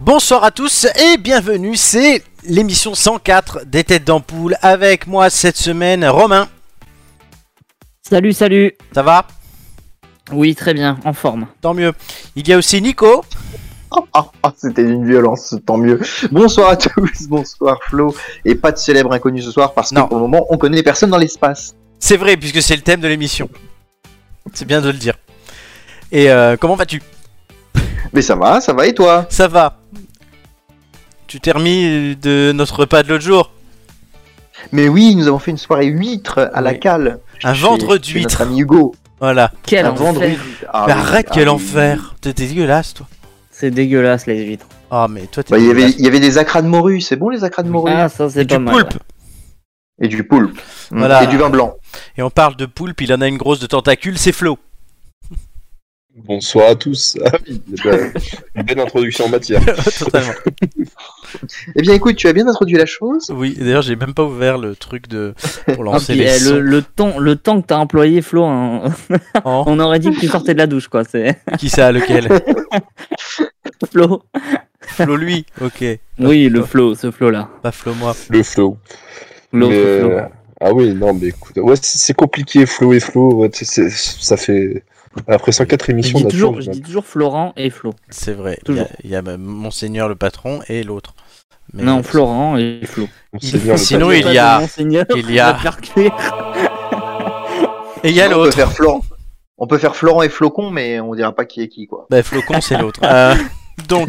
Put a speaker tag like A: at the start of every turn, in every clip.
A: Bonsoir à tous et bienvenue, c'est l'émission 104 des Têtes d'Ampoule. Avec moi cette semaine, Romain.
B: Salut, salut.
A: Ça va
B: Oui, très bien, en forme.
A: Tant mieux. Il y a aussi Nico.
C: Ah, ah, ah, c'était une violence, tant mieux. Bonsoir à tous, bonsoir Flo. Et pas de célèbre inconnu ce soir parce que
A: Non.
C: pour le moment, on connaît les personnes dans l'espace.
A: C'est vrai, puisque c'est le thème de l'émission. C'est bien de le dire. Et euh, comment vas-tu
C: Mais ça va, ça va et toi
A: Ça va. Tu t'es remis de notre repas de l'autre jour
C: Mais oui, nous avons fait une soirée huître à la
A: Oui.
C: cale.
A: Un
C: Chez-
A: vendre
C: chez notre
A: d'huître.
C: ami Hugo.
A: Voilà.
B: Quel
C: un
B: enfer.
C: vendre d'huître. Ah
A: mais
C: oui,
A: arrête,
C: ah
A: quel
C: oui.
A: enfer. T'es dégueulasse, toi.
B: C'est dégueulasse, les huîtres.
A: Ah, mais toi, t'es
C: Bah, il, y avait,
A: dégueulasse.
C: il y avait des acras de morue, c'est bon les acras de morue
B: Ah, ça, c'est
A: Et
B: pas
A: du
B: mal.
A: poulpe.
C: Et du poulpe. Mm.
A: Voilà.
C: Et du vin blanc.
A: Et on parle de poulpe, il en a une grosse de tentacules, c'est Flo.
D: Bonsoir à tous. Ah oui, ben, une belle introduction en matière.
A: Totalement.
C: Eh bien écoute, tu as bien introduit la chose.
A: Oui, d'ailleurs, j'ai même pas ouvert le truc de pour
B: Ah,
A: lancer
B: puis,
A: les
B: eh, le,
A: sons
B: le temps, le temps que t'as employé, Flo, hein,
A: en-
B: on aurait dit que tu sortais de la douche, quoi. C'est
A: qui ça lequel
B: Flo.
A: Flo lui. OK,
B: Oui, le Flo, ce Flo-là.
A: pas Flo moi.
D: Le flow.
B: L'autre
D: Mais,
B: Flo.
D: euh, Ah oui, non, mais écoute, ouais, c'est c'est compliqué, flow et flow. ouais, tu sais, c'est- ça fait. Après 104
B: Je
D: émissions,
B: dis,
D: on a
B: toujours,
D: toujours-
B: je dis toujours Florent et Flo.
A: C'est vrai. Il y a-
B: Toujours.
A: il y, a même monseigneur le patron et l'autre. Mais-
B: Non, Florent et Flo.
D: on
A: il-
D: sait bien le
A: sinon,
D: patron.
A: il y a-
B: Monseigneur,
A: il y a-
B: on va faire cuire.
A: Et il y a
C: on peut
A: l'autre.
C: faire Florent. On peut faire Florent et Flocon, mais on dira pas qui est qui quoi.
A: Bah, Flocon c'est l'autre. Euh, donc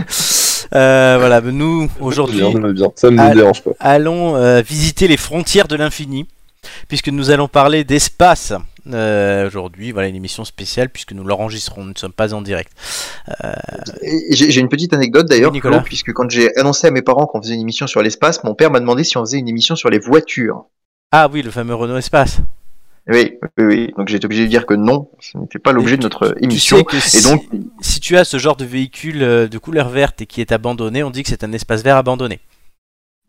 A: euh, voilà, nous aujourd'hui
D: Bien, on aime bien. Ça ne
A: Ah,
D: me dérange pas.
A: allons euh, visiter les frontières de l'infini, puisque nous allons parler d'espace euh, aujourd'hui. Voilà une émission spéciale, puisque nous l'enregistrons, nous ne sommes pas en direct.
C: Et J'ai j'ai une petite anecdote d'ailleurs,
A: Oui, Nicolas.
C: Flo, puisque quand j'ai annoncé à mes parents qu'on faisait une émission sur l'espace, mon père m'a demandé si on faisait une émission sur les voitures.
A: Ah oui, le fameux Renault Espace.
C: Oui, oui, oui. Donc j'ai été obligé de dire que non, ce n'était pas l'objet de notre
A: Tu
C: émission.
A: sais que si-
C: Et donc,
A: si tu as ce genre de véhicule euh, de couleur verte et qui est abandonné, on dit que c'est un espace vert abandonné.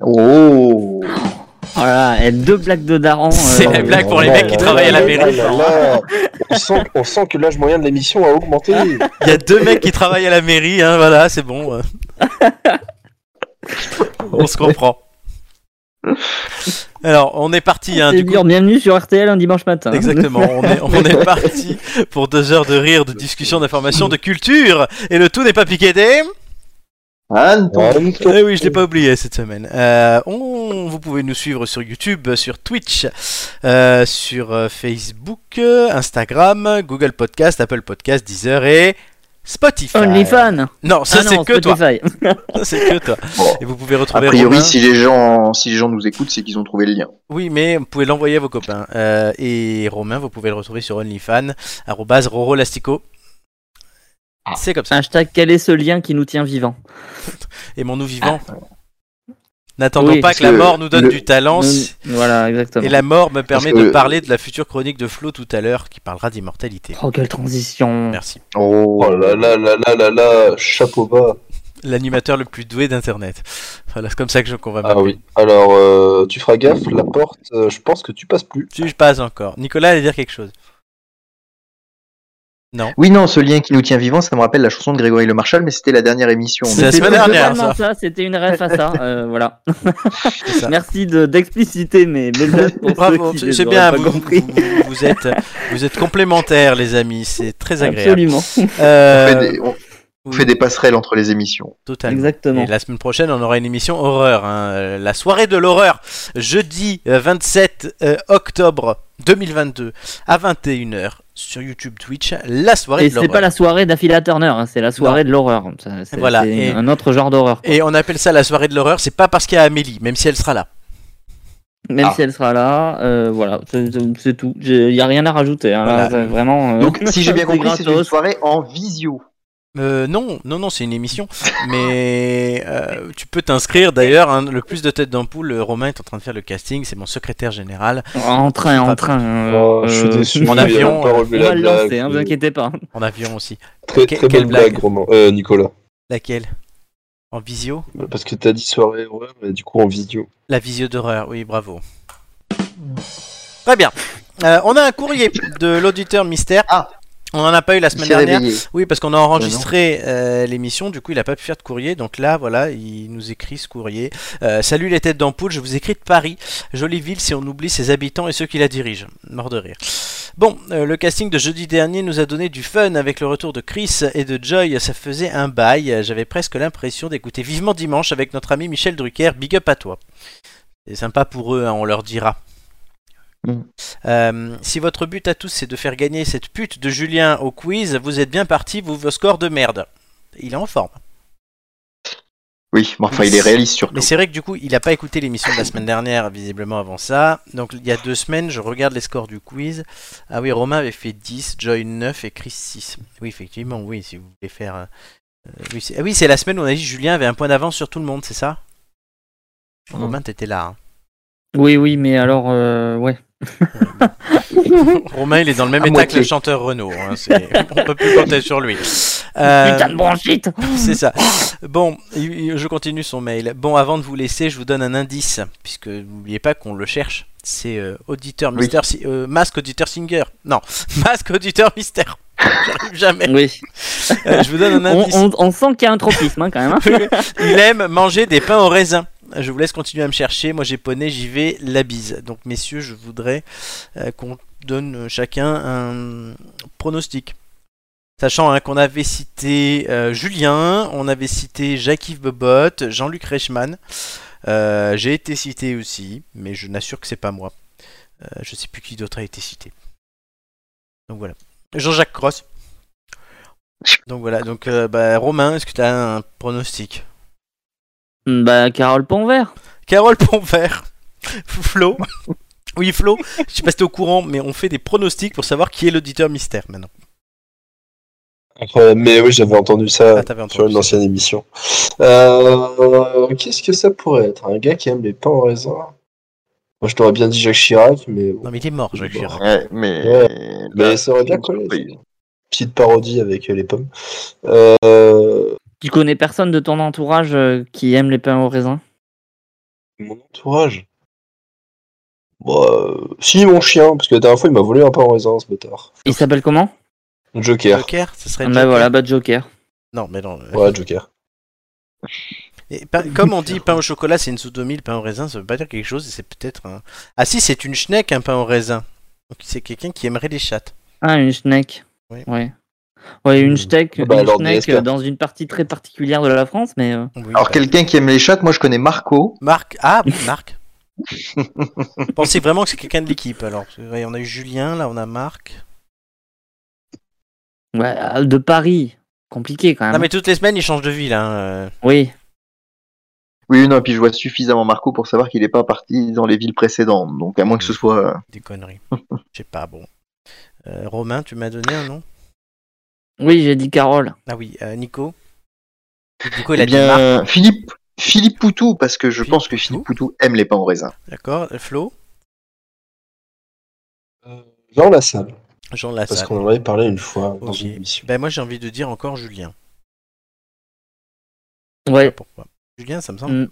C: oh,
B: Voilà, et deux blagues de daron. euh,
A: C'est la
D: Oh,
A: blague pour les
D: là,
A: mecs qui
D: là,
A: travaillent à la
D: là,
A: mairie. hein.
D: là, là, là. On sent, on sent que l'âge moyen de l'émission a augmenté.
A: Il y a deux mecs qui travaillent à la mairie, hein, voilà, c'est bon. euh. on se comprend. Alors, on est parti, hein,
B: C'est
A: du coup.
B: dur. Bienvenue sur RTL un dimanche matin.
A: Exactement, on est, on est parti pour deux heures de rire, de discussion, d'information, de culture, et le tout n'est pas piqué des...
C: Anne, ton-
A: Eh oui, je l'ai pas oublié cette semaine. Euh, on- vous pouvez nous suivre sur YouTube, sur Twitch, euh, sur euh, Facebook, euh, Instagram, Google Podcast, Apple Podcast, Deezer et Spotify.
B: OnlyFans.
A: Non, ça
B: Ah
A: c'est
B: non,
A: que toi.
B: Spotify.
A: Ça, C'est que toi.
C: Bon.
A: Et vous pouvez
C: A
A: retrouver.
C: priori,
A: Romain.
C: si les gens, si les gens nous écoutent, c'est qu'ils ont trouvé le lien.
A: Oui, mais vous pouvez l'envoyer à vos copains. Euh, et Romain, vous pouvez le retrouver sur OnlyFans, arrobase Roro Lastico.
C: Ah.
A: C'est comme ça.
B: Hashtag quel est ce lien qui nous tient vivants
A: Et mon nous vivant. N'attendons
B: Oui,
A: pas
C: Ah. parce
A: que la
C: que
A: mort nous donne
C: le-
A: du talent. si-
B: Nous- Voilà, exactement.
A: Et la mort me permet
C: Parce que-
A: de parler de la future chronique de Flo tout à l'heure qui parlera d'immortalité.
B: Oh, quelle transition
A: Merci.
C: Oh,
D: Oh là là là là là là, chapeau bas.
A: L'animateur le plus doué d'internet. Voilà, c'est comme ça que je qu'on va
D: Ah
A: m'appeler.
D: oui. Alors, euh, tu feras gaffe, la porte, euh, je pense que tu passes plus.
A: Si je passe encore. Nicolas allait dire quelque chose. Non.
C: Oui, non, ce lien qui nous tient vivants, ça me rappelle la chanson de Grégory Le Marchal, mais c'était la dernière émission.
A: C'est la
B: C'était
A: semaine dernière,
B: totalement ça, c'était une ref à ça, euh, voilà.
A: ça.
B: Merci de- d'expliciter mes messages pour
A: Bravo,
B: ceux qui
A: c'est
B: les
A: c'est
B: auraient
A: bien.
B: pas
A: Vous,
B: compris.
A: vous- vous- vous êtes, vous êtes complémentaires, les amis. C'est très agréable.
B: Absolument,
C: On
A: Euh,
C: fait des- on
A: oui,
C: fait des passerelles entre les émissions.
A: totalement.
B: exactement.
A: Et la semaine prochaine, on aura une émission horreur. hein, euh, La soirée de l'horreur. Jeudi euh, 27 euh, octobre 2022 à 21h sur YouTube Twitch. La soirée
B: Et
A: de
B: c'est
A: l'horreur.
B: pas la soirée d'Affila Turner, hein, c'est la soirée de l'horreur. Ça, C'est
A: Voilà,
B: c'est
A: et-
B: un autre genre d'horreur. quoi.
A: Et on appelle ça la soirée de l'horreur, c'est pas parce qu'il y a Amélie, même si elle sera là.
B: Même
C: Ah.
B: si elle sera là, euh, voilà, c'est c'est- c'est tout. Il n'y a rien à rajouter, hein, là,
A: Voilà.
B: c'est vraiment... euh,
C: Donc, si j'ai bien
B: c'est
C: compris, c'est une
B: gratos.
C: soirée en visio.
A: Euh, non, non, non, c'est une émission. Mais euh, tu peux t'inscrire d'ailleurs. hein, le plus de têtes d'ampoule, euh, Romain est en train de faire le casting. C'est mon secrétaire général
B: En train, en train.
D: Oh, je suis
B: euh,
D: déçu.
A: en
D: il a
A: avion,
D: pas relevé
B: On
D: la
B: va le lancer,
D: blague. Euh,
B: hein, vous inquiétez pas.
A: en avion aussi.
D: Très,
A: Que-
D: très
A: quelle
D: bonne blague,
A: blague
D: Romain. Euh, Nicolas.
A: Laquelle En visio
D: Parce que t'as dit soirée horreur, et du coup en vidéo.
A: La visio d'horreur. Oui, bravo. Très bien. Euh, on a un courrier de l'auditeur mystère.
C: Ah.
A: On en a pas eu la
C: Il
A: semaine
C: s'est
A: dernière.
C: réveillé.
A: Oui, parce qu'on a enregistré euh, l'émission, du coup il a pas pu faire de courrier, donc là voilà, il nous écrit ce courrier. Euh, Salut les têtes d'ampoule, je vous écris de Paris, jolie ville si on oublie ses habitants et ceux qui la dirigent. Mort de rire. Bon, euh, le casting de jeudi dernier nous a donné du fun avec le retour de Chris et de Joy, ça faisait un bail, j'avais presque l'impression d'écouter vivement dimanche avec notre ami Michel Drucker, big up à toi. C'est sympa pour eux, hein, on leur dira.
B: Mm.
A: Euh, si votre but à tous c'est de faire gagner cette pute de Julien au quiz, vous êtes bien parti, vous vos scores de merde. Il est en forme.
C: Oui, mais enfin, il est réaliste surtout.
A: Mais c'est vrai que du coup, il n'a pas écouté l'émission de la semaine dernière, visiblement avant ça. Donc il y a deux semaines, je regarde les scores du quiz. Ah oui, Romain avait fait 10, Joy 9 et Chris 6. Oui, effectivement, oui, si vous voulez faire. euh, euh, oui, c'est ah oui, c'est la semaine où on a dit que Julien avait un point d'avance sur tout le monde, c'est ça
B: Mm.
A: Romain, t'étais là. hein.
B: Oui, oui, mais alors, euh, ouais.
A: Romain, il est dans le même
C: À
A: état que
C: moitié.
A: le chanteur Renault. hein, c'est- on peut plus compter sur lui. Euh,
B: Putain de bronchite
A: C'est ça. Bon, il- il- je continue son mail. Bon, avant de vous laisser, je vous donne un indice, puisque n'oubliez pas qu'on le cherche. C'est euh, auditeur
C: Oui.
A: Mister Si- euh, masque auditeur singer. Non, masque auditeur mystère. J'arrive jamais.
B: Oui.
A: Euh, je vous donne un
B: On,
A: indice.
B: on- on sent qu'il y a un tropisme hein, quand même. hein.
A: Il aime manger des pains au raisin. Je vous laisse continuer à me chercher. Moi, j'ai poney, j'y vais, la bise. Donc, messieurs, je voudrais euh, qu'on donne chacun un pronostic. Sachant hein, qu'on avait cité euh, Julien, on avait cité Jacques-Yves Bobot, Jean-Luc Reichmann. Euh, j'ai été cité aussi, mais je n'assure que c'est pas moi. Euh, je sais plus qui d'autre a été cité. Donc voilà. Jean-Jacques Cross. Donc voilà. Donc euh, bah, Romain, est-ce que tu as un pronostic
B: Hmm, Bah, Carole Ponvert.
A: Carole Ponvert, Flo. Oui, Flo, je sais pas si t'es au courant, mais on fait des pronostics pour savoir qui est l'auditeur mystère maintenant.
D: Incroyable. Mais oui, j'avais entendu ça
A: Ah, t'avais
D: Euh, sur
A: entendu.
D: une ancienne émission. Euh, Qu'est-ce que ça pourrait être Un gars qui aime les pains au raisin Moi, je t'aurais bien dit Jacques Chirac, mais bon.
A: Non, mais il est mort, Jacques Chirac.
C: Ouais, mais.
D: Mais
C: Là,
D: ça aurait bien
C: Bah, une
D: collé.
C: surprise.
D: ça. Petite parodie avec euh, les pommes. Euh,
B: Tu connais personne de ton entourage euh, qui aime les pains au raisin
D: mon entourage. Bon, euh, si, mon chien, parce que la dernière fois, il m'a volé un pain au raisin, ce bâtard.
B: Il s'appelle comment
D: Joker.
A: Joker, ce serait.
B: Ah, Bah
A: Ben Joker.
B: voilà, bah Joker.
A: Non, mais non. euh,
D: Ouais, Joker.
A: et pain- comme on dit, pain au chocolat, c'est une sodomie, le pain au raisin, ça veut pas dire quelque chose, et c'est peut-être un. Ah si, c'est une schneck, un pain au raisin. Donc c'est quelqu'un qui aimerait les chattes.
B: Ah, une schneck.
A: Oui.
B: Ouais. Ouais, une,
D: Hmm.
B: steak,
D: Ah bah
B: une
D: alors,
B: schneck
D: DSK.
B: euh, dans une partie très particulière de la France, mais. euh,
A: Oui,
C: Alors,
A: bah,
C: quelqu'un qui aime les chattes, moi je connais Marco.
A: Marc. Ah oui, Marc. Pensez vraiment que c'est quelqu'un de l'équipe alors. Parce que, ouais, On a eu Julien, là on a Marc.
B: Ouais, euh, de Paris. Compliqué quand
A: Non
B: même.
A: mais toutes les semaines il change de ville. Hein. euh.
B: Oui.
C: Oui, non, et puis je vois suffisamment Marco pour savoir qu'il n'est pas parti dans les villes précédentes. Donc, à moins que ce soit. euh,
A: Des conneries. Je sais pas, bon. Euh, Romain, tu m'as donné un nom
B: Oui, j'ai dit Carole.
A: Ah oui, euh, Nico Nico, il a
C: eh
A: dit Marc,
C: bien, Philippe. Philippe Poutou, parce que je
A: Philippe
C: pense que Philippe Poutou aime les pains au raisin.
A: d'accord euh, Flo
D: Dans la salle,
A: Jean
D: Euh, parce
A: Lassalle.
D: qu'on en avait parlé une fois dans
A: Ok.
D: une émission.
A: Ben moi j'ai envie de dire encore Julien. Je sais
B: Ouais.
A: pas pourquoi. Julien, ça me semble.
B: Mm.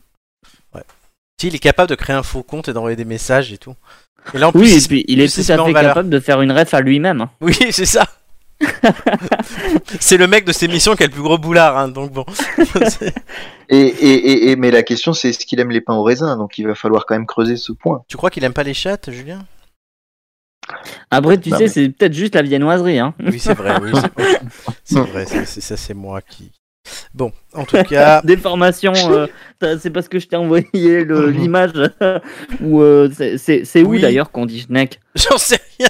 A: Ouais. Si, il est capable de créer un faux compte et d'envoyer des messages et tout. Et là en plus,
B: Oui,
A: il
B: et
A: se-
B: puis il est
A: plus il se
B: tout
A: met
B: à
A: en
B: fait
A: valeur.
B: capable de faire une ref à lui-même. hein.
A: Oui, c'est ça. c'est le mec de cette émission qui a le plus gros boulard, hein, donc bon.
C: Et, et, et, et- mais la question, c'est est-ce qu'il aime les pains au raisin Donc, il va falloir quand même creuser ce point.
A: tu crois qu'il aime pas les chattes, Julien
B: Après, tu
C: Bah
B: sais,
C: oui.
B: c'est peut-être juste la viennoiserie. Hein.
A: Oui, c'est vrai, oui. c'est- C'est vrai, c'est- c'est- ça c'est moi qui... Bon, en tout cas,
B: Des formations, euh, ça, c'est parce que je t'ai envoyé le-
A: Mhm.
B: l'image. où, euh, c'est- c'est c'est où
A: Oui.
B: d'ailleurs qu'on dit Schneck
A: j'en sais rien.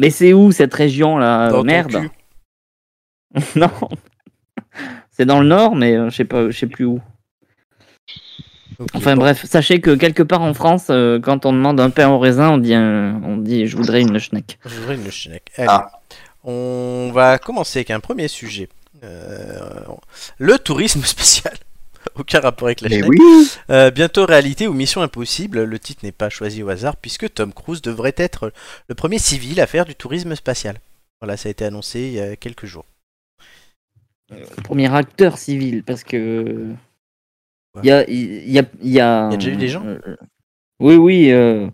B: Mais c'est où cette région là
A: Dans ton
B: Ah, Merde.
A: cul.
B: non. C'est dans le nord, mais euh, je sais pas, je sais plus où.
A: Ok,
B: Enfin
A: bon.
B: bref, sachez que quelque part en France, euh, quand on demande un pain au raisin, on dit, un- on dit je voudrais une Schneck.
A: Je voudrais une Schneck. Allez.
C: Ah.
A: On va commencer avec un premier sujet. Euh, le tourisme spécial. Aucun rapport avec la
C: Mais
A: Schneck.
C: Eh oui
A: Euh, bientôt réalité ou mission impossible, le titre n'est pas choisi au hasard puisque Tom Cruise devrait être le premier civil à faire du tourisme spatial. Voilà, ça a été annoncé il y a quelques jours.
B: Premier acteur civil, parce que. Il y a. Il y a, il y a,
A: Il y a déjà eu des gens
B: euh, euh, Oui, oui. euh,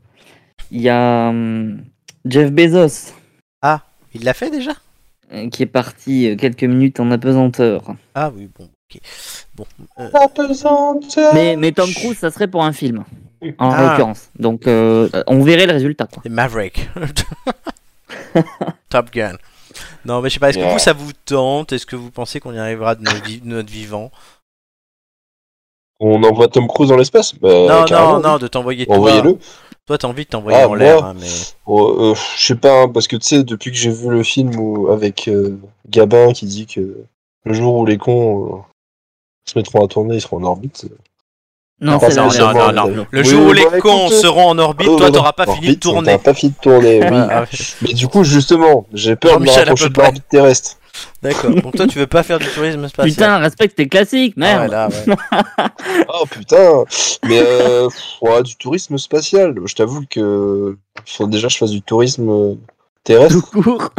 B: Il y a. hum, Jeff Bezos.
A: Il l'a fait déjà
B: euh, qui est parti euh, quelques minutes en apesanteur.
A: Ah oui, bon, ok. Bon, euh,
B: Mais, mais Tom Cruise, ça serait pour un film, en
A: Ah.
B: l'occurrence. Donc, euh, on verrait le résultat. Quoi.
A: les Maverick. Top Gun. Non, mais je sais pas, est-ce que
D: Ouais.
A: vous, ça vous tente Est-ce que vous pensez qu'on y arrivera de notre, vi- de notre vivant
D: On envoie Tom Cruise dans l'espace Bah,
A: Non,
D: carrément.
A: non, non, de t'envoyer toi.
D: Envoyez-le.
A: Toi, t'as envie de t'envoyer
D: Ah,
A: en l'air,
D: moi
A: hein, mais...
D: Oh, euh, je sais pas, hein, parce que tu sais, depuis que j'ai vu le film où, avec euh, Gabin qui dit que le jour où les cons euh, se mettront à tourner, ils seront en orbite.
B: Non,
A: Ah,
B: c'est
A: non,
B: la
A: non, non,
B: merde.
A: non.
D: euh,
A: Le
D: oui,
A: jour où
D: oui,
A: les
D: bah,
A: cons
D: écoute,
A: seront en orbite,
D: Oh,
A: toi,
D: non,
A: t'auras pas
D: en
A: fini de
D: orbite,
A: tourner.
D: t'auras pas fini de tourner, oui.
A: Ah, ouais.
D: Mais du coup, justement, j'ai peur de me
A: Jean-Michel
D: rapprocher de
A: Appleby.
D: l'orbite terrestre.
A: D'accord. Donc toi, tu veux pas faire du tourisme spatial
B: Putain, respecte tes classiques,
A: Ah ouais,
B: merde.
A: là, ouais.
D: Oh putain Mais euh, pff, ouais, du tourisme spatial, je t'avoue que faut déjà que je fasse du tourisme euh,
B: Tout
D: terrestre.
B: court.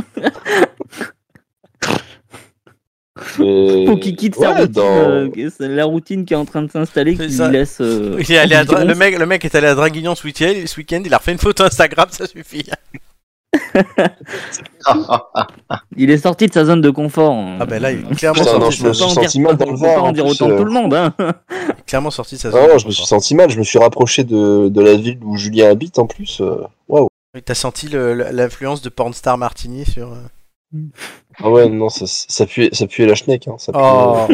D: mais-
B: Faut qu'il quitte sa
D: Ouais,
B: routine,
D: dans-
B: euh, que c'est la routine qui est en train de s'installer,
A: C'est
B: qui
A: ça.
B: lui laisse. euh,
A: Il est allé à
B: 10
A: Dra-
B: secondes.
A: le, mec, le mec est allé à Draguignan ce week-end, ce week-end, il a refait une photo Instagram, ça suffit.
C: Ah,
B: Il est sorti de sa zone de confort. hein.
A: Ah ben là, il est clairement,
D: Putain, non,
A: sorti,
D: je
A: de
D: me
A: sa-
D: suis
B: Faut pas en
D: senti
B: dire-
D: mal dans le
B: faut pas
D: ventre,
B: en
D: en
B: dire
D: plus,
B: autant
D: euh.
B: tout le monde. Hein.
A: clairement sorti de sa
D: Ah
A: zone
D: non,
A: de
D: je me suis
A: confort.
D: senti mal, je me suis rapproché de, de la ville où Julien habite en plus. euh, Waouh.
A: Oui, T'as senti le- le- l'influence de Pornstar Martini sur... euh,
D: Ah ouais, non, ça, ça, puait, ça puait la schneck. Hein, ça puait-
A: Oh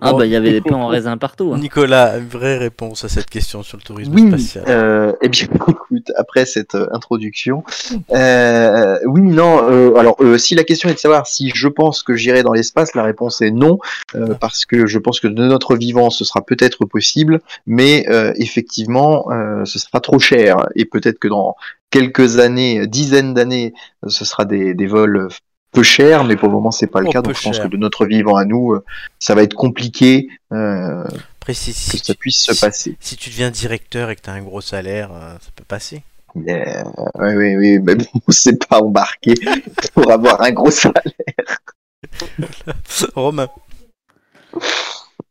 B: Ah
A: Bon.
B: bah il y avait des plans en raisin partout. hein.
A: Nicolas, une vraie réponse à cette question sur le tourisme
C: Oui.
A: spatial.
C: Euh, eh bien, écoute, après cette euh, introduction, euh, oui, non. euh, alors, euh, si la question est de savoir si je pense que j'irai dans l'espace, la réponse est non, euh, parce que je pense que de notre vivant, ce sera peut-être possible, mais euh, effectivement, euh, ce sera trop cher, et peut-être que dans quelques années, dizaines d'années, euh, ce sera des, des vols peu chers, mais pour le moment, c'est pas le
A: Oh,
C: cas.
A: peu
C: Donc, je pense
A: cher.
C: que de notre vivant à nous, euh, ça va être compliqué euh,
A: Précise,
C: que
A: si,
C: ça
A: tu-
C: puisse se passer.
A: si tu deviens directeur et que t'as un gros salaire, euh, ça peut passer.
C: Mais, euh, oui, oui, oui, mais bon, on s'est pas embarqué pour avoir un gros salaire.
A: Romain,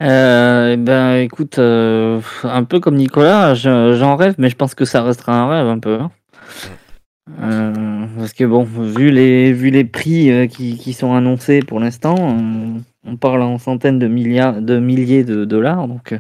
B: Euh, ben écoute, euh, un peu comme Nicolas, je- j'en rêve, mais je pense que ça restera un rêve un peu. hein. Euh, parce que bon, vu les, vu les prix euh, qui, qui sont annoncés pour l'instant, on, on parle en centaines de milliards, de milliers de dollars, donc euh,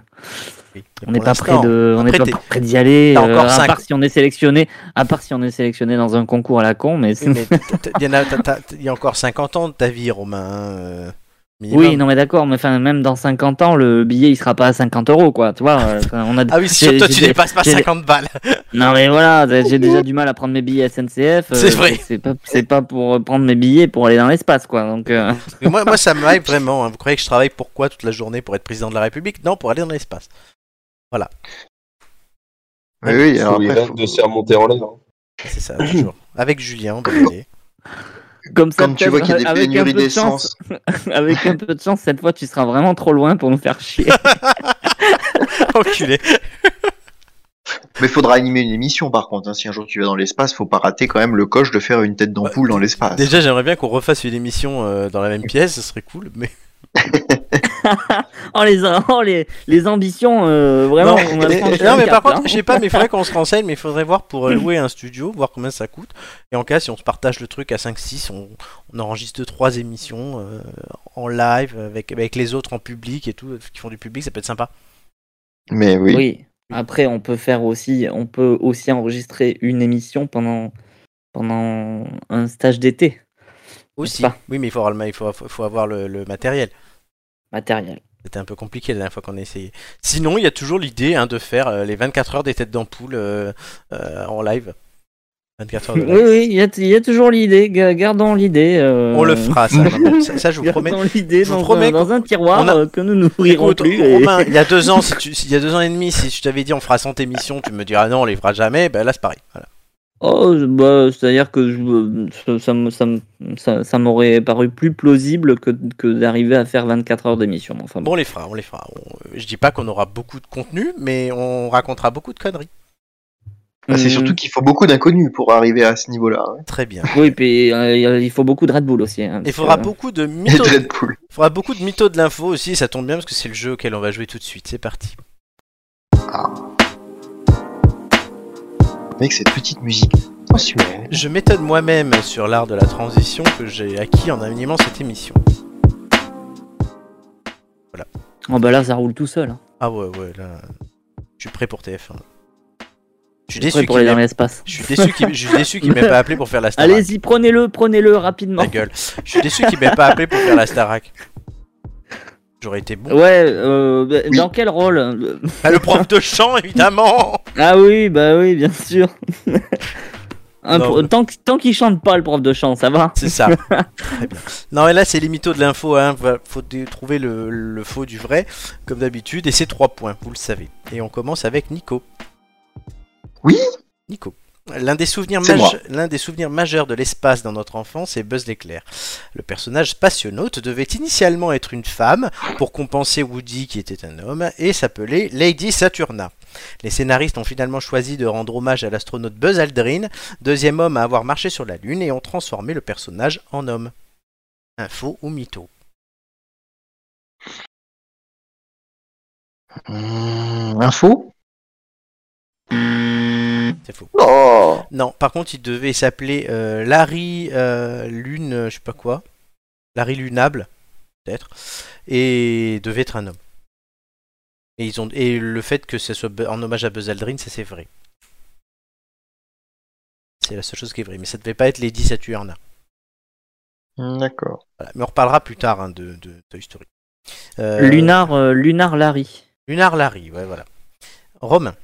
A: oui.
B: on
A: Pour
B: n'est pas prêt
A: l'instant,
B: de, on n'est
A: Après,
B: pas
A: t'es-
B: prêt d'y aller.
A: t'as encore
B: euh, à
A: cinq-
B: part si on est sélectionné, à part si on est sélectionné dans un concours à la con, mais c'est-
A: Oui, mais t'as- t'as- Il y, en a- t'as- t'as- il y a encore 50 ans de ta vie, Romain. hein, euh, minimum.
B: Oui, non, mais d'accord, mais enfin, même dans 50 ans, le billet il sera pas à 50 euros, quoi. Tu vois, euh, enfin, on a.
A: Ah oui, c'est sûr,
B: j'ai-
A: toi
B: j'ai
A: tu
B: des-
A: dépasses pas
B: j'ai des-
A: 50 balles.
B: Non, mais voilà, j'ai déjà du mal à prendre mes billets SNCF. euh,
A: C'est vrai.
B: C'est pas, c'est pas pour prendre mes billets pour aller dans l'espace, quoi. Donc, euh,
A: Mais moi, moi ça m'aide vraiment. hein. Vous croyez que je travaille pour quoi toute la journée Pour être président de la République Non, pour aller dans l'espace.
C: Oui, oui,
D: Faut
C: alors
D: euh, les
C: après,
D: rêves
C: faut-
D: de se faire monter en l'air. hein.
A: Ah, C'est ça, toujours. Avec Julien, on va y aller.
B: comme ça,
C: Comme tu vois qu'il y a des
B: peut-être, avec un
C: pénuries
B: peu de
C: d'essence.
B: chance, avec un peu de chance, cette fois, tu seras vraiment trop loin pour nous faire chier.
A: Enculé.
C: Mais faudra animer une émission par contre. hein. Si un jour tu vas dans l'espace, faut pas rater quand même le coche de faire une tête d'ampoule dans l'espace.
A: Déjà, j'aimerais bien qu'on refasse une émission euh, dans la même pièce, ce serait cool. Mais
B: oh, les, oh, les, les ambitions, euh, vraiment.
A: non,
B: on va
A: et-
B: prendre
A: non, mais par
B: un cap, hein.
A: contre,
B: là.
A: je sais pas, mais il faudrait qu'on se renseigne. Mais il faudrait voir pour euh, louer un studio, voir combien ça coûte. Et en cas, si on se partage le truc à 5-6, on, on enregistre trois émissions euh, en live avec, avec les autres en public et tout, qui font du public, ça peut être sympa.
C: Mais oui.
B: Oui. Après, on peut faire aussi, on peut aussi enregistrer une émission pendant, pendant un stage d'été
A: Aussi.
B: N'est-ce pas
A: Oui, mais il faut avoir le, ma- il faut, faut- faut avoir le- le matériel.
B: matériel.
A: C'était un peu compliqué la dernière fois qu'on a essayé. Sinon, il y a toujours l'idée hein, de faire euh, les 24 heures des têtes d'ampoule euh, euh, en live. 24 heures de
B: Oui,
A: live.
B: oui, il y a, il y a toujours l'idée. ga- Gardons l'idée. euh,
A: On le fera, ça, non, ça, ça, je vous
B: Gardons
A: promets.
B: l'idée
A: je vous
B: dans,
A: promets
B: un, dans un tiroir
A: qu'on a-
B: euh, que nous n'ouvrirons
A: Écoute,
B: plus. et-
A: Romain, il y a deux ans, si tu, il y a deux ans et demi, si je t'avais dit on fera 100 émissions, tu me dirais non, on les fera jamais. Ben là, c'est pareil. Voilà.
B: Oh, je- bah, c'est-à-dire que je- ça, ça me- ça me- ça- ça m'aurait paru plus plausible que, que d'arriver à faire 24 heures d'émission. Enfin, bon.
A: Bon, on les fera, on les fera. On- euh, Je dis pas qu'on aura beaucoup de contenu, mais on racontera beaucoup de conneries.
C: Bah, C'est
B: Hum,
C: surtout qu'il faut beaucoup d'inconnus pour arriver à ce niveau-là. hein. ouais.
A: Très bien.
B: Oui, puis euh, il faut beaucoup de Red Bull aussi. hein,
A: Il
B: parce
A: faudra
B: que-
A: beaucoup de
C: Et
A: mythos.
C: de Deadpool.
A: Il faudra beaucoup de mythos de l'info aussi, ça tombe bien parce que c'est le jeu auquel on va jouer tout de suite. C'est parti.
C: Mec, cette petite musique. Oh, sensuel.
A: Je m'étonne moi-même sur l'art de la transition que j'ai acquis en animant cette émission.
B: Oh bah là, ça roule tout seul. hein.
A: Ah ouais, ouais, là. Je suis prêt pour TF1. Je suis
B: Prêt
A: déçu
B: pour aller
A: qu'il
B: dans
A: m'ait-
B: l'espace.
A: je suis déçu qu'il- je suis déçu qu'il m'ait pas appelé pour faire la Starac.
B: Allez-y, prenez-le, prenez-le rapidement.
A: Ta gueule. Je suis déçu qu'il m'ait pas appelé pour faire la Starac. J'aurais été bon.
B: Ouais, euh, bah, dans quel rôle euh,
A: Ah, le prof de chant, évidemment
B: Ah oui, bah oui, bien sûr. Un
A: Non,
B: pro-
A: mais-
B: Tant, que- tant qu'il chante pas le prof de chant, ça va.
A: C'est ça. Très bien. Non, mais là, c'est les mythos de l'info. Hein. Va- Faut dé- trouver le, le faux du vrai, comme d'habitude. Et c'est trois points, vous le savez. Et on commence avec Nico.
C: Oui
A: Nico. L'un des, souvenirs
C: C'est
A: maje-
C: moi.
A: l'un des souvenirs majeurs de l'espace dans notre enfance est Buzz l'éclair. Le personnage spationaute devait initialement être une femme pour compenser Woody qui était un homme et s'appelait Lady Saturna. Les scénaristes ont finalement choisi de rendre hommage à l'astronaute Buzz Aldrin deuxième homme à avoir marché sur la Lune et ont transformé le personnage en homme. Info ou mytho
C: Mmh, info
A: C'est faux.
C: Non
A: Non, par contre, il devait s'appeler euh, Larry euh, Lune, euh, je sais pas quoi. Larry Lunable, peut-être. Et devait être un homme. Et, ils ont... et le fait que ce soit bu- en hommage à Buzz Aldrin, ça c'est vrai. C'est la seule chose qui est vraie. Mais ça devait pas être Lady Saturna.
C: D'accord.
A: Voilà. Mais on reparlera plus tard hein, de, de Toy Story. Euh,
B: Lunar, euh, Lunar Larry.
A: Lunar Larry, ouais, voilà. Romain.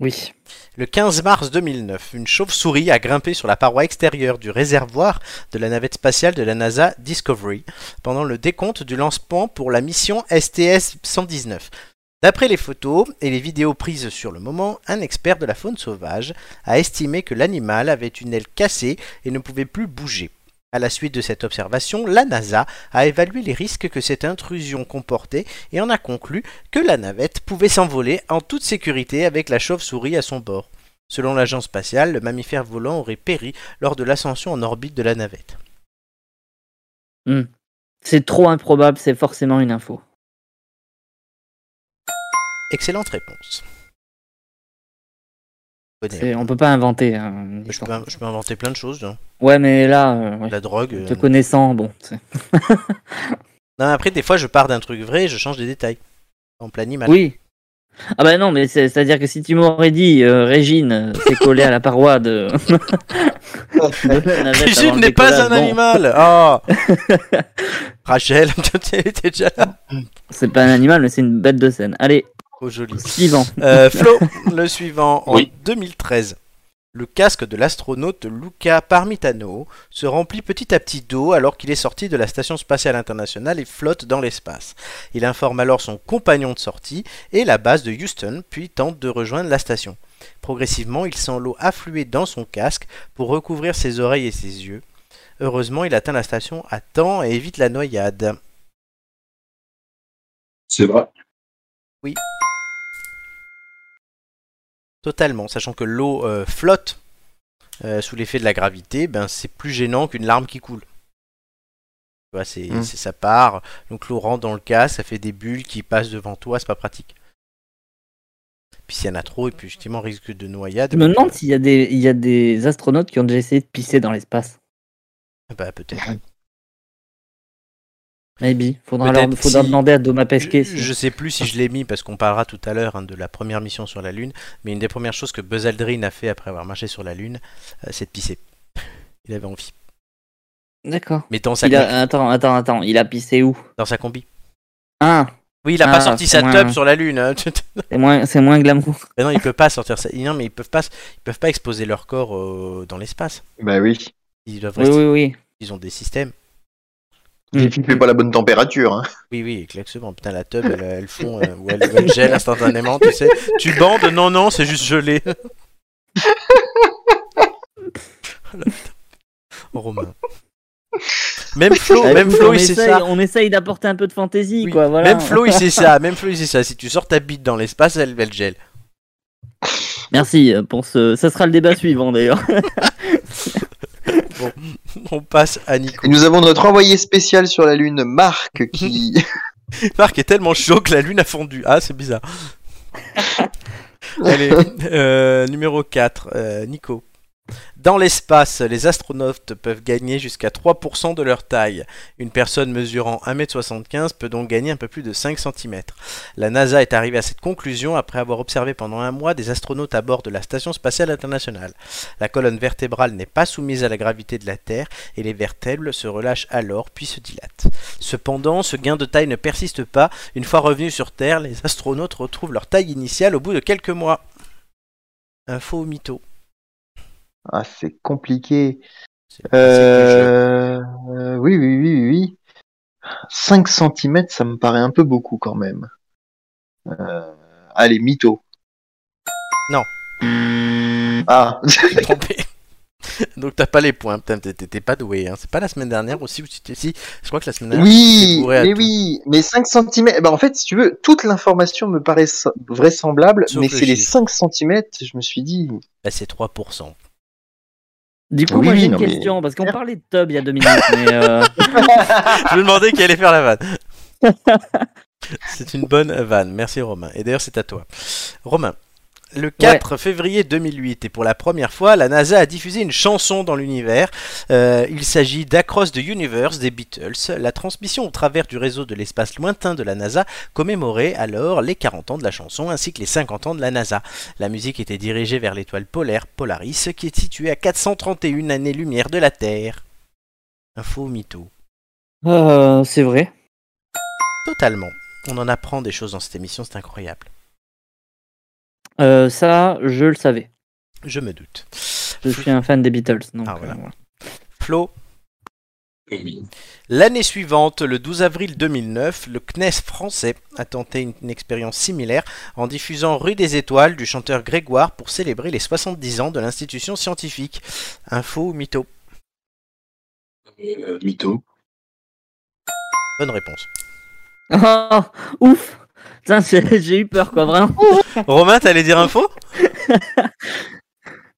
B: Oui.
A: Le 15 mars 2009, une chauve-souris a grimpé sur la paroi extérieure du réservoir de la navette spatiale de la NASA Discovery pendant le décompte du lancement pour la mission STS-119. D'après les photos et les vidéos prises sur le moment, un expert de la faune sauvage a estimé que l'animal avait une aile cassée et ne pouvait plus bouger. À la suite de cette observation, la NASA a évalué les risques que cette intrusion comportait et en a conclu que la navette pouvait s'envoler en toute sécurité avec la chauve-souris à son bord. Selon l'agence spatiale, le mammifère volant aurait péri lors de l'ascension en orbite de la navette.
B: C'est trop improbable, c'est forcément une info.
A: Excellente réponse. Bonne
B: C'est- On peut pas inventer. hein, une
A: Je
B: histoire.
A: peux, je peux inventer plein de choses, hein.
B: Ouais, mais là, euh, ouais.
A: la drogue.
B: te
A: euh,
B: connaissant, bon. c'est-
A: Non, après, des fois, je pars d'un truc vrai et je change des détails. En plein animal.
B: Oui. Ah bah non, mais c'est- c'est-à-dire que si tu m'aurais dit euh, Régine euh, s'est collée à la paroi de.
D: Ah,
B: de la navette avant
A: Brigitte
B: le
A: n'est pas un
B: décollage, bon,
A: animal Ah Rachel, elle était déjà là.
B: C'est pas un animal, mais c'est une bête de scène. Allez,
A: Oh, joli.
B: suivant.
A: Euh, Flo, le suivant, en
D: Oui.
A: 2013. Le casque de l'astronaute Luca Parmitano se remplit petit à petit d'eau alors qu'il est sorti de la station spatiale internationale et flotte dans l'espace. Il informe alors son compagnon de sortie et la base de Houston, puis tente de rejoindre la station. Progressivement, il sent l'eau affluer dans son casque pour recouvrir ses oreilles et ses yeux. Heureusement, il atteint la station à temps et évite la noyade.
D: C'est vrai.
A: Totalement, sachant que l'eau euh, flotte euh, sous l'effet de la gravité, ben c'est plus gênant qu'une larme qui coule. Tu vois, c'est
C: Mm.
A: c'est- ça part, donc l'eau rentre dans le cas, ça fait des bulles qui passent devant toi, c'est pas pratique. Puis s'il y en a trop, et puis justement risque de noyade.
B: Je me demande s'il y, a des- il y a des astronautes qui ont déjà essayé de pisser dans l'espace.
A: Bah peut-être.
B: Maybe. Faudra,
A: Peut-être
B: leur, faudra
A: si-
B: demander à Doma Pesquet.
A: Je, je sais plus si je l'ai mis parce qu'on parlera tout à l'heure hein, de la première mission sur la Lune, mais une des premières choses que Buzz Aldrin a fait après avoir marché sur la Lune, euh, c'est de pisser. Il avait envie.
B: D'accord.
A: Mais dans sa,
B: Il
A: combi-
B: a... Attends, attends, attends. Il a pissé où
A: dans sa combi.
B: Ah,
A: Oui, il a pas
B: Ah,
A: sorti
B: c'est
A: sa
B: moins-
A: tub sur la Lune. hein.
B: c'est moins, c'est moins glamour.
A: Ben non, il peut pas sortir ça. Non, mais ils peuvent pas, ils peuvent pas exposer leur corps euh, dans l'espace.
C: Bah oui.
A: Ils doivent
B: Oui,
A: rester-
B: oui, oui.
A: Ils ont des systèmes.
C: Et puis, il fait pas la bonne température. Hein.
A: Oui, oui, exactement. Putain, la tub, elle, elle fond, euh, ou elle, ou elle gèle instantanément, tu sais. Tu bandes Non, non, c'est juste gelé. Oh, la putain. Romain. Même Flo,
B: Bah,
A: Oh, même
B: écoute,
A: Flo,
B: on,
A: il sait ça.
B: essaye, on essaye d'apporter un peu de fantaisie,
A: Oui,
B: quoi. Voilà.
A: Même Flo, il sait ça. Même Flo, il sait ça. Si tu sors ta bite dans l'espace, elle, elle gèle.
B: Merci euh, pour ce. Ça sera le débat suivant d'ailleurs.
A: On passe à Nico.
C: Et nous avons notre envoyé spécial sur la Lune, Marc, qui.
A: Marc est tellement chaud que la lune a fondu. Ah, c'est bizarre. Allez, euh, numéro 4, euh, Nico. Dans l'espace, les astronautes peuvent gagner jusqu'à 3% de leur taille. Une personne mesurant 1m75 peut donc gagner un peu plus de 5 cm. La NASA est arrivée à cette conclusion après avoir observé pendant un mois des astronautes à bord de la Station spatiale internationale. La colonne vertébrale n'est pas soumise à la gravité de la Terre et les vertèbres se relâchent alors puis se dilatent. Cependant, ce gain de taille ne persiste pas. Une fois revenus sur Terre, les astronautes retrouvent leur taille initiale au bout de quelques mois. Info mytho.
C: Ah, c'est compliqué.
A: C'est le principe du jeu.
C: Euh, euh, oui, oui, oui, oui, oui. 5 cm, ça me paraît un peu beaucoup quand même. Euh, allez, mytho.
A: Non.
C: Ah,
A: Je me suis trompé. Donc t'as pas les points, putain, t'es- t'es t'es pas doué. hein. C'est pas la semaine dernière aussi où tu t'es- si, je crois que la semaine dernière.
C: oui,
A: bourré à
C: mais
A: tout.
C: oui, mais 5 cm. Bah, en fait, si tu veux, toute l'information me paraît s- vraisemblable,
A: Sauf
C: mais
A: le
C: c'est les
A: chiffre.
C: 5 cm, je me suis dit.
A: Bah, c'est 3%.
B: Du coup,
C: Oui,
B: moi j'ai une
C: non, mais-
B: question, parce qu'on parlait de Tub il y a deux minutes, mais euh,
A: je me demandais qui allait faire la vanne. c'est une bonne vanne, merci Romain. Et d'ailleurs c'est à toi. Romain, le 4 février 2008, et pour la première fois, la NASA a diffusé une chanson dans l'univers. Euh, il s'agit d'Across the Universe des Beatles. La transmission au travers du réseau de l'espace lointain de la NASA commémorait alors les 40 ans de la chanson ainsi que les 50 ans de la NASA. La musique était dirigée vers l'étoile polaire Polaris qui est située à 431 années-lumière de la Terre. Info mytho.
B: euh, c'est vrai.
A: Totalement. On en apprend des choses dans cette émission, c'est incroyable.
B: Euh, ça, je le savais.
A: Je me doute.
B: Je suis un fan des Beatles. Donc,
A: Ah,
B: euh,
A: voilà.
B: voilà.
A: Flo L'année suivante, le 12 avril 2009, le CNES français a tenté une, une expérience similaire en diffusant Rue des Étoiles du chanteur Grégoire pour célébrer les 70 ans de l'institution scientifique. Info ou mytho
D: mytho.
A: Bonne réponse.
B: Ah, ouf Putain, j'ai j'ai eu peur, quoi, vraiment.
A: Romain, t'allais dire info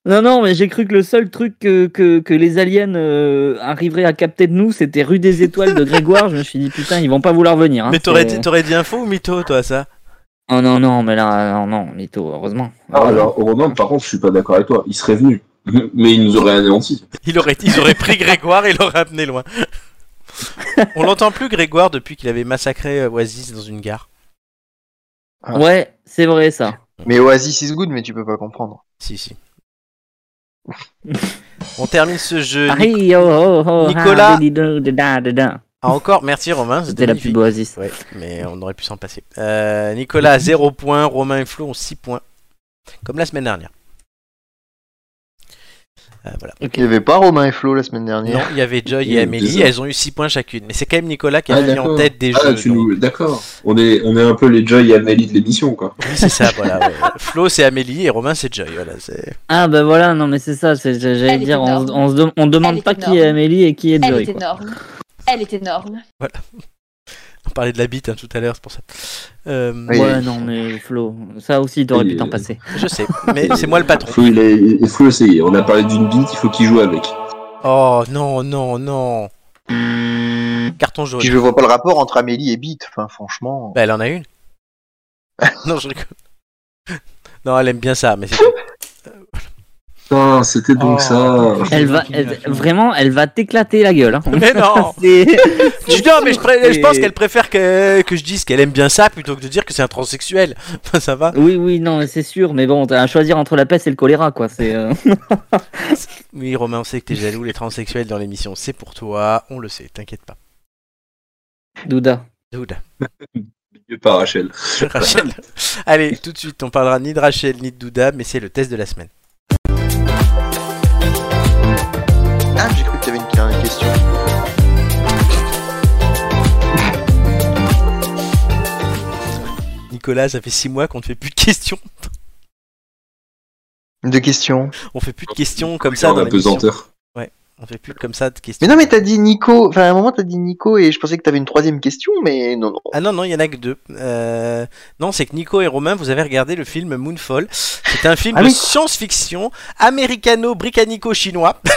B: Non, non, mais j'ai cru que le seul truc que, que, que les aliens euh, arriveraient à capter de nous, c'était Rue des Étoiles de Grégoire. je me suis dit, putain, ils vont pas vouloir venir. hein,
A: Mais t'aurais
B: c'est-
A: dit, t'aurais dit info ou mytho, toi, ça
B: Oh non, non, mais là, non, non, mytho, heureusement.
E: Ah, alors, Romain, par contre, je suis pas d'accord avec toi. Il serait venu, mais il nous aurait anéanti.
A: Il aurait, ils auraient pris Grégoire et l'auraient amené loin. On l'entend plus, Grégoire, depuis qu'il avait massacré euh, Oasis dans une gare.
B: Ouais, c'est vrai, ça.
C: Mais Oasis is good, mais tu peux pas comprendre.
A: Si, si. On termine ce jeu.
B: Ah, hey, oh, oh, oh, ah,
A: Euh, Nicolas.
B: di- di- di- da- di- da.
A: Ah, encore, merci Romain.
B: C'était la
A: magnifique.
B: pub Oasis.
A: Ouais, mais on aurait pu s'en passer. Euh, Nicolas 0 points, Romain et Flo ont 6 points. Comme la semaine dernière. Euh, voilà.
C: Il y avait pas Romain et Flo la semaine
A: Non,
C: dernière.
A: il y avait Joy
E: Oui,
A: et Amélie,
E: désolé.
A: elles ont eu 6 points chacune. Mais c'est quand même Nicolas qui a
E: Ah,
A: mis en
E: d'accord.
A: tête des
E: Ah,
A: jeux.
E: tu
A: donc- euh,
E: nous. D'accord. On est, on est un peu les Joy et Amélie de l'émission, quoi.
A: Oui, c'est ça, voilà. ouais. Flo c'est Amélie et Romain c'est Joy. Voilà, c'est-
B: Ah, bah voilà, non, mais c'est ça, c'est- j'ai- j'allais
F: Elle est
B: dire, on,
F: énorme.
B: on se dem- on demande
F: Elle est
B: pas qui est
F: énorme.
B: Amélie et qui est
F: Elle
B: Joy.
F: est
B: quoi.
F: énorme. Elle est énorme.
A: On parlait de la bite hein, tout à l'heure, c'est pour ça. Euh,
C: Oui.
B: Ouais, non, mais Flo, ça aussi, t'aurais pu t'en
E: euh,
B: passer.
A: Je sais, mais c'est moi le patron.
E: Faut, il est- il faut essayer. On a parlé d'une bite, il faut qu'il joue avec.
A: Oh non, non, non. Carton jaune.
C: Puis je vois pas le rapport entre Amélie et Beat. Enfin, franchement.
A: Bah, elle en a une. non, je rigole. Non, elle aime bien ça, mais c'est tout.
E: Putain, c'était donc
A: Oh.
E: ça.
B: Elle va, elle- vraiment, elle va t'éclater la gueule. hein.
A: Mais non
B: C'est-
A: Je dis, non, mais je, pré- je pense
B: Et-
A: qu'elle préfère que, que je dise qu'elle aime bien ça plutôt que de dire que c'est un transsexuel. Enfin, ça va
B: Oui, oui, non, mais c'est sûr, mais bon, t'as à choisir entre la peste et le choléra, quoi. C'est. euh,
A: Oui, Romain, on sait que t'es jaloux, les transsexuels dans l'émission, c'est pour toi, on le sait, t'inquiète pas.
B: Douda.
A: Dude,
E: Mieux par Rachel.
A: Rachel. Allez, tout de suite, on parlera ni de Rachel ni de Douda, mais c'est le test de la semaine.
C: Ah, j'ai cru que t'avais une une question.
A: Nicolas, ça fait 6 mois qu'on ne fait plus de questions.
C: Deux questions.
A: On fait plus de questions comme ça
E: On
A: dans
E: a
A: l'émission.
E: pesanteur.
A: On fait plus comme ça de questions.
C: Mais non, mais t'as dit Nico. Enfin, à un moment, t'as dit Nico et je pensais que t'avais une troisième question, mais non, non.
A: Ah non, non, il y en a que deux. Euh, Non, c'est que Nico et Romain, vous avez regardé le film Moonfall. C'est un film
C: Ah
A: de
C: oui.
A: science-fiction américano-britannico-chinois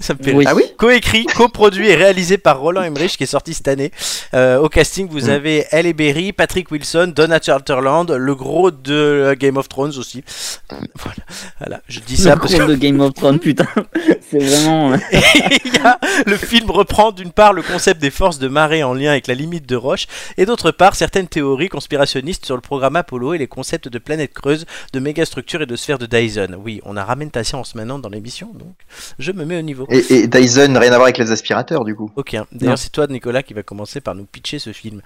A: Ça me fait
B: Oui.
C: Ah oui
A: coécrit, coproduit et réalisé par Roland Emmerich qui est sorti cette année. Euh, au casting, vous avez Elle Berry, Patrick Wilson, Donna Charterland, le gros de euh, Game of Thrones aussi. Euh, Voilà, Voilà. je dis ça
B: le
A: parce
B: cours de Game of Thrones, putain. C'est vraiment. euh,
A: qu'il y a- le film reprend d'une part le concept des forces de marée en lien avec la limite de Roche et d'autre part certaines théories conspirationnistes sur le programme Apollo et les concepts de planètes creuses, de mégastructures et de sphères de Dyson. Oui, on a ramène ta science maintenant dans l'émission, donc je me mets au niveau.
C: Et, et Dyson, rien à voir avec les aspirateurs du coup.
A: Ok, hein. d'ailleurs c'est toi Nicolas qui va commencer par nous pitcher ce film.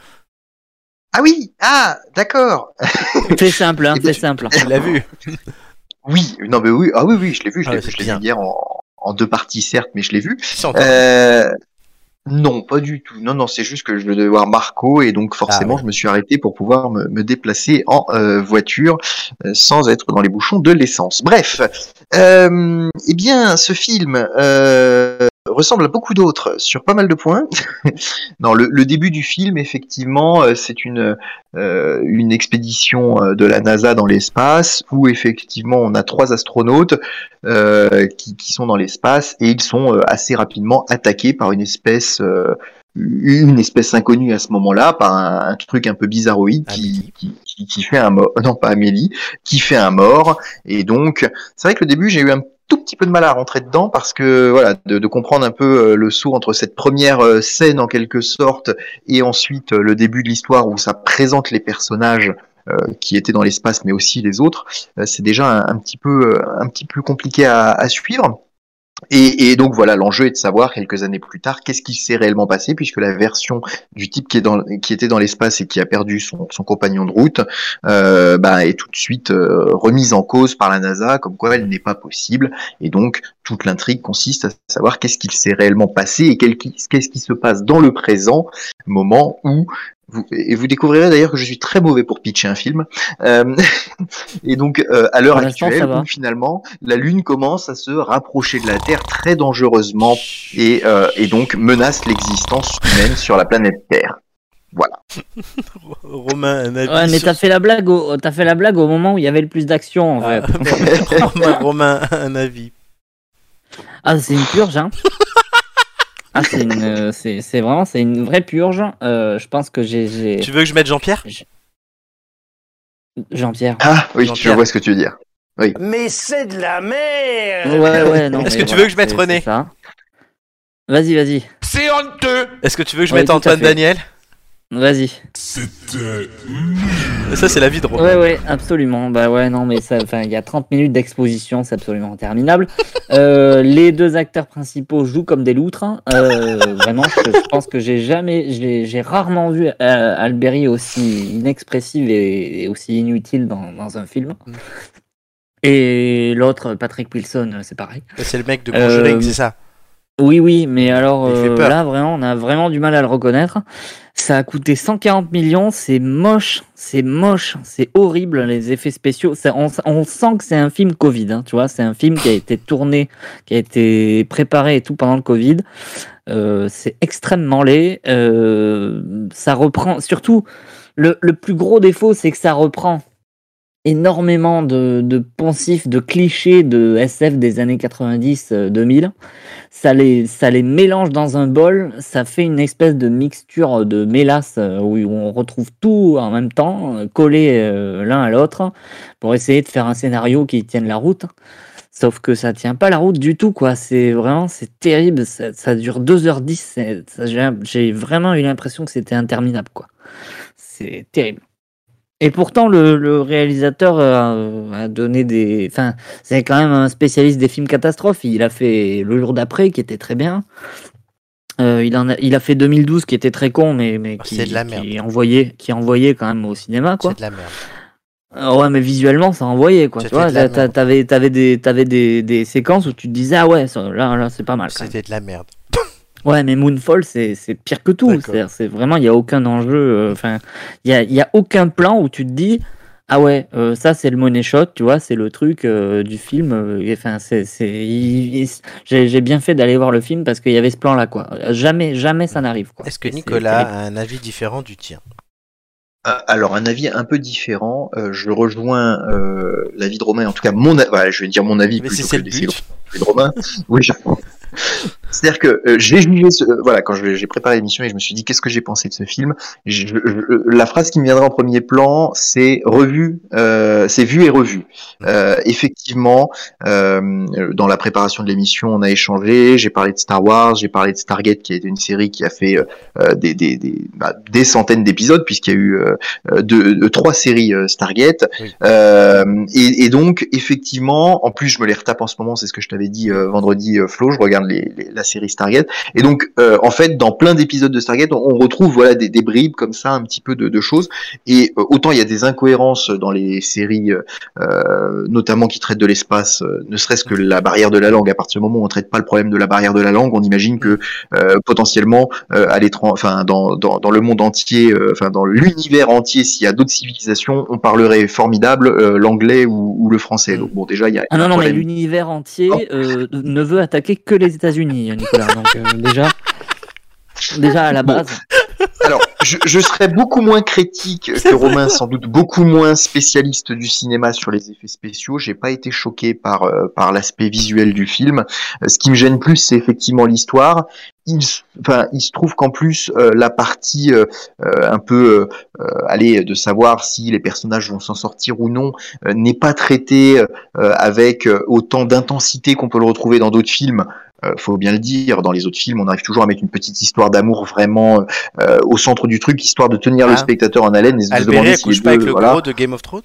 C: Ah oui, ah d'accord.
B: C'est simple, hein,
C: Et
B: c'est
C: tu-
B: simple.
A: Tu l'as vu
C: Oui, non mais oui, ah oui oui, je l'ai vu, je
A: Ah
C: l'ai
A: ouais,
C: vu,
A: c'est
C: je l'ai
A: bien.
C: vu hier en, en deux parties certes, mais je l'ai vu.
A: Sans-
C: Euh, non, pas du tout. Non non, c'est juste que je devais voir Marco et donc forcément
A: Ah ouais.
C: je me suis arrêté pour pouvoir me, me déplacer en euh, voiture euh, sans être dans les bouchons de l'essence. Bref, euh, eh bien ce film. Euh, ressemble à beaucoup d'autres sur pas mal de points. non, le, le début du film, effectivement, euh, c'est une, euh, une expédition euh, de la NASA dans l'espace où effectivement on a trois astronautes euh, qui, qui sont dans l'espace et ils sont euh, assez rapidement attaqués par une espèce... euh, une espèce inconnue à ce moment-là par un, un truc un peu bizarroïde qui, qui, qui- qui fait un mort non pas Amélie qui fait un mort et donc c'est vrai que le début j'ai eu un tout petit peu de mal à rentrer dedans parce que voilà de, de comprendre un peu euh, le saut entre cette première euh, scène en quelque sorte et ensuite euh, le début de l'histoire où ça présente les personnages euh, qui étaient dans l'espace mais aussi les autres, euh, c'est déjà un, un petit peu euh, un petit peu compliqué à, à suivre. Et, et donc voilà, l'enjeu est de savoir quelques années plus tard qu'est-ce qui s'est réellement passé, puisque la version du type qui, est dans, qui était dans l'espace et qui a perdu son, son compagnon de route euh, bah, est tout de suite euh, remise en cause par la NASA, comme quoi elle n'est pas possible. Et donc toute l'intrigue consiste à savoir qu'est-ce qui s'est réellement passé et quel qui- qu'est-ce qui se passe dans le présent moment où vous, et vous découvrirez d'ailleurs que je suis très mauvais pour pitcher un film. Euh, et donc, euh, à l'heure
B: Pour l'instant,
C: actuelle,
B: ça va.
C: où finalement, la Lune commence à se rapprocher de la Terre très dangereusement et, euh, et donc menace l'existence humaine sur la planète Terre.
A: Romain, un avis
B: Ouais, mais
A: sur-
B: t'as fait la blague au, t'as fait la blague au moment où il y avait le plus d'action, en fait.
A: Ah, merde. Romain, Romain, un avis.
B: Ah, c'est une purge, hein Ah, c'est une, euh, c'est, c'est vraiment, c'est une vraie purge. Euh, je pense que j'ai, j'ai...
A: Tu veux que je mette Jean-Pierre
B: Jean-Pierre.
C: Ah oui, je
A: Jean-Pierre.
C: vois ce que tu veux dire.
G: Mais c'est de la merde
B: Ouais, ouais, non.
A: Euh. Est-ce
B: mais
A: que tu veux que je mette
B: c'est-
A: René
B: c'est ça. Vas-y, vas-y,
G: C'est honteux
A: Est-ce que tu veux que je
B: Ouais,
A: mette
B: tout à
A: Antoine
B: fait.
A: Daniel
B: vas-y.
A: Ça, c'est l'avis de Romain.
B: Ouais, ouais, absolument. Bah ouais, non, mais ça, enfin, il y a 30 minutes d'exposition, c'est absolument interminable. Euh, les deux acteurs principaux jouent comme des loutres. hein. Euh, vraiment, je, je pense que j'ai jamais, j'ai j'ai rarement vu euh, Alberi aussi inexpressive et, et aussi inutile dans, dans un film. Et l'autre, Patrick Wilson, euh, c'est pareil.
A: C'est le mec de
B: Euh,
A: Conjuring, c'est ça
B: Oui, oui, mais alors
A: Il fait
B: euh,
A: peur.
B: là, vraiment, on a vraiment du mal à le reconnaître. Ça a coûté 140 millions, c'est moche, c'est moche, c'est horrible les effets spéciaux. Ça- on, on sent que c'est un film Covid, hein, tu vois, c'est un film qui a été tourné, qui a été préparé et tout pendant le Covid. Euh, c'est extrêmement laid. euh, ça reprend, surtout, le, le plus gros défaut, c'est que ça reprend énormément de, de poncifs, de clichés de SF des années euh, 90-2000 ça les, ça les mélange dans un bol, ça fait une espèce de mixture de mélasse euh, où où on retrouve tout en même temps, euh, collé euh, l'un à l'autre, pour essayer de faire un scénario qui tienne la route. Sauf que ça tient pas la route du tout, quoi. C'est vraiment, c'est terrible. Ça, ça dure 2h10. c'est- ça- j'ai- J'ai vraiment eu l'impression que c'était interminable, quoi. C'est terrible. Et pourtant, le, le réalisateur euh, a donné des. Enfin, c'est quand même un spécialiste des films catastrophes. Il a fait Le jour d'après, qui était très bien. Euh, il, en a, il a fait 2012, qui était très con, mais, mais
A: Oh,
B: qui,
A: c'est de la
B: qui, envoyait, qui envoyait quand même au cinéma. Quoi.
A: C'est de la merde.
B: Euh, ouais, mais visuellement, ça envoyait. Quoi. Tu
A: C'était
B: vois,
A: de la
B: t'a- t'a-
A: merde.
B: t'avais, t'avais, des, t'avais des, des séquences où tu te disais, ah ouais, ça- là, là c'est pas mal. quand même.
A: C'était de la merde.
B: Ouais, mais Moonfall, c'est c'est pire que tout.
A: D'accord.
B: C'est-à-dire, C'est vraiment, il n'y a aucun enjeu. euh, Enfin, il n'y a, il y a aucun plan où tu te dis, ah ouais, euh, ça c'est le money shot, tu vois, c'est le truc euh, du film. euh, et, Enfin, c'est, c'est- il- il- j'ai j'ai bien fait d'aller voir le film parce qu'il y avait ce plan-là, quoi. Jamais, jamais ça n'arrive, quoi.
A: Est-ce que
B: Et c'est
A: Nicolas
B: terrible.
A: a un avis différent du tien
C: Euh, Alors, un avis un peu différent. euh, je rejoins euh, l'avis de Romain, en tout cas, mon a- voilà, je vais dire mon avis
A: Mais
C: plutôt
A: c'est- c'est
C: que
A: le
C: d'essayer
A: but.
C: de rejoindre l'avis de Romain. Oui, je- C'est-à-dire que euh, j'ai jugé ce... euh, voilà, quand je- j'ai préparé l'émission et je me suis dit qu'est-ce que j'ai pensé de ce film, je- je- je- la phrase qui me viendra en premier plan, c'est revu, euh, c'est vu et revu. Euh, effectivement, euh, dans la préparation de l'émission, on a échangé, j'ai parlé de Star Wars, j'ai parlé de Stargate, qui est une série qui a fait euh, euh, des, des, des, bah, des centaines d'épisodes, puisqu'il y a eu euh, euh, deux, euh, trois séries euh, Stargate.
A: Oui.
C: Euh, et, et donc, effectivement, en plus, je me les retape en ce moment, c'est ce que je t'avais dit euh, vendredi, euh, Flo, je regarde les, les- la série Stargate. Et donc, euh, en fait, dans plein d'épisodes de Stargate, on, on retrouve voilà des, des bribes comme ça, un petit peu de, de choses. Et euh, autant il y a des incohérences dans les séries, euh, euh, notamment qui traitent de l'espace, euh, ne serait-ce que la barrière de la langue. À partir du moment où on traite pas le problème de la barrière de la langue, on imagine que euh, potentiellement euh, à l'étranger, enfin dans, dans, dans le monde entier, euh, enfin dans l'univers entier, s'il y a d'autres civilisations, on parlerait formidable euh, l'anglais ou, ou le français. Donc bon, déjà il y a
B: Ah non, non, mais
C: problème.
B: l'univers entier
C: Non.
B: euh, ne veut attaquer que les États-Unis, Nicolas. Donc, euh, déjà, déjà à la base.
C: Alors, je, je serais beaucoup moins critique que Romain, sans doute beaucoup moins spécialiste du cinéma sur les effets spéciaux. J'ai pas été choqué par euh, par l'aspect visuel du film. Euh, ce qui me gêne plus, c'est effectivement l'histoire. Il, s- enfin, il se trouve qu'en plus euh, la partie euh, euh, un peu euh, euh, allez, de savoir si les personnages vont s'en sortir ou non euh, n'est pas traitée euh, avec euh, autant d'intensité qu'on peut le retrouver dans d'autres films. Euh, faut bien le dire, dans les autres films, on arrive toujours à mettre une petite histoire d'amour vraiment euh, au centre du truc, histoire de tenir
A: Ah.
C: le spectateur en haleine et de se
A: Albert
C: demander
A: elle
C: si les
A: couche pas
C: deux,
A: avec le
C: voilà.
A: gros de Game of Thrones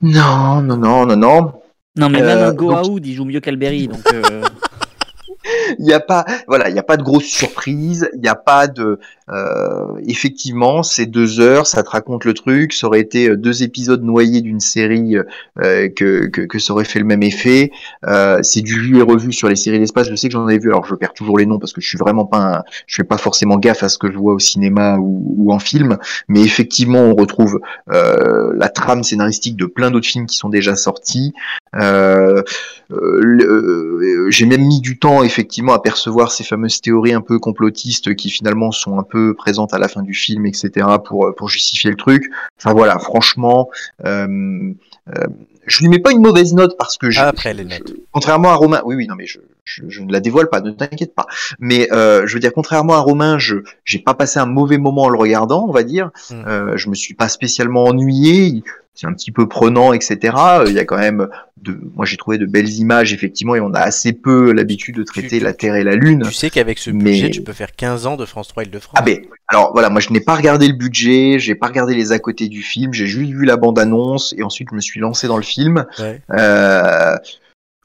C: Non, non, non, non, non.
B: Non, mais même
C: Euh,
B: un Go
C: donc-
B: Aoud, il joue mieux qu'Alberry. Donc, euh,
C: il n'y a pas voilà il n'y a pas de grosse surprise il n'y a pas de euh, effectivement c'est deux heures ça te raconte le truc ça aurait été euh, deux épisodes noyés d'une série euh, que, que que ça aurait fait le même effet euh, c'est du vu et revu sur les séries d'espace je sais que j'en ai vu alors je perds toujours les noms parce que je suis vraiment pas un- je fais pas forcément gaffe à ce que je vois au cinéma ou, ou en film mais effectivement on retrouve euh, la trame scénaristique de plein d'autres films qui sont déjà sortis euh, euh, le- euh, j'ai même mis du temps effectivement à percevoir ces fameuses théories un peu complotistes qui finalement sont un peu présentes à la fin du film, etc. pour euh, pour justifier le truc. Enfin voilà, franchement, euh, euh, je lui mets pas une mauvaise note parce que je-
A: Après les notes.
C: contrairement à Romain, oui oui non mais je je, je ne la dévoile pas, ne t'inquiète pas. Mais euh, je veux dire, contrairement à Romain, je j'ai pas passé un mauvais moment en le regardant, on va dire.
A: Mm.
C: Euh, je me suis pas spécialement ennuyé. Il- C'est un petit peu prenant, etc. Euh, Il y a quand même de, moi j'ai trouvé de belles images effectivement, et on a assez peu l'habitude de traiter la Terre et la Lune.
A: Tu sais qu'avec ce
C: Mais-
A: budget, tu peux faire 15 ans de France 3 Île-de-France.
C: Ah ben, alors voilà, moi je n'ai pas regardé le budget, j'ai pas regardé les à côté du film, j'ai juste vu la bande-annonce et ensuite je me suis lancé dans le film.
A: Ouais.
C: Euh,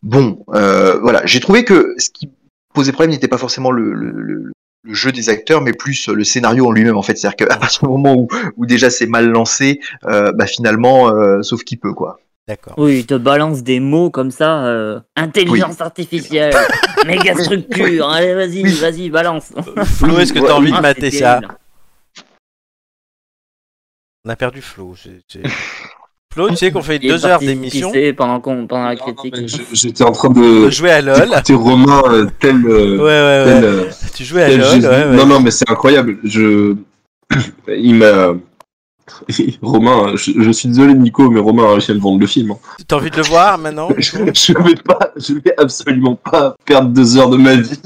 C: bon, euh, voilà, j'ai trouvé que ce qui posait problème n'était pas forcément le, le- le- le jeu des acteurs, mais plus euh, le scénario en lui-même en fait. C'est-à-dire qu'à partir du moment où, où déjà c'est mal lancé, euh, bah finalement, euh, sauf qui peut quoi.
A: D'accord.
B: oui, il te balance des mots comme ça. euh, intelligence artificielle, méga structure. Allez, vas-y,
C: Ah, Oui.
B: vas-y, balance.
A: Flo, est-ce que t'as
C: Ouais,
A: envie de
B: Ah,
A: mater
B: c'est
A: ça
B: terrible.
A: On a perdu Flo. c'est- c'est- Flo, tu sais qu'on fait
B: Il est
A: deux heures
B: parti
A: d'émission
B: pisser pendant, qu'on- pendant la
E: Non, non,
B: critique.
E: mais je- J'étais en train
A: de
E: de
A: jouer à LOL.
E: d'écouter Romain euh, tel. euh,
A: Ouais, ouais, ouais.
E: tel, euh,
A: Tu jouais à
E: tel
A: LOL,
E: Jésus.
A: ouais, ouais.
E: Non, non, mais c'est incroyable. Je, il m'a. Romain, je, je suis désolé Nico, mais Romain a réussi à me vendre le film. hein.
A: T'as envie de le voir maintenant
E: Je, je vais pas, je vais absolument pas perdre deux heures de ma vie.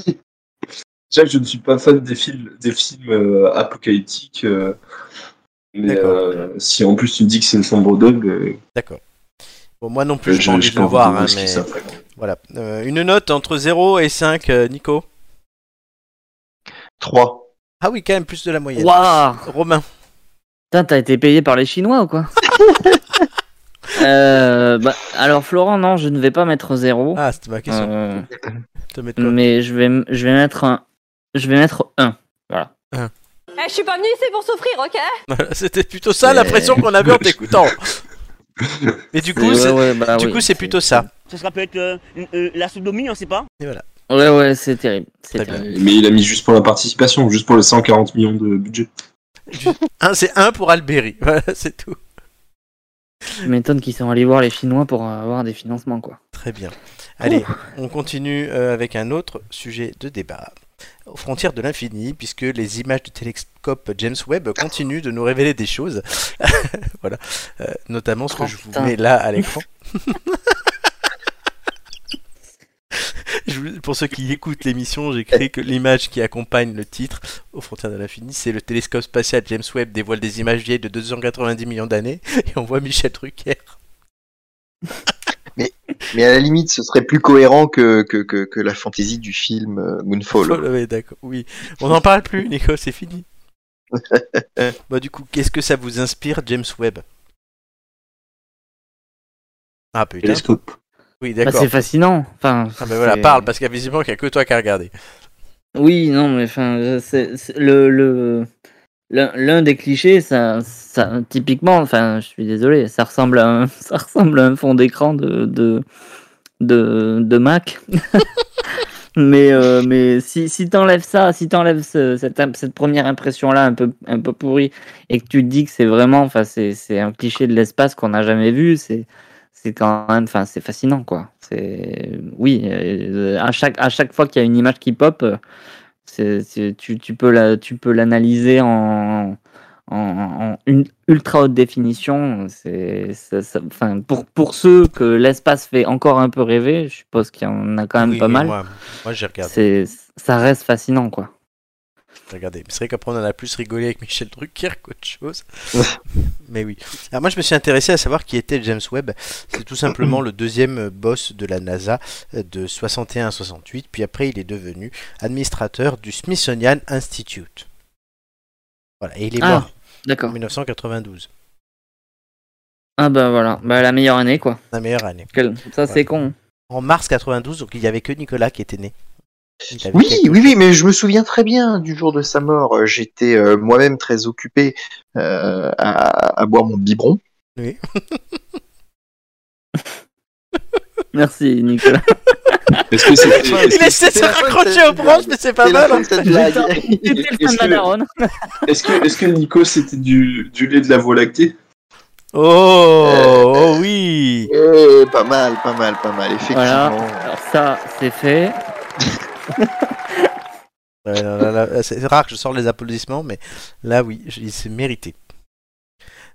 E: Déjà que je ne suis pas fan des films, des films euh, apocalyptiques. euh, mais
A: D'accord.
E: euh, si en plus tu me dis que c'est une sombre dog, euh,
A: D'accord. Bon, moi non
E: je,
A: plus, j'ai pas
E: je-
A: envie
E: j'ai
A: de le
E: pas
A: voir, hein,
E: envie de
A: mais
E: risquer ça, vraiment.
A: voilà. Euh, une note entre 0 et 5, euh, Nico.
C: 3.
A: Ah oui, quand même plus de la moyenne.
B: Waouh
A: Romain.
B: Putain, t'as été payé par les Chinois ou quoi Euh, bah, Alors Florent, non, je ne vais pas mettre zéro.
A: Ah, c'était ma question.
B: Euh,
A: Te mettre quoi
B: mais je vais, m- je vais mettre un. Je vais mettre un.
F: Eh, je suis pas venue ici pour souffrir, ok
A: Voilà, C'était plutôt ça la
B: Mais-
A: pression qu'on avait en t'écoutant. Mais du coup,
B: Ouais,
A: c'est
B: ouais, bah
A: du
B: oui,
A: coup, c'est plutôt ça.
H: Ce sera peut-être euh, une- euh, la sodomie, on sait pas.
B: Ouais, ouais, c'est terrible. c'est
A: Très
B: terrible.
E: Mais il a mis juste pour la participation, juste pour les 140 millions de budget.
A: Un, c'est un pour Alberi. Voilà, c'est tout.
B: Je m'étonne qu'ils sont allés voir les Chinois pour euh, avoir des financements, quoi.
A: Très bien. Allez, on continue euh, avec un autre sujet de débat. Aux frontières de l'infini, puisque les images du télescope James Webb continuent de nous révéler des choses. voilà. Euh, notamment ce que
B: Oh,
A: je vous
B: putain.
A: mets là à l'écran. je je- pour ceux qui écoutent l'émission, j'ai créé que l'image qui accompagne le titre aux frontières de l'infini, c'est le télescope spatial James Webb dévoile des images vieilles de 290 millions d'années et on voit Michel Drucker.
C: Mais à la limite, ce serait plus cohérent que, que, que, que la fantaisie du film euh, Moonfall.
A: Ouais, d'accord. Oui, on n'en parle plus, Nico, c'est fini. bah du coup, qu'est-ce que ça vous inspire, James Webb Ah putain.
E: Télescope.
A: Oui,
B: Bah,
A: d'accord.
B: c'est fascinant. Enfin,
A: ah bah voilà,
B: c'est-
A: parle parce qu'invisiblement qu'il n'y a que toi qui a regardé.
B: Oui, non, mais enfin, je- c'est c'est- le le l'un l'un des clichés, ça, ça typiquement, enfin, je suis désolé, ça ressemble à un, ça ressemble à un fond d'écran de de de, de Mac. mais euh, mais si si t'enlèves ça, si t'enlèves ce- cette imp- cette première impression là, un peu un peu pourrie, et que tu te dis que c'est vraiment, enfin, c'est c'est un cliché de l'espace qu'on n'a jamais vu, c'est c'est quand même, enfin, c'est fascinant quoi. C'est oui, euh, à chaque à chaque fois qu'il y a une image qui pop. euh, c'est, c'est- tu, tu peux la, tu peux l'analyser en, en, en une ultra haute définition. C'est, ça- ça- enfin, pour, pour ceux que l'espace fait encore un peu rêver, je suppose qu'il y en a quand même
A: Oui,
B: pas
A: mais
B: mal.
A: Moi, moi, j'ai regardé.
B: c'est, ça reste fascinant, quoi.
A: j'ai regardé. Mais C'est vrai qu'après on en a plus rigolé avec Michel Drucker qu'autre chose. mais oui. Alors moi je me suis intéressé à savoir qui était James Webb. C'est tout simplement le deuxième boss de la NASA euh, de 61 à 68. Puis après il est devenu administrateur du Smithsonian Institute. Voilà. Et il est
B: Ah.
A: mort en
B: D'accord.
A: 1992.
B: Ah bah voilà, bah, la meilleure année, quoi.
A: La meilleure année.
B: Quel- Ça, c'est con.
A: En mars 92, donc il n'y avait que Nicolas qui était né. Il avait
C: Oui,
A: quelques-
C: oui, oui, mais je me souviens très bien du jour de sa mort. Euh, J'étais euh, moi-même très occupé euh, à, à boire mon biberon.
B: Merci, Nicolas.
E: Est-ce que c'était. est-ce
A: Il
E: que-
A: essaie de se raccrocher aux branches, mais c'est pas
C: C'est
A: mal.
C: la fin
A: hein.
C: de cette blague.
B: C'était le
E: Est-ce
B: fan de
E: que-
B: la daronne.
E: Est-ce que, est-ce que Nico c'était du, du lait de la voie lactée
A: Oh, oh oui.
C: Eh, pas mal, pas mal, pas mal, effectivement.
B: Voilà. Alors ça, c'est fait.
A: Ouais, là, là, là, c'est rare que je sors les applaudissements, mais là, oui, je- c'est mérité.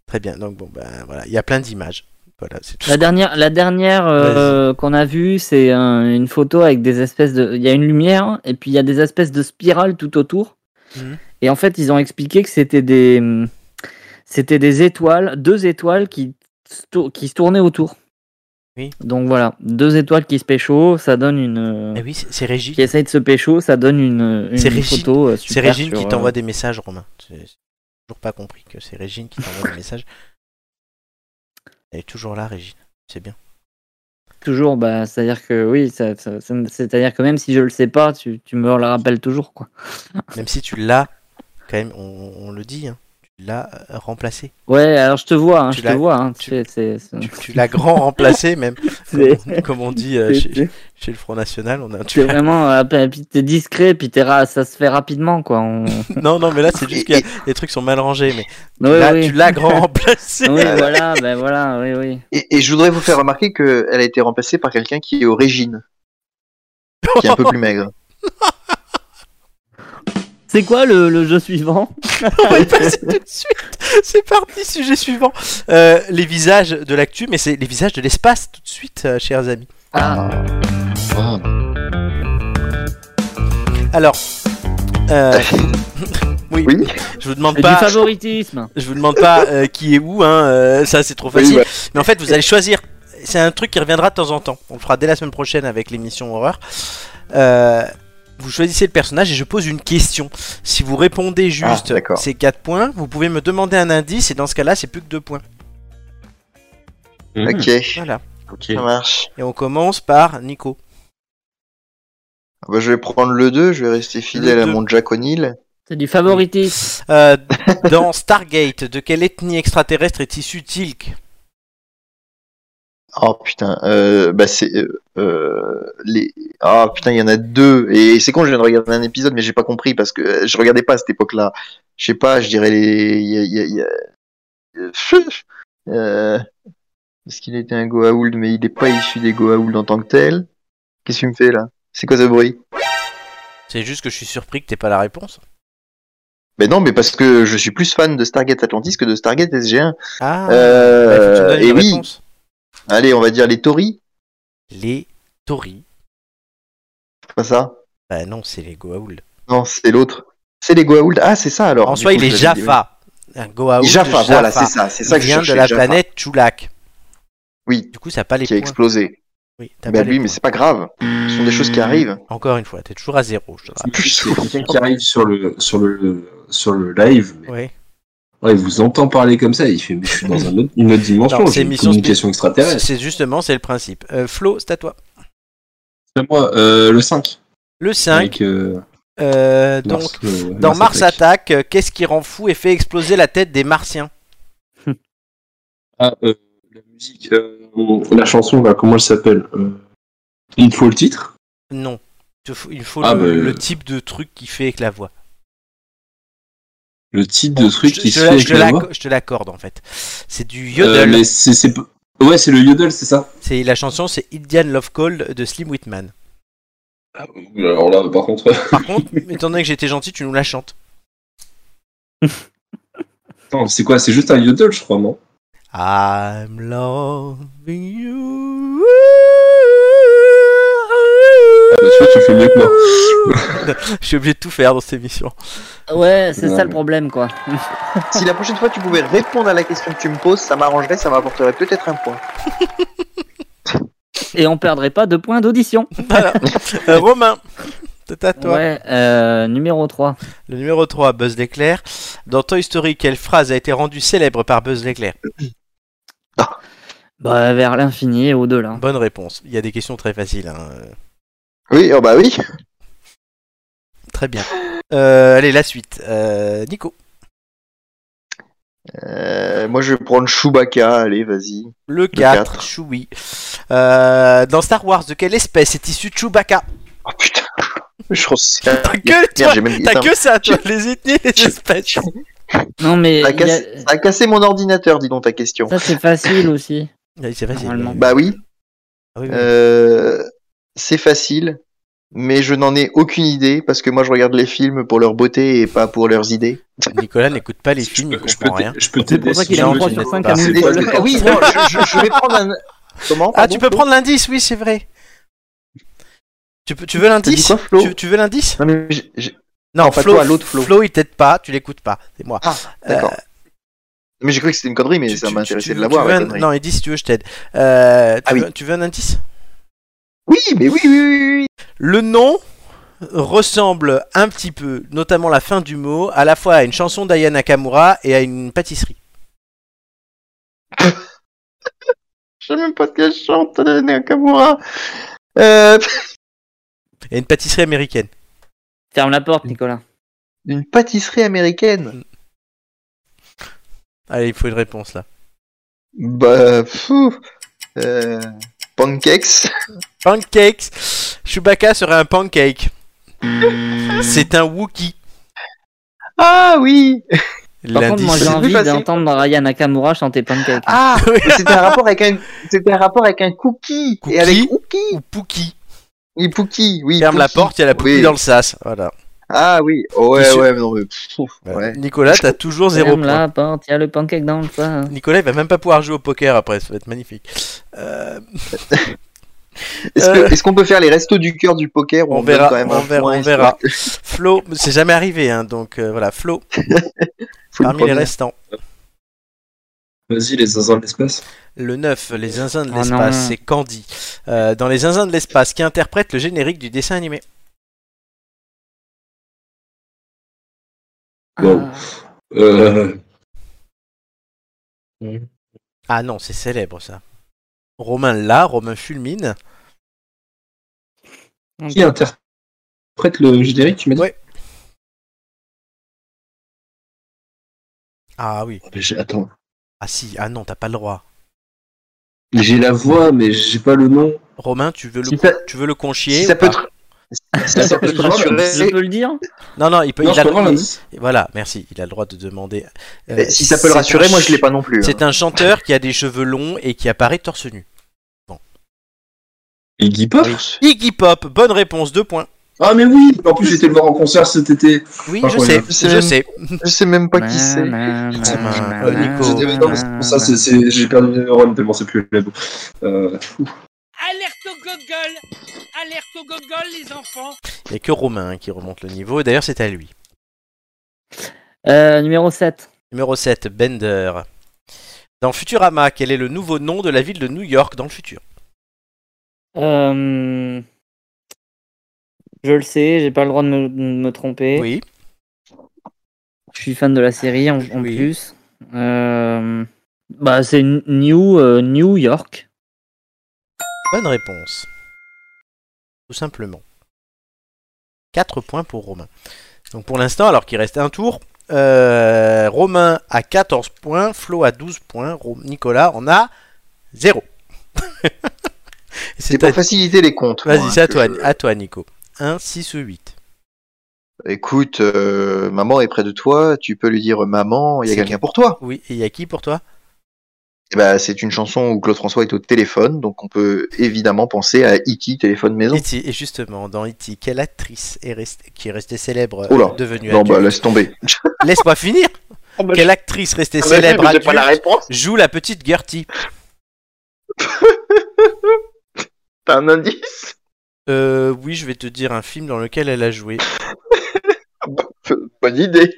A: Très bien. Donc bon, ben voilà, il y a plein d'images. Voilà, c'est tout.
B: La dernière, la dernière euh, qu'on a vue, c'est un- une photo avec des espèces de. Il y a une lumière et puis il y a des espèces de spirales tout autour.
A: Mhm.
B: Et en fait, ils ont expliqué que c'était des, hum, c'était des étoiles, deux étoiles qui, se tour- qui se tournaient autour.
A: Oui.
B: Donc voilà, deux étoiles qui se pécho, ça donne une.
A: Eh oui, c'est c'est Régine.
B: Qui essayent de se pécho, ça donne une, une
A: C'est Régine-
B: photo. euh,
A: C'est
B: super
A: Régine
B: sur,
A: qui
B: euh,
A: t'envoie des messages, Romain. C'est- J'ai toujours pas compris que c'est Régine qui t'envoie des messages. Elle est toujours là, Régine. C'est bien.
B: Toujours, bah, c'est-à-dire que oui, ça- ça- ça- c'est-à-dire que même si je le sais pas, tu, tu me la rappelles toujours, quoi.
A: Même si tu l'as, quand même, on, on le dit, hein, tu l'as euh, remplacé.
B: Ouais, alors je te vois, hein,
A: Tu
B: je te
A: l'as-
B: vois. hein,
A: tu-
B: c'est- c'est- c'est-
A: Tu, tu l'as grand remplacé, même.
B: C'est-
A: Comme, comme on dit euh,
B: c'est-
A: chez,
B: c'est-
A: chez le Front National, on a
B: C'est
A: tu l'as-
B: vraiment, euh, puis t'es discret, puis t'es ra- ça se fait rapidement, quoi. On- Ouais,
A: Non, non, mais là, c'est juste que les trucs sont mal rangés. Mais là,
B: oui.
A: tu l'as grand remplacé.
B: Oui, voilà, ben voilà, oui, oui.
C: Et, et je voudrais vous faire remarquer qu'elle a été remplacée par quelqu'un qui est origine, qui est un peu plus maigre.
B: C'est quoi le, le jeu suivant
A: On va y passer tout de suite. C'est parti, sujet suivant. Euh, les visages de l'actu, mais c'est les visages de l'espace tout de suite, euh, chers amis.
B: Ah,
A: Alors, euh, oui,
C: Oui.
A: je vous demande
B: c'est du
A: pas,
B: favoritisme.
A: je vous demande pas euh, qui est où, hein, euh, ça c'est trop facile.
C: bah.
A: Mais en fait, vous allez choisir. C'est un truc qui reviendra de temps en temps. On le fera dès la semaine prochaine avec l'émission horreur. Euh, vous choisissez le personnage et je pose une question. Si vous répondez juste
C: Ah, d'accord.
A: ces 4 points, vous pouvez me demander un indice et dans ce cas-là, c'est plus que 2 points.
C: Ok,
A: Voilà.
E: Ok.
C: ça marche.
A: Et on commence par Nico.
C: Ah bah, je vais prendre le 2, je vais rester fidèle
A: Le
C: à
A: deux.
C: mon Jack O'Neill.
B: C'est du favoritisme.
A: Euh, dans Stargate, de quelle ethnie extraterrestre est issu Tilk
C: Oh putain, euh, bah c'est euh, euh, les. Oh putain, il y en a deux. Et c'est con, je viens de regarder un épisode, mais j'ai pas compris parce que euh, je regardais pas à cette époque-là. Je sais pas, je dirais les. il y a- il y a- il y a- euh, pfff, euh, Est-ce qu'il était un Goa'uld, mais il est pas issu des Goa'uld en tant que tel Qu'est-ce que tu me fais là C'est quoi ce bruit
A: C'est juste que je suis surpris que t'aies pas la réponse.
C: Mais non, mais parce que je suis plus fan de Stargate Atlantis que de Stargate SG1.
A: Ah, bah, il faut que tu me
C: Euh,
A: donnes
C: et
A: une
C: oui,
A: réponse.
C: allez, on va dire les Tories.
A: Les Tories.
C: C'est pas ça
A: Bah non, c'est les Goa'uld.
C: Non, c'est l'autre. C'est les Goa'uld. Ah, c'est ça alors.
A: En
C: du
A: soi,
C: coup,
A: il est
C: je l'avais dit, oui.
A: Jaffa. Un Goa'uld.
C: Il Jaffa,
A: Jaffa.
C: voilà, c'est ça. C'est ça
A: Il
C: que je
A: vient de
C: cherchais,
A: la
C: Jaffa,
A: planète Chulak.
C: Oui.
A: Du coup, ça n'a pas les
C: qui a
A: points.
C: explosé.
A: Oui, t'as
E: Ben
C: Bah
A: pas les
C: lui, mais
A: points.
C: c'est pas grave. Ce sont des choses qui arrivent.
A: Encore une fois, t'es toujours à zéro. Je te rappelle.
E: C'est quelqu'un qui arrive sur le, sur le, sur le live. mais-
A: Ouais.
E: Ouais, il vous entend parler comme ça. Il fait, mais je suis dans un autre- une autre dimension.
A: Non, c'est
E: C'est une
A: mission
E: communication
A: C'est
E: extraterrestre.
A: c'est justement, c'est le principe. Euh, Flo, c'est à toi.
E: C'est moi, euh, le 5.
A: Le 5.
E: Avec, euh,
A: euh, donc,
E: Mars, euh,
A: dans Mars
E: Attack.
A: Attack, euh, qu'est-ce qui rend fou et fait exploser la tête des Martiens
E: Ah, euh, la musique, euh, la chanson, là, comment elle s'appelle Euh, Il faut le titre
A: Non. Il te faut, il faut
E: Ah,
A: le,
E: bah,
A: le
E: euh.
A: type de truc qui fait avec la voix.
E: Le titre de truc
A: Je-
E: qui
A: je
E: se
A: la-
E: fait
A: je
E: avec
A: te
E: la
A: l'acc-
E: voix
A: Je te l'accorde en fait. C'est du
E: Euh,
A: yodel.
E: mais c'est, c'est p- Ouais, c'est le yodel, c'est ça
A: C'est La chanson, c'est Indian Love Cold de Slim Whitman.
E: Alors là, par contre.
A: Par contre, étant donné que j'étais gentil, tu nous la chantes.
E: Attends, c'est quoi C'est juste un yodel, je crois, non
A: I'm loving you.
E: bah, tu vois, tu fais mieux que
A: Je suis obligé de tout faire dans cette émission.
B: Ouais, c'est
E: Ouais.
B: ça le problème, quoi.
C: Si la prochaine fois tu pouvais répondre à la question que tu me poses, ça m'arrangerait, ça m'apporterait peut-être un point.
B: Et on perdrait pas deux points d'audition.
A: Voilà. Euh, Romain, c'est à toi.
B: Ouais, euh, numéro 3.
A: Le numéro 3, Buzz l'éclair. Dans Toy Story, quelle phrase a été rendue célèbre par Buzz l'éclair
B: Bah, vers l'infini et au-delà.
A: Bonne réponse. Il y a des questions très faciles. hein. Euh,
C: Oui, oh bah oui.
A: Très bien. Euh, allez, la suite. Euh, Nico.
C: Euh, moi je vais prendre Chewbacca, allez, vas-y.
A: Le 4,
C: quatre.
A: Chewie. Euh, dans Star Wars, de quelle espèce est issu Chewbacca
C: Oh putain. Je pense que
A: Ta gueule, toi
C: Merde, j'ai même-
A: T'as
C: Attends,
A: que ça, toi, les ethnies, les espèces.
B: Non, mais
C: ça a
B: il y a-
C: cassé- ça a cassé mon ordinateur, dis donc ta question.
B: ça, c'est facile aussi.
A: Ah oui, C'est facile.
B: Normalement.
A: Oui,
C: Bah oui,
A: Ah oui.
C: euh, c'est facile, mais je n'en ai aucune idée parce que moi je regarde les films pour leur beauté et pas pour leurs idées.
A: Nicolas n'écoute pas les
E: Je
A: films,
E: peux-
A: il
E: je peux
A: comprend
E: t'a-
A: rien.
E: Je peux
B: C'est
E: t'aider
B: pour ça
E: si
B: qu'il
E: tu
B: a un
E: veux,
B: point
E: je
B: sur
E: n'ai
B: cinq
E: pas.
B: à nous.
C: Et-
B: Paul.
C: et- oui, non, je, je- je vais prendre un. Comment
A: Ah,
C: pardon
A: tu peux prendre l'indice, oui, c'est vrai. Tu, peux- tu veux
C: dit
A: l'indice
C: quoi, Flo
A: tu, tu veux l'indice
C: Non, mais j'ai- j'ai-
A: Non,
C: pas toi, l'autre Flo.
A: il t'aide pas, tu l'écoutes pas, c'est moi.
C: Ah, d'accord. Mais j'ai cru que c'était une connerie, mais
A: Tu-
C: ça
A: tu-
C: m'intéressait
A: tu-
C: de
A: tu
C: l'avoir.
A: veux
C: la
A: un-
C: connerie.
A: Non, il dit si tu veux, je t'aide. Euh, tu,
C: Ah oui.
A: veux, tu veux un indice
C: Oui, mais oui, oui, oui, oui.
A: Le nom ressemble un petit peu, notamment la fin du mot, à la fois à une chanson d'Aya Nakamura et à une pâtisserie.
C: Je sais même pas ce qu'elle chante, euh, Nakamura. Euh,
A: Et une pâtisserie américaine.
B: Ferme la porte, Nicolas.
C: une pâtisserie américaine.
A: Allez, il faut une réponse là.
C: Bah, fou. Euh, pancakes.
A: Pancakes. Chewbacca serait un pancake.
C: Mmh.
A: C'est un Wookie.
C: Ah oui.
B: Par contre, moi, j'ai
C: C'est plus
B: envie
C: facile.
B: d'entendre Ryan Nakamura chanter Pancake.
C: Ah, c'était un rapport avec un, c'était un rapport avec un cookie,
A: Cookie
C: et avec Ookie.
A: ou Pookie.
C: Et Pookie, oui.
A: Ferme la
C: Pookie.
A: porte, il y a la Pookie
C: Oui.
A: dans le sas. Voilà.
C: Ah oui. Oh, ouais,
A: Monsieur-
C: ouais, mais non mais. pff, ouais.
A: Nicolas, t'as toujours Ah, zéro
B: Ferme
A: point.
B: la porte, il y a le pancake dans le plat.
A: Nicolas, il va même pas pouvoir jouer au poker après, ça va être magnifique. Euh,
C: Est-ce que-
A: Euh.
C: est-ce qu'on peut faire les restos du cœur du poker où
A: on,
C: donne
A: verra,
C: quand même
A: on
C: un
A: verra,
C: point,
A: on
C: histoire
A: verra.
C: que-
A: Flo, c'est jamais arrivé, hein, donc euh, voilà, Flo,
C: faut le
A: parmi les
C: prendre.
A: restants.
E: Vas-y, les zinzins de l'espace.
A: Le 9, les zinzins de
B: Oh
A: l'espace,
B: non.
A: c'est Candy. Euh, dans les zinzins de l'espace, qui interprète le générique du dessin animé
E: Wow.
B: Ah.
E: Euh,
A: Ah non, c'est célèbre ça. Romain là, Romain fulmine.
B: Ah,
E: qui interprète le générique, tu m'as dit
A: Ouais. Ah oui.
E: Mais j'ai- Attends,
A: Ah si, ah non, t'as pas le droit.
E: j'ai la voix, mais j'ai pas le nom.
A: Romain, tu veux le,
C: Si
A: con-
C: ça-
A: tu veux le conchier
C: Si
A: ou
C: ça peut
A: pas
C: te, si ça peut te
E: Je
B: Je
C: rassurer,
B: peux le dire
A: Non, non, il peut.
E: Non,
A: il a
E: je peux
A: le-
E: avoir
C: hein.
E: l'indice
A: Voilà, merci. Il a le droit de demander. Euh,
C: Eh, si ça peut
A: c'est
C: le
A: un
C: rassurer, moi je l'ai
A: ch-
C: pas non plus. hein.
A: C'est un chanteur qui a des cheveux longs et qui apparaît torse nu.
E: Iggy Pop
A: Iggy Pop, bonne réponse, deux points.
E: Ah, mais oui En plus, j'étais le voir en concert cet été.
A: Oui,
E: Pas
A: je sais,
E: problème.
C: C'est-
A: je sais.
C: Je sais même pas qui c'est.
A: C'est
B: Nanana,
A: un- euh, Nico.
E: J'étais- mais non, mais c'est pour ça, c'est- c'est- j'ai perdu des neurones tellement c'est plus la boue. Euh,
H: Alerte au
I: gogol Alerte au gogol, les enfants
A: Il n'y a que Romain hein, qui remonte le niveau. Et D'ailleurs, c'est à lui.
B: Euh, numéro 7.
A: Numéro 7, Bender. Dans Futurama, quel est le nouveau nom de la ville de New York dans le futur
B: Euh, Je le sais, j'ai pas le droit de me, de me tromper.
A: Oui.
B: Je suis fan de la série en, en
A: Oui.
B: plus. Euh, Bah, c'est N- New, euh, New York.
A: Bonne réponse. Tout simplement. 4 points pour Romain. Donc pour l'instant, alors qu'il reste un tour, euh, Romain a 14 points, Flo a 12 points, Ro- Nicolas en a 0.
C: C'est
A: C'est à...
C: pour faciliter les comptes. moi, hein,
A: Vas-y, c'est à
C: que
A: toi,
C: je-
A: à toi Nico. 1, 6 ou 8.
C: Écoute, euh, maman est près de toi, tu peux lui dire maman, il y a
A: C'est
C: quelqu'un pour toi.
A: Oui, et il y a qui pour toi
C: Eh ben, c'est une chanson où Claude François est au téléphone, donc on peut évidemment penser à E.T. téléphone maison.
A: E.T. Et justement, dans E.T., quelle actrice est restée, qui est restée célèbre, euh,
C: Oula.
A: devenue
C: Non,
A: adulte
C: bah laisse tomber.
A: Laisse-moi finir
G: Oh, bah,
A: Quelle actrice
C: Ah
A: restée
G: je-
A: célèbre,
G: mais j'ai pas la
A: adulte,
G: réponse.
A: joue la petite Gertie
C: T'as un indice
A: Euh, oui, je vais te dire un film dans lequel elle a joué.
C: Ah bah, euh, Bonne idée.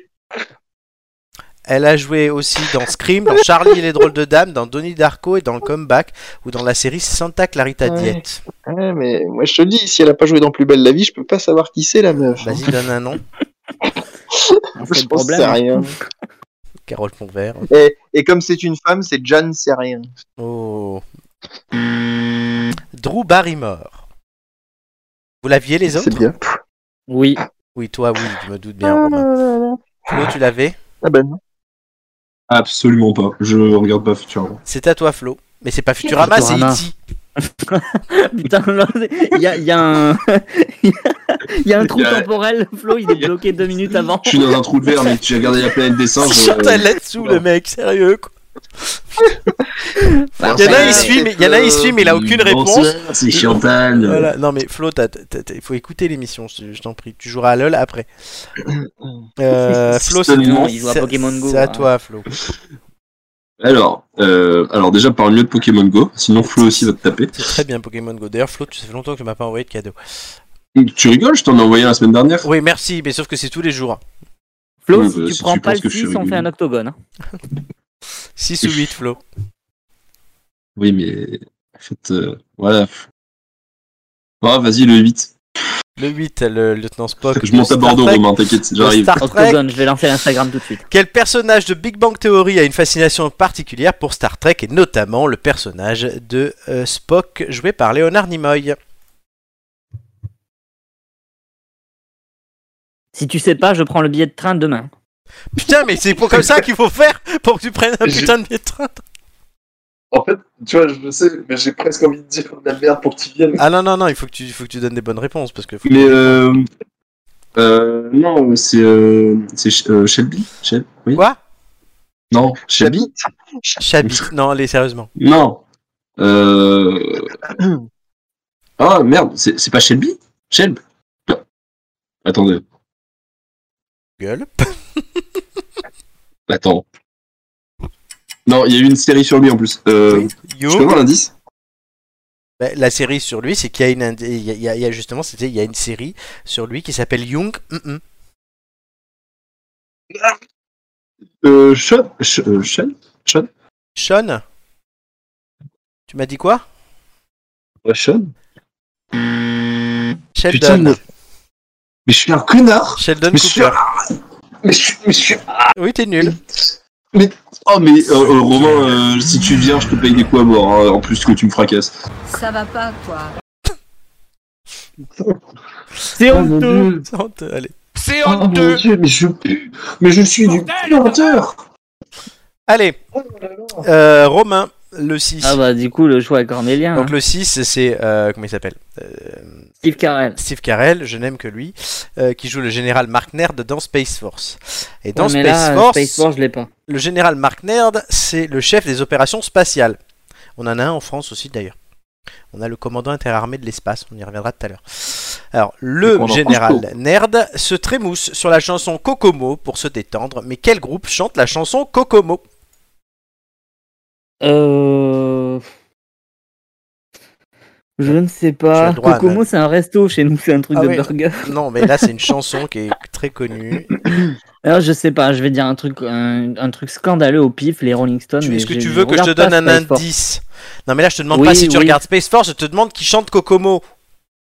A: Elle a joué aussi dans Scream, dans Charlie et les drôles de dames, dans Donnie Darko et dans le Comeback, ou dans la série Santa Clarita
C: Ouais.
A: Diet.
C: Ouais, mais moi je te dis, si elle a pas joué dans Plus belle la vie, je peux pas savoir qui c'est la meuf.
A: Vas-y, donne un nom.
B: C'est
C: Je
B: le
C: pense
B: problème.
C: que c'est
A: hein.
C: rien.
A: Carole Ponvert.
C: Et, et comme c'est une femme, c'est Jeanne c'est rien.
A: Oh. Drew Barrymore. Vous l'aviez les autres
C: C'est bien.
B: Oui.
A: Oui, toi, oui, je me doute bien, Romain. Flo, tu l'avais
C: Ah ben non.
E: Absolument pas. Je regarde pas Futurama.
A: C'est à toi, Flo. Mais c'est pas Futurama, c'est E
B: Futurama.
A: E.T.
B: Putain, là, c'est- il y a, il y a un. Il y a un trou
E: Il y a-
B: temporel, Flo, il est bloqué deux minutes avant.
E: Je suis dans un trou de verre, mais j'ai regardé la planète des singes.
A: C'est Chantal
E: euh,
A: là-dessous,
E: voilà.
A: le mec, sérieux, quoi.
B: Bah,
A: Il y en a,
B: après,
A: il suit, mais, il y en a, il suit, mais il a aucune réponse.
E: Bonsoir, C'est Chantal.
A: Voilà. Non mais Flo, t'as- t'as- t'as- il faut écouter l'émission, je je t'en prie. Tu joueras à LOL après. Euh, Flo, c'est
E: Seulement,
B: il joue à
A: c'est-
B: Pokémon Go,
A: C'est à
B: hein.
A: toi, Flo.
E: Alors, euh, alors déjà parle mieux de Pokémon Go, sinon Flo aussi va te taper.
A: C'est très bien Pokémon Go. D'ailleurs, Flo, tu ça fait longtemps que tu m'as pas envoyé de cadeau.
E: Tu rigoles, je t'en ai envoyé la semaine dernière.
A: Oui, merci, mais sauf que c'est tous les jours.
B: Flo,
E: Ouais,
B: si
E: bah,
B: tu
E: si
B: prends
E: tu
B: pas
E: penses
B: le
E: que je suis
B: 6, on fait
E: rigolo.
B: un octogone. hein.
A: 6 ou 8, Flo.
E: Oui, mais en fait, euh, voilà. Ah, vas-y, le 8.
A: Le 8, le lieutenant Spock.
E: Je
A: de
E: monte à
A: Star
E: Bordeaux,
A: Trek.
E: Romain, t'inquiète,
A: De
E: j'arrive.
A: Star Trek.
B: Octogone, je vais lancer l'Instagram tout de suite.
A: Quel personnage de Big Bang Theory a une fascination particulière pour Star Trek et notamment le personnage de euh, Spock joué par Leonard Nimoy
B: Si tu sais pas, je prends le billet de train demain.
A: Putain, mais c'est pour comme ça qu'il faut faire pour que tu prennes un
E: Je-
A: putain de billet de train.
E: En fait, tu vois, je sais, mais j'ai presque envie de dire la merde pour que tu viennes.
A: Ah non, non, non, il faut que tu, il faut que tu donnes des bonnes réponses parce que. faut-
E: Mais euh, euh, non, c'est euh, c'est Sh- euh, Shelby. Shel- oui.
A: Quoi
E: Non, Shelby.
C: J'habite.
A: Chabit. Non, allez, sérieusement.
E: Non. Euh... Ah merde, c'est c'est pas Shelby Shelb Non. Attendez,
A: Gueule.
E: attends. Non, il y a eu une série sur lui en plus. Euh,
A: Yo.
E: Je peux voir l'indice
A: Bah, la série sur lui, c'est qu'il y a une, ind- il y a, il y a- il y a justement, c'était, il y a une série sur lui qui s'appelle Young. mm, Mm-mm.
E: euh, Sean Sh- euh, Sean Sean
A: Sean. Tu m'as dit quoi
E: Ouais, Sean
A: Sheldon.
E: Putain, mais... mais je suis un connard
A: Sheldon
E: Mais je suis
A: Cooper.
E: mais je, suis- mais je suis...
A: Oui, t'es nul.
E: Oh mais euh, euh, Romain, euh, si tu viens, je te paye des coups à mort, hein, en plus que tu me fracasses.
F: Ça va pas, quoi.
B: C'est
E: Ah,
B: honteux
A: Allez.
I: C'est
E: Oh mon
I: honteux
E: dieu, mais je pue Mais je suis du
I: Bordel
E: planteur
A: Allez. Euh, Romain, le 6.
B: Ah bah du coup, le choix est cornélien.
A: Donc
B: hein.
A: le 6, c'est. euh, comment il s'appelle Euh,
B: Steve Carell.
A: Steve Carell, je n'aime que lui, euh, qui joue le général Mark Nerd dans Space Force. Et dans
B: Ouais, mais
A: Space,
B: là, euh,
A: Force,
B: Space Force, je l'ai pas.
A: le général Mark Nerd, c'est le chef des opérations spatiales. On en a un en France aussi d'ailleurs. On a le commandant interarmé de l'espace, on y reviendra tout à l'heure. Alors,
E: Le
A: le
E: commandant
A: général
E: Franco.
A: Nerd se trémousse sur la chanson Kokomo pour se détendre, mais quel groupe chante la chanson Kokomo
B: Euh... Je ne sais
A: Tu as
B: pas.
A: le droit,
B: Kokomo,
A: Anna.
B: c'est un resto chez nous, c'est un truc
A: Ah
B: de
A: oui.
B: burger.
A: Non, mais là, c'est une chanson qui est très connue.
B: Alors, je sais pas, je vais dire un truc, un, un truc scandaleux au pif, les Rolling Stones.
A: Tu-
B: mais
A: Est-ce que
B: je-
A: tu
B: je
A: veux que je te
B: regarde pas
A: donne un
B: Space Force.
A: indice Non, mais là, je te demande
B: Oui,
A: pas si tu
B: oui.
A: regardes Space Force, je te demande qui chante Kokomo.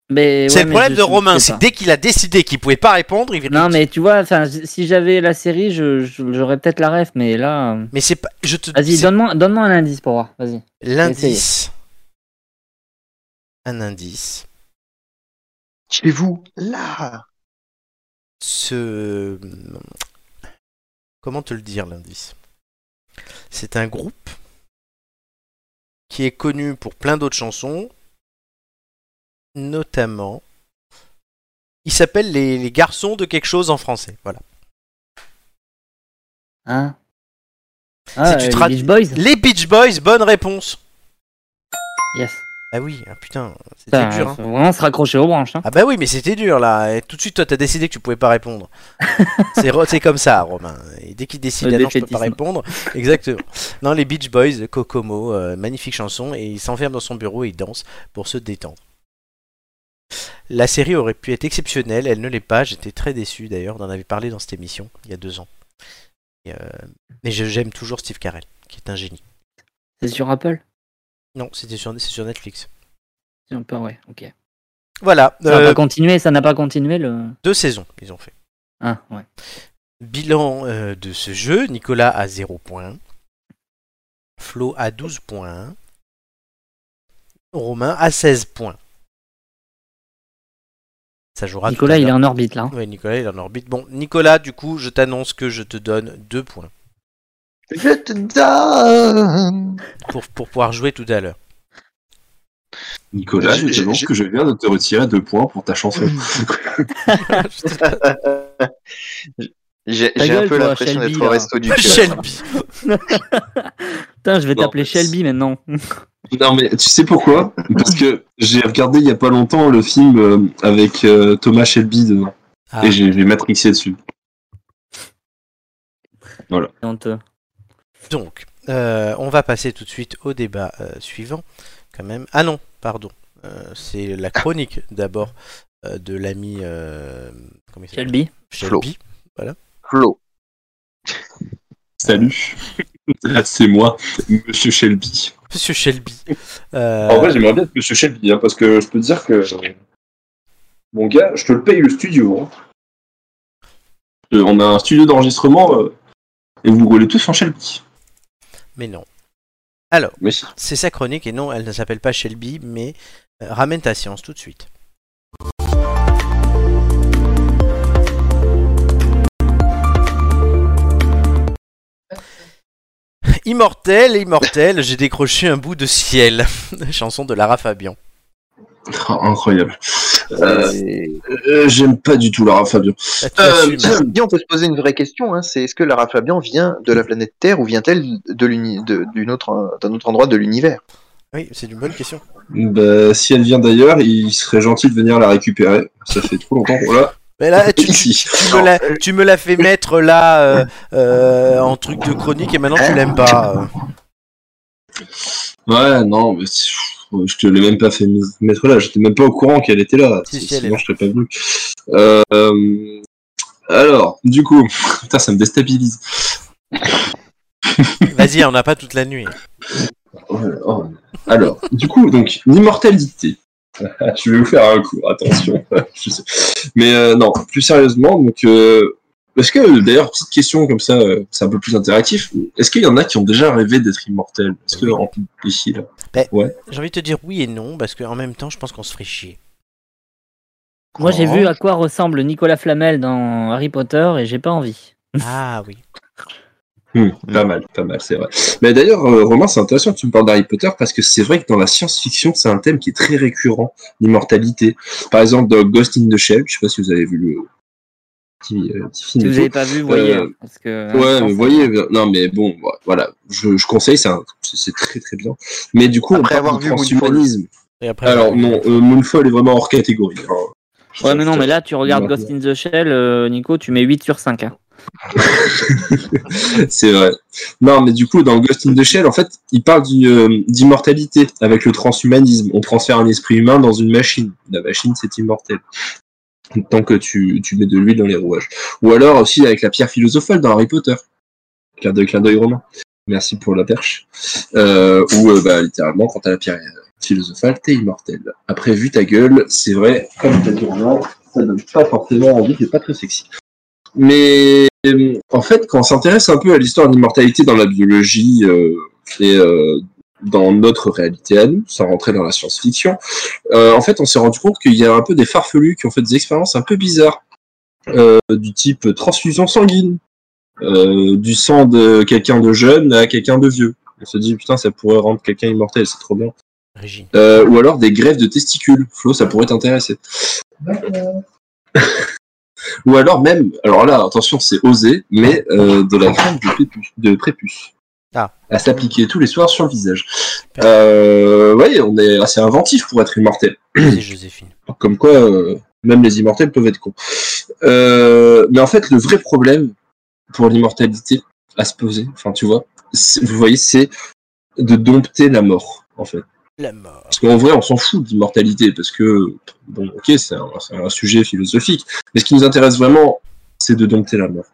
B: Mais
A: c'est
B: ouais,
A: le
B: mais
A: problème de
B: je- je sais
A: Romain,
B: pas.
A: c'est dès qu'il a décidé qu'il pouvait pas répondre, il
B: Non, mais tu vois, enfin, si j'avais la série, je- je- j'aurais peut-être la ref, mais là. euh,
A: Mais c'est pas. Je te
B: Vas-y,
A: c'est
B: donne-moi donne un indice pour voir. Vas-y.
A: L'indice. Un indice.
C: Chez vous, là.
A: ce. Comment te le dire l'indice C'est un groupe qui est connu pour plein d'autres chansons, notamment. Il s'appelle les, les garçons de quelque chose en français. Voilà.
B: Hein ah,
A: tu
B: euh,
A: te
B: les
A: rad-
B: Beach Boys
A: Les Beach Boys, bonne réponse.
B: Yes.
A: Ah oui, ah putain, c'était
B: Putain,
A: dur. hein.
B: faut vraiment se raccrocher aux branches. hein.
A: Ah bah oui, mais c'était dur là. Et tout de suite, toi, t'as décidé que tu pouvais pas répondre. c'est, re- c'est comme ça, Romain. Et dès qu'il décide,
B: Le
A: ah non, je peux pas
B: défaitisme.
A: répondre. Exactement. Non, les Beach Boys, Kokomo, euh, magnifique chanson, et il s'enferme dans son bureau et il danse pour se détendre. La série aurait pu être exceptionnelle, elle ne l'est pas. J'étais très déçu d'ailleurs, on en avait parlé dans cette émission il y a deux ans. Et, euh, mais je- j'aime toujours Steve Carell, qui est un génie.
B: C'est sur Apple
A: Non, c'était sur, c'est sur Netflix.
B: Sur Apple, ouais, ok.
A: Voilà,
B: Ça n'a
A: euh,
B: pas continué, ça n'a pas continué le.
A: deux saisons ils ont fait.
B: Ah, ouais.
A: Bilan euh, de ce jeu, Nicolas a 0 points, Flo a 12 points, Romain a 16 points. Ça jouera tout
B: Nicolas,
A: à
B: il est
A: l'heure.
B: en orbite là. hein.
A: Ouais, Nicolas, il est en orbite. Bon, Nicolas, du coup, je t'annonce que je te donne 2 points
C: Je te donne.
A: pour, pour pouvoir jouer tout à l'heure.
E: Nicolas,
C: Je-
E: je
C: je-
E: t'annonce
C: je-
E: que je viens de te retirer deux points pour ta chanson.
C: J'ai
B: Ta
C: j'ai un
B: gueule,
C: peu
B: toi,
C: l'impression
B: Shelby,
C: d'être
B: là.
C: au resto du cœur.
A: Shelby.
B: Putain, je vais
E: Non.
B: t'appeler Shelby maintenant.
E: non mais tu sais pourquoi Parce que j'ai regardé il y a pas longtemps le film euh, avec euh, Thomas Shelby dedans.
A: Ah.
E: Et j'ai j'ai matrixé dessus.
B: Honteux.
A: Donc, euh, on va passer tout de suite au débat euh, suivant, quand même. Ah non, pardon. Euh, c'est la chronique d'abord euh, de l'ami euh, comment il s'appelle
B: Shelby.
A: Shelby.
C: Flo.
E: Salut. Là, c'est moi, Monsieur Shelby.
A: Monsieur Shelby. Euh,
E: En vrai, j'aimerais bien être Monsieur Shelby, hein, parce que je peux te dire que mon gars, je te le paye le studio. hein. Euh, on a un studio d'enregistrement euh, et vous roulez tous en Shelby.
A: mais non.
E: Mais
A: C'est sa chronique et non, elle ne s'appelle pas Shelby, mais euh, ramène ta science tout de suite. Immortel, immortel, j'ai décroché un bout de ciel. Chanson de Lara Fabian.
E: incroyable. Euh,
C: Et-
E: euh, J'aime pas du tout Lara Fabian.
A: Là, tu
E: Euh,
A: assumes.
E: tiens,
C: Et on peut se poser une vraie question, hein, c'est est-ce que Lara Fabian vient de la planète Terre ou vient-elle de l'uni- de- d'une autre- d'un autre endroit de l'univers
A: Oui, c'est une bonne question.
E: bah, si elle vient d'ailleurs, il serait gentil de venir la récupérer. Ça fait trop longtemps. Voilà.
A: Mais là, Ah, tu, tu-
E: Ici.
A: tu me la, tu me l'as fait mettre là euh, euh, en truc de chronique et maintenant tu l'aimes pas. euh.
E: Ouais, non, mais c'est- pff, je te l'ai même pas fait m- mettre là, j'étais même pas au courant qu'elle était là.
A: Si, si, elle est
E: Sinon,
A: là.
E: je t'aurais pas venu. Euh, euh, alors, du coup, putain, ça me déstabilise.
A: Vas-y, on n'a pas toute la nuit.
E: Oh là là. Alors, du coup, donc, l'immortalité. je vais vous faire un coup, attention. Je sais. Mais euh, non, plus sérieusement, donc, euh, est-ce que, d'ailleurs, petite question comme ça, euh, c'est un peu plus interactif, est-ce qu'il y en a qui ont déjà rêvé d'être immortels Est-ce que, en- ici, là
A: J'ai envie de te dire oui et non parce qu'en même temps, je pense qu'on se ferait chier.
B: Moi, j'ai
C: Oh.
B: vu à quoi ressemble Nicolas Flamel dans Harry Potter et j'ai pas envie.
A: Ah oui.
E: Hmm, pas mal, pas mal, c'est vrai. Mais d'ailleurs, euh, Romain, c'est intéressant que tu me parles d'Harry Potter parce que c'est vrai que dans la science-fiction, c'est un thème qui est très récurrent, l'immortalité. Par exemple, dans Ghost in the Shell, je sais pas si vous avez vu le petit, euh, petit
B: Si
E: film. et
B: vous
E: tout.
B: avez pas vu, voyez.
E: Euh,
B: hein, parce que,
E: Ouais,
B: hein,
E: mais
B: ça-
E: voyez, euh, non, mais bon, voilà, je, je conseille, c'est un- c'est c'est très très bien. Mais du coup,
C: Après
E: on parle
C: avoir
E: de
C: vu Moonfall.
E: transhumanisme.
A: Et après,
E: Alors, non, euh, Moonfall est vraiment hors catégorie. hein.
B: Ouais, mais non, mais là, tu regardes
E: Maintenant.
B: Ghost in the Shell, euh, Nico, tu mets 8 sur 5. hein.
E: C'est vrai. Non, mais du coup, dans Ghost in the Shell, en fait, il parle du, euh, d'immortalité avec le transhumanisme. On transfère un esprit humain dans une machine. La machine, c'est immortel. Tant que tu, tu mets de l'huile dans les rouages. Ou alors aussi avec la pierre philosophale dans Harry Potter. Clin d'œil, clin d'œil romain. Merci pour la perche. Euh, Ou euh, bah, littéralement, quand t'as la pierre euh, philosophale, t'es immortel. Après, vu ta gueule, c'est vrai, comme t'as dit Romain, ça donne pas forcément envie, c'est pas très sexy. Mais euh, en fait, quand on s'intéresse un peu à l'histoire de l'immortalité dans la biologie euh, et euh, dans notre réalité à nous, sans rentrer dans la science-fiction, euh, en fait, on s'est rendu compte qu'il y a un peu des farfelus qui ont fait des expériences un peu bizarres, euh, du type transfusion sanguine, euh, du sang de quelqu'un de jeune à quelqu'un de vieux. On se dit, putain, ça pourrait rendre quelqu'un immortel, c'est trop bien.
A: Régine.
E: Euh, ou alors des greffes de testicules. Flo, ça pourrait t'intéresser. ou alors même, alors là, attention, c'est osé, mais euh, de la greffe de, prépu- de prépuce.
A: Ah.
E: À s'appliquer tous les soirs sur le visage. Euh, ouais, on est assez inventif pour être immortel.
A: Vas-y, Joséphine.
E: Comme quoi, euh, même les immortels peuvent être cons. Euh, mais en fait, le vrai problème pour l'immortalité à se poser, enfin, tu vois, c'est- vous voyez, c'est de dompter la mort, en fait.
A: La mort.
E: Parce qu'en vrai, on s'en fout de l'immortalité, parce que, bon, ok, c'est un, c'est un sujet philosophique, mais ce qui nous intéresse vraiment, c'est de dompter la mort.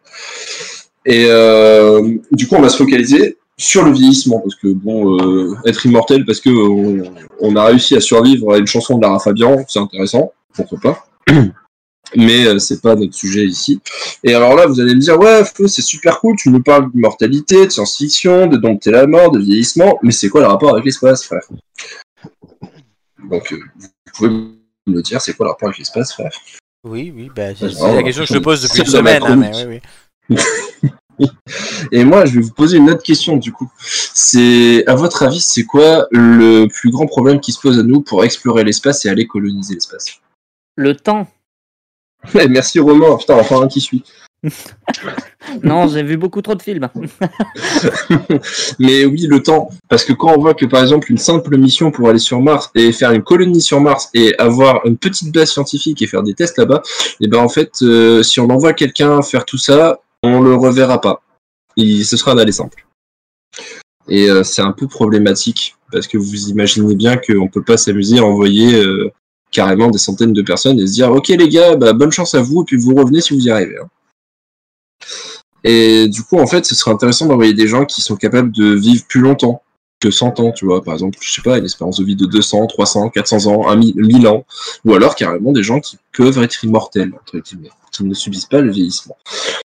E: Et euh, du coup, on va se focaliser sur le vieillissement, parce que, bon, euh, être immortel, parce que on, on a réussi à survivre à une chanson de Lara Fabian, c'est intéressant, pourquoi pas. Mais euh, c'est pas notre sujet ici. Et alors là, vous allez me dire, ouais, Flo, c'est super cool, tu nous parles d'immortalité, de science-fiction, de dompter la mort, de vieillissement, mais c'est quoi le rapport avec l'espace, frère donc, euh, vous pouvez me dire, c'est quoi le rapport avec l'espace, frère
A: Oui, oui, bah, c'est
E: Ouais,
A: c'est la
E: ouais,
A: question que je
E: ouais.
A: te pose depuis
E: C'est
A: une
E: dans ma
A: semaine. hein, mais
E: chronique.
A: oui, oui.
E: Et moi, je vais vous poser une autre question, du coup. C'est, à votre avis, c'est quoi le plus grand problème qui se pose à nous pour explorer l'espace et aller coloniser l'espace
B: Le temps.
E: Ouais, Merci, Romain. Putain, enfin un qui suit.
B: Non, j'ai vu beaucoup trop de films.
E: Mais oui, le temps. Parce que quand on voit que, par exemple, une simple mission pour aller sur Mars et faire une colonie sur Mars et avoir une petite base scientifique et faire des tests là-bas, et ben en fait, euh, si on envoie quelqu'un faire tout ça, on le reverra pas. Il, ce sera un aller simple. Et euh, c'est un peu problématique. Parce que vous imaginez bien qu'on peut pas s'amuser à envoyer euh, carrément des centaines de personnes et se dire Ok, les gars, bah, bonne chance à vous, et puis vous revenez si vous y arrivez. hein. Et du coup, en fait, ce serait intéressant d'envoyer des gens qui sont capables de vivre plus longtemps que 100 ans, tu vois. Par exemple, je sais pas, une espérance de vie de 200, 300, 400 ans, 1 000 1000 ans. Ou alors carrément des gens qui peuvent être immortels, entre guillemets, qui ne subissent pas le vieillissement.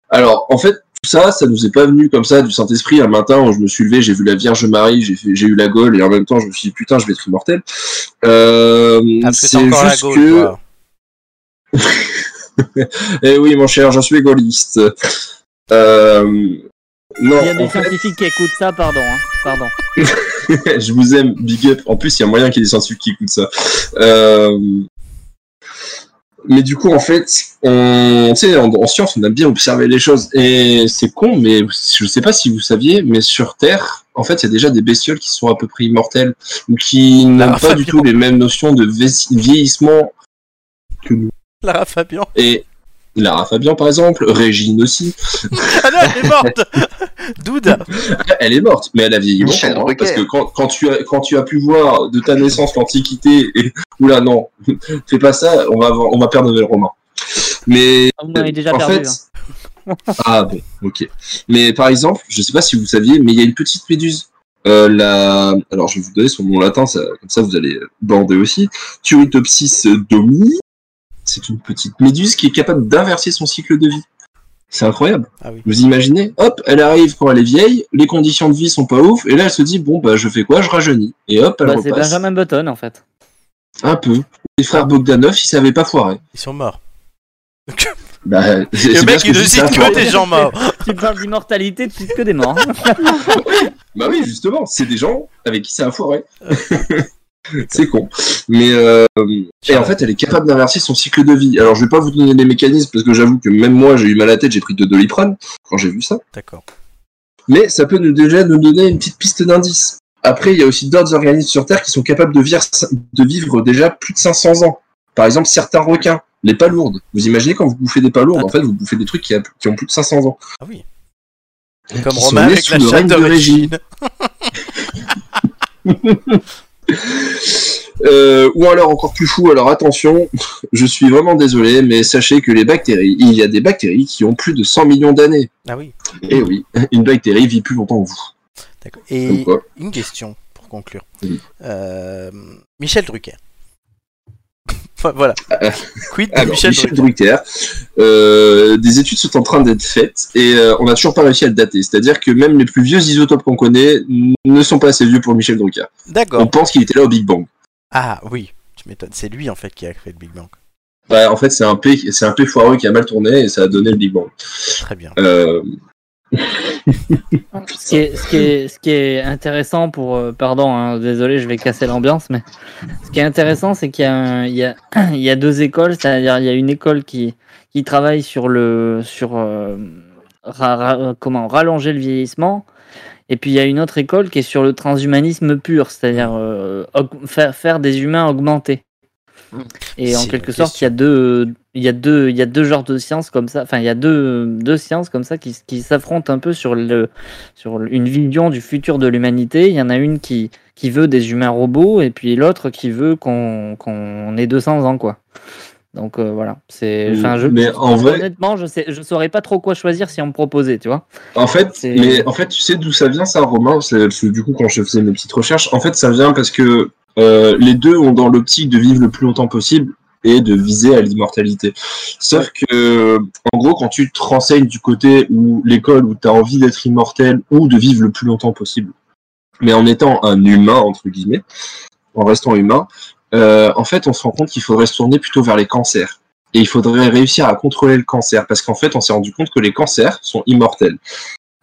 E: Alors, en fait, tout ça, ça nous est pas venu comme ça du Saint-Esprit un matin où je me suis levé, j'ai vu la Vierge Marie, j'ai fait- j'ai eu la Gaule, et en même temps, je me suis dit, putain, je vais être immortel. Euh,
A: Ah, parce que c'est
E: c'est
A: encore la
E: juste
A: gauche.
E: que...
A: toi.
E: Eh oui, mon cher, je suis gaulliste. Euh... Non,
B: Il y a des
E: en fait,
B: scientifiques qui écoutent ça, pardon. hein, Pardon.
E: je vous aime, big up. En plus, il y a moyen qu'il y ait des scientifiques qui écoutent ça. Euh, Mais du coup, en fait, on, tu sais, en, en science, on aime bien observer les choses. Et c'est con, mais je sais pas si vous saviez, mais sur Terre, en fait, il y a déjà des bestioles qui sont à peu près immortelles, ou qui n'ont pas
A: Fabian.
E: du tout les mêmes notions de vais- vieillissement
A: Lara Fabian.
E: et Lara Fabian, par exemple, Régine aussi.
A: Ah non, elle est morte Douda
E: Elle est morte, mais elle a vieilli
C: Michel
E: longtemps, hein,
C: Drucker.
E: parce que quand, quand tu as, quand tu as pu voir de ta naissance l'Antiquité, et oula non, fais pas ça, on va, avoir- on va perdre le Romain. Mais
B: Ah, Vous m'avez déjà
E: Euh, en
B: perdu. hein.
E: fait, ah bon, ok. Mais par exemple, je sais pas si vous saviez, mais il y a une petite méduse. Euh, la... Alors je vais vous donner son nom latin, ça- comme ça vous allez bander aussi. Turritopsis domini. C'est une petite méduse qui est capable d'inverser son cycle de vie. C'est incroyable.
A: Ah oui.
E: Vous imaginez Hop, elle arrive quand elle est vieille, les conditions de vie sont pas ouf, et là elle se dit bon bah je fais quoi Je rajeunis. Et hop,
B: hein.
E: elle
B: Bah, c'est
E: repasse.
B: Benjamin Button en fait.
E: Un peu. Les frères Bogdanov, ils savaient pas foirer.
A: Ils sont morts.
E: Bah, c'est-
A: Le
E: c'est bien
A: mec,
E: ce
A: il
E: que
A: ne
E: dit
A: cite
E: Sartre.
A: que des gens morts.
B: Tu parles d'immortalité, tu cites que des morts. hein.
E: Bah oui, justement, c'est des gens avec qui ça a foiré. c'est con. Mais euh, et en fait, elle est capable d'inverser son cycle de vie. Alors, je vais pas vous donner les mécanismes parce que j'avoue que même moi, j'ai eu mal à la tête, j'ai pris deux doliprane quand j'ai vu ça.
A: D'accord.
E: Mais ça peut nous déjà nous donner une petite piste d'indice. Après, il y a aussi d'autres organismes sur Terre qui sont capables de vivre, de vivre déjà plus de 500 ans. Par exemple, certains requins Les palourdes. Vous imaginez quand vous bouffez des palourdes, en fait, vous bouffez des trucs qui, a- qui ont plus de 500 ans.
A: Ah oui.
E: Qui
A: Comme
E: sont
A: Romain
E: nés
A: avec
E: sous
A: la
E: le
A: chatte
E: règne de Régine.
A: d'origine.
E: Euh, ou alors encore plus fou, alors attention, je suis vraiment désolé, mais sachez que les bactéries, il y a des bactéries qui ont plus de 100 millions d'années.
A: Ah oui,
E: Et oui, une bactérie vit plus longtemps que vous.
A: d'accord.
E: Comme
A: Et
E: quoi. Mm.
A: une question pour conclure.
E: Oui.
A: Euh, Michel Drucker. Enfin, voilà.
E: Euh,
A: Quid de
E: Alors,
A: Ah, Michel,
E: Michel,
A: Drucker
E: Drucker, euh, des études sont en train d'être faites et euh, on n'a toujours pas réussi à le dater. C'est-à-dire que même les plus vieux isotopes qu'on connaît n- ne sont pas assez vieux pour Michel Drucker. On
A: D'accord.
E: pense qu'il était là au Big Bang.
A: Ah oui, tu m'étonnes. C'est lui en fait qui a créé le Big Bang.
E: Bah, en fait, c'est un P, c'est un P foireux qui a mal tourné et ça a donné le Big Bang.
A: Très bien.
E: Euh,
B: Ce qui, est, ce, qui est, ce qui est intéressant pour. euh, pardon, hein, désolé, je vais casser l'ambiance, mais ce qui est intéressant, c'est qu'il y, a un- il y, a, il y a deux écoles, c'est-à-dire il y a une école qui, qui travaille sur le. sur euh, ra- ra- euh, comment rallonger le vieillissement, et puis il y a une autre école qui est sur le transhumanisme pur, c'est-à-dire euh, aug- faire, faire des humains augmentés. Et en
A: C'est
B: quelque
A: la
B: sorte, il y a deux, il y a deux, il y a deux genres de sciences comme ça. Enfin, il y a deux, deux sciences comme ça qui, s- qui s'affrontent un peu sur le, sur une vision du futur de l'humanité. Il y en a une qui, qui veut des humains robots et puis l'autre qui veut qu'on, qu'on ait 200 ans quoi. Donc euh, voilà, c'est. enfin, je-
E: mais en vrai,
B: Honnêtement, je sais, je saurais pas trop quoi choisir si on me proposait, tu vois.
E: en fait,
B: C'est-
E: mais en fait, tu sais d'où ça vient ça, Romain C'est- parce que Du coup, quand je faisais mes petites recherches, en fait, ça vient parce que euh, les deux ont dans l'optique de vivre le plus longtemps possible et de viser à l'immortalité. Sauf que, en gros, quand tu te renseignes du côté où l'école où tu as envie d'être immortel ou de vivre le plus longtemps possible, mais en étant un humain, entre guillemets, en restant humain, euh, en fait, on se rend compte qu'il faudrait se tourner plutôt vers les cancers. Et il faudrait réussir à contrôler le cancer, parce qu'en fait, on s'est rendu compte que les cancers sont immortels.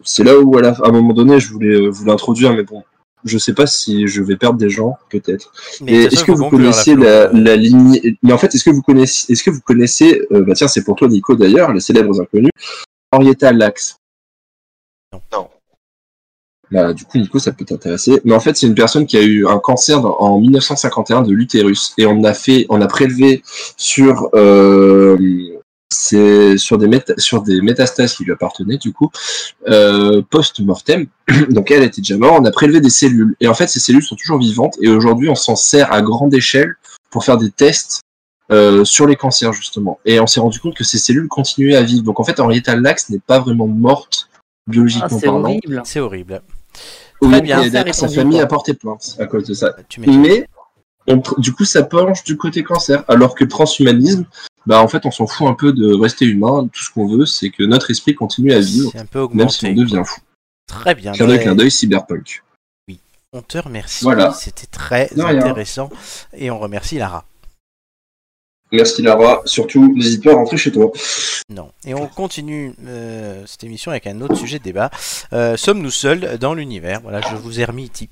E: C'est là où, à, la- à un moment donné, je voulais euh, vous l'introduire, mais bon, je sais pas si je vais perdre des gens, peut-être.
A: Mais
E: Et
A: de toute
E: Est-ce
A: façon, il
E: que
A: faut
E: vous
A: conclure,
E: connaissez
A: là,
E: la,
A: Flo.
E: la ligne Mais en fait, est-ce que vous connaissez Est-ce que vous connaissez euh, Bah tiens, c'est pour toi, Nico d'ailleurs, les célèbres inconnus. Henrietta Lacks.
A: Non.
C: Non.
E: Bah, du coup, Nico, ça peut t'intéresser. Mais en fait, c'est une personne qui a eu un cancer dans- en 1951 de l'utérus et on a fait, on a prélevé sur euh, c'est sur des méta- sur des métastases qui lui appartenaient du coup euh, post-mortem donc elle était déjà morte, on a prélevé des cellules. Et en fait, ces cellules sont toujours vivantes. Et aujourd'hui, on s'en sert à grande échelle pour faire des tests euh, sur les cancers, justement. Et on s'est rendu compte que ces cellules continuaient à vivre. Donc en fait, Henrietta Lacks n'est pas vraiment morte, biologiquement
B: Ah, c'est
E: parlant.
B: horrible.
A: C'est horrible.
E: Oui,
A: bien,
E: et
B: ça
E: d'ailleurs, sa
B: répond bien,
E: famille
B: quoi.
E: a porté plainte à cause de ça.
A: Tu m'étonnes.
E: Mais on tr- du coup, ça penche du côté cancer. Alors que transhumanisme, bah en fait, on s'en fout un peu de rester humain. Tout ce qu'on veut, c'est que notre esprit continue à vivre,
A: C'est un peu
E: même si on
A: augmenté.
E: devient fou.
A: Très
B: Ah
A: bien.
E: Clin d'œil,
A: mais
E: clin d'œil, cyberpunk.
A: On te remercie.
E: Voilà.
A: C'était très
E: De rien.
A: intéressant. Et on remercie Lara.
E: Merci Lara. Surtout, n'hésite pas à rentrer chez toi.
A: Non. Et on continue euh, cette émission avec un autre sujet de débat. Euh, Sommes-nous seuls dans l'univers Voilà, je vous ai remis ici.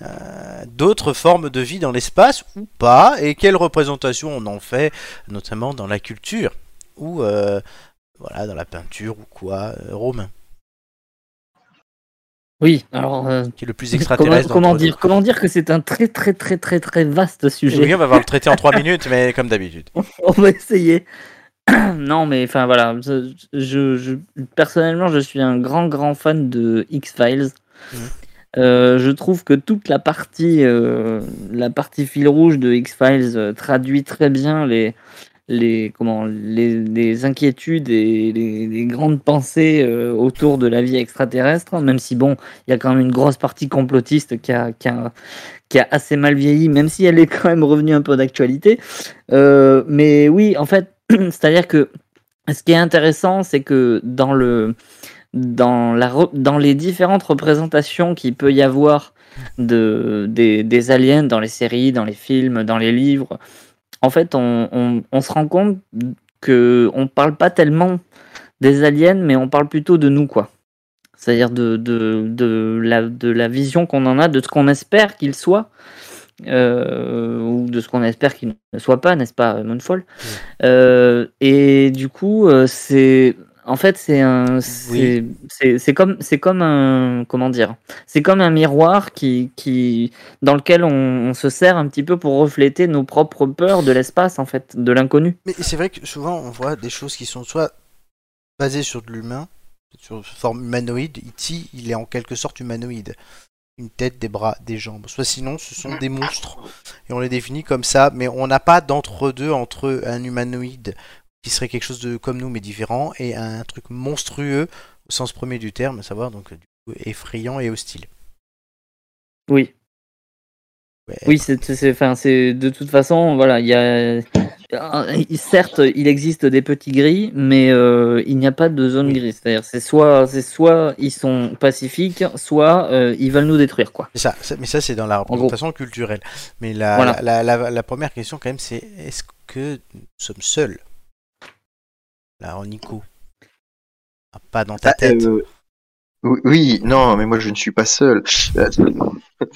A: Euh, D'autres formes de vie dans l'espace ou pas Et quelle représentation on en fait, notamment dans la culture ou euh, voilà dans la peinture ou quoi euh, Romain,
B: Oui, alors euh,
A: qui est le plus
B: comment,
A: extraterrestre.
B: comment
A: d'entre nous.
B: dire, comment dire que c'est un très très très très très vaste sujet.
A: Oui, on va voir le traiter en 3 minutes, mais comme d'habitude.
B: on va essayer. non, mais enfin voilà, je, je- je- personnellement, je suis un grand grand fan de X Files.
A: Mhm.
B: Euh, je trouve que toute la partie, euh, la partie fil rouge de X Files traduit très bien les les comment les, les inquiétudes et les, les grandes pensées euh, autour de la vie extraterrestre. hein. Même si bon, il y a quand même une grosse partie complotiste qui a- qui a qui a assez mal vieilli, même si elle est quand même revenue un peu d'actualité. Euh, mais oui, en fait, c'est-à-dire que ce qui est intéressant, c'est que dans, le, dans, la, re- dans les différentes représentations qu'il peut y avoir de, des, des aliens dans les séries, dans les films, dans les livres, en fait, on, on- on se rend compte qu'on ne parle pas tellement des aliens, mais on parle plutôt de nous, quoi. C'est-à-dire de, de, de la, de la vision qu'on en a, de ce qu'on espère qu'ils soient, euh, ou de ce qu'on espère qu'ils ne soient pas, n'est-ce pas, Moonfall Euh, Et du coup, euh, c'est En fait, c'est un, c'est, c'est- c'est comme, c'est comme un, comment dire, c'est comme un miroir qui, qui, dans lequel on, on se sert un petit peu pour refléter nos propres peurs de l'espace, en fait, de l'inconnu.
A: Mais c'est vrai que souvent on voit des choses qui sont soit basées sur de l'humain, sur forme humanoïde. Iti, il est en quelque sorte humanoïde. Une tête, des bras, des jambes. Soit sinon, ce sont des monstres. Et on les définit comme ça, mais on n'a pas d'entre-deux entre un humanoïde qui serait quelque chose de comme nous mais différent et un truc monstrueux au sens premier du terme, à savoir donc du coup, effrayant et hostile.
B: Oui.
A: Ouais.
B: Oui, c'est, c'est, c'est- enfin, c'est, de toute façon, voilà, il y a, euh, certes, il existe des petits gris, mais euh, il n'y a pas de zone grise. C'est-à-dire, c'est soit, c'est soit ils sont pacifiques, soit euh, ils veulent nous détruire, quoi.
A: C'est ça, ça- mais ça c'est dans la
B: gros.
A: représentation culturelle. Mais la,
B: Voilà.
A: la, la- la première question quand même c'est est-ce que nous sommes seuls Là en Nico. Ah, Pas dans ta
C: Ah,
A: tête.
C: euh, oui, oui, non, mais moi je ne suis pas seul. Euh,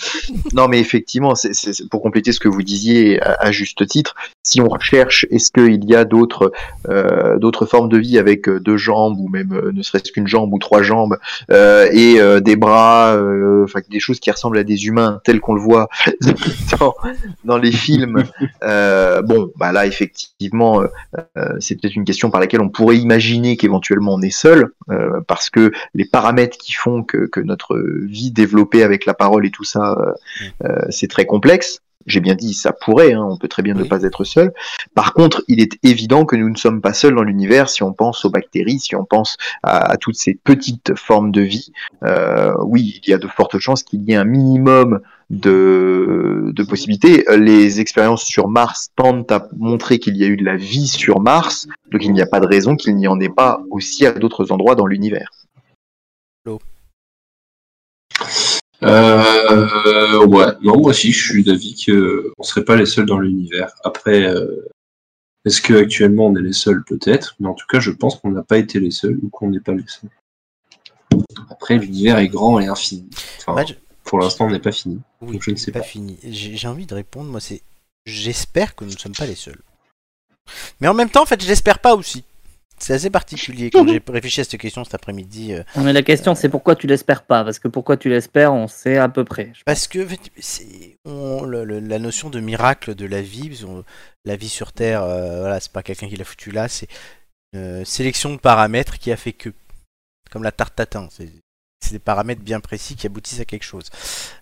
C: non, mais effectivement, c'est c'est- c'est- pour compléter ce que vous disiez à, à juste titre, si on recherche, est-ce qu'il y a d'autres euh, d'autres formes de vie avec euh, deux jambes ou même euh, ne serait-ce qu'une jambe ou trois jambes euh, et euh, des bras, euh, enfin des choses qui ressemblent à des humains tels qu'on le voit dans, dans les films. euh, bon, bah là effectivement, euh, euh, c'est peut-être une question par laquelle on pourrait imaginer qu'éventuellement on est seul euh, parce que les paramètres qui font que, que notre vie développée avec la parole et tout ça, euh, euh, c'est très complexe. J'ai bien dit, ça pourrait, hein, on peut très bien ne
A: Oui.
C: pas être seul. Par contre, il est évident que nous ne sommes pas seuls dans l'univers si on pense aux bactéries, si on pense à, à toutes ces petites formes de vie. Euh, oui, il y a de fortes chances qu'il y ait un minimum de, de possibilités. Euh, Les expériences sur Mars tendent à montrer qu'il y a eu de la vie sur Mars, donc il n'y a pas de raison qu'il n'y en ait pas aussi à d'autres endroits dans l'univers.
E: Euh, ouais, non, moi aussi, je suis d'avis que on serait pas les seuls dans l'univers. Après, euh, est-ce que actuellement on est les seuls Peut-être, mais en tout cas, je pense qu'on n'a pas été les seuls ou qu'on n'est pas les seuls. Après, l'univers est grand et infini. Enfin,
A: Moi, je-
E: pour l'instant, on n'est pas fini.
A: Oui,
E: je ne sais
A: pas
E: pas.
A: fini. J'ai j'ai envie de répondre, moi c'est j'espère que nous ne sommes pas les seuls. Mais en même temps, en fait, j'espère pas aussi. C'est assez particulier quand j'ai réfléchi à cette question cet après-midi. euh,
B: Non, Mais la question, c'est pourquoi tu l'espères pas Parce que pourquoi tu l'espères, on sait à peu près. je
A: Parce que en fait, c'est- on- le- le- la notion de miracle de la vie, parce qu'on- la vie sur Terre, euh, voilà, c'est pas quelqu'un qui l'a foutu là, c'est une euh, sélection de paramètres qui a fait que, comme la tarte tatin, c'est c'est des paramètres bien précis qui aboutissent à quelque chose.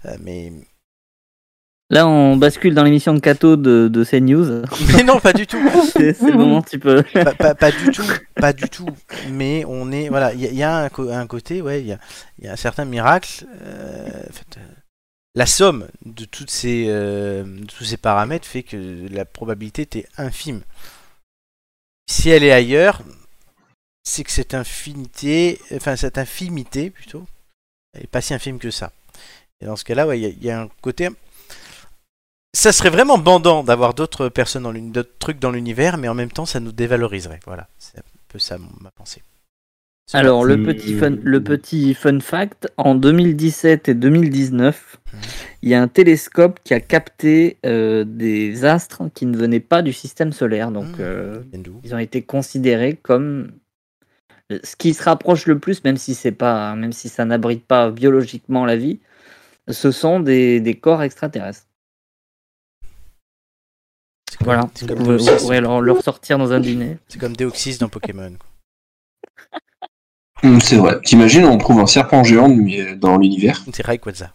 A: Euh, mais,
B: Là, on bascule dans l'émission de Cato de, de CNews.
A: mais non, pas du tout,
B: c'est c'est le moment un petit peu.
A: pas, pas- pas du tout, pas du tout. Mais on est, voilà, il y, a- il y a un, co- un côté, ouais, il y a, il y a un certain miracle. euh, en fait, euh, la somme de toutes ces, euh, de tous ces paramètres fait que la probabilité était infime. Si elle est ailleurs, c'est que cette infinité, enfin cette infimité plutôt, elle est pas si infime que ça. Et dans ce cas-là, ouais, il y a- il y, a un côté. Ça serait vraiment bandant d'avoir d'autres personnes dans l'uni- d'autres trucs dans l'univers, mais en même temps, ça nous dévaloriserait. Voilà, c'est un peu ça mon- ma pensée. C'est
B: Alors, le
E: Hmm.
B: petit, fun, le petit fun fact, en 2017 et 2019, il y a un télescope qui a capté euh, des astres qui ne venaient pas du système solaire. Donc,
A: Hmm.
B: euh,
A: parti. Hindou.
B: ils ont été considérés comme euh, ce qui se rapproche le plus, même si c'est pas, même si ça n'abrite pas biologiquement la vie, ce sont des, des corps extraterrestres. Voilà,
A: c'est
B: vous,
A: comme nous,
B: vous
A: c'est-
B: pourrez leur, leur sortir dans un dîner.
A: C'est comme Deoxys dans Pokémon. quoi.
E: Hum, c'est vrai. T'imagines, on trouve un serpent géant mais dans l'univers
A: C'est Rayquaza.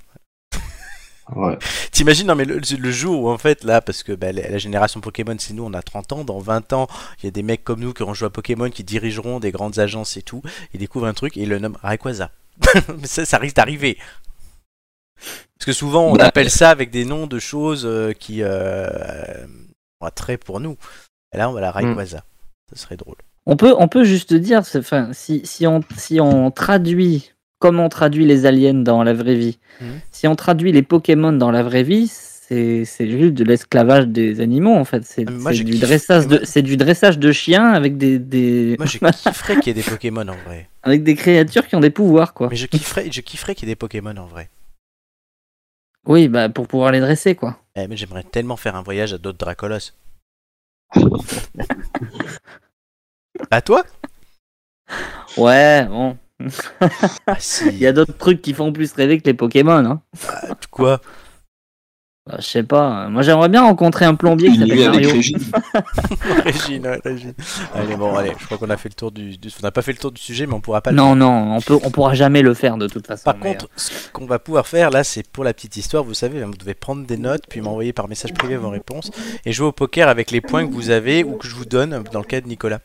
E: Ouais.
A: T'imagines, non mais le, le jour où en fait, là, parce que bah, la, la génération Pokémon, c'est nous, on a 30 ans, dans 20 ans, il y a des mecs comme nous qui auront joué à Pokémon, qui dirigeront des grandes agences et tout, ils découvrent un truc et ils le nomment Rayquaza. Mais ça, ça risque d'arriver. Parce que souvent, on
E: Bah.
A: appelle ça avec des noms de choses euh, qui euh, ont attrait pour nous. Et là, on va la Rayquaza. Ça serait drôle.
B: On peut, on peut juste dire, c'est- enfin, si, si, on, si on traduit comme on traduit les aliens dans la vraie vie,
A: Mhm.
B: si on traduit les Pokémon dans la vraie vie, c'est c'est juste de l'esclavage des animaux en fait. C'est
A: Ah, mais moi,
B: c'est
A: je
B: du,
A: kiffe.
B: dressage
A: Mais
B: de- c'est du dressage de chiens avec des, des,
A: Moi, je kifferais qu'il y ait des Pokémon en vrai.
B: avec des créatures qui ont des pouvoirs quoi.
A: Mais je kifferais, je kifferais qu'il y ait des Pokémon en vrai.
B: Oui, bah pour pouvoir les dresser quoi.
A: Eh, mais j'aimerais tellement faire un voyage à d'autres Dracolos. À toi
B: Ouais, bon.
A: Ah, si. Ah,
B: Il y a d'autres trucs qui font plus rêver que les Pokémon. Hein.
A: Quoi
B: Bah, je sais pas. Moi, j'aimerais bien rencontrer un plombier qui
E: Une nuit
B: s'appelle
E: avec
B: Mario.
E: Régine.
A: Régine, ouais, Régine. Allez, bon, allez, je crois qu'on a fait le tour du, du- On n'a pas fait le tour du sujet, mais on pourra pas le
B: Non, non, on, peut, on pourra jamais le faire de toute façon.
A: Par
B: mais,
A: contre, ce qu'on va pouvoir faire là, c'est pour la petite histoire, vous savez, vous devez prendre des notes, puis m'envoyer par message privé vos réponses, et jouer au poker avec les points que vous avez ou que je vous donne, dans le cas de Nicolas.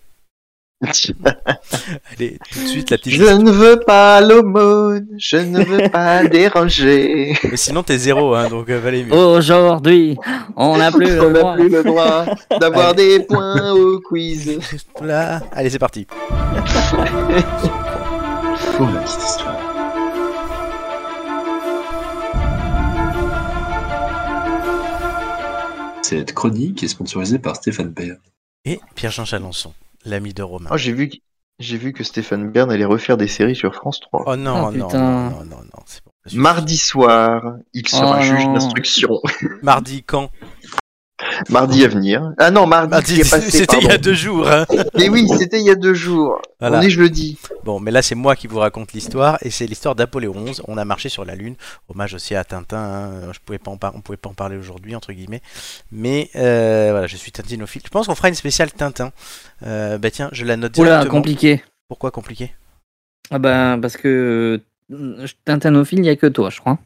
A: Allez, tout de suite la petite
C: Je ne veux pas l'aumône, je ne veux pas déranger.
A: Mais sinon, t'es zéro, hein, donc euh, valait mieux.
B: euh, Aujourd'hui, on n'a plus
C: On
B: le
C: n'a
B: droit.
C: plus le droit d'avoir des points au quiz.
A: Là, allez, c'est parti.
E: Pour la petite histoire. Cette chronique est sponsorisée par Stéphane Père.
A: Et Pierre-Jean Chalençon, l'ami de Romain.
C: Oh, j'ai vu, qu- j'ai vu que Stéphane Bern allait refaire des séries sur France 3.
A: Oh non,
B: Ah,
A: non,
B: putain.
A: non, non, non, non, c'est bon.
C: Mardi soir, il sera
B: Oh
C: juge
B: non.
C: d'instruction.
A: Mardi quand
C: Mardi à venir. Ah non, mardi, qui
A: Mardi,
C: est passé,
A: c'était il y a
C: pardon.
A: deux jours. hein.
C: Mais oui, c'était il y a deux jours.
A: Voilà.
C: On est jeudi.
A: Bon, mais là, c'est moi qui vous raconte l'histoire, et c'est l'histoire d'Apollo 11. On a marché sur la Lune. Hommage aussi à Tintin. hein. Je pouvais pas en par- on pouvait pas en parler aujourd'hui, entre guillemets. Mais euh, voilà, je suis tintinophile. Je pense qu'on fera une spéciale Tintin. Euh, bah tiens, je la note
B: Oula,
A: directement.
B: compliqué.
A: Pourquoi compliqué
B: Ah ben, parce que euh, Tintanophile, il n'y a que toi, je crois.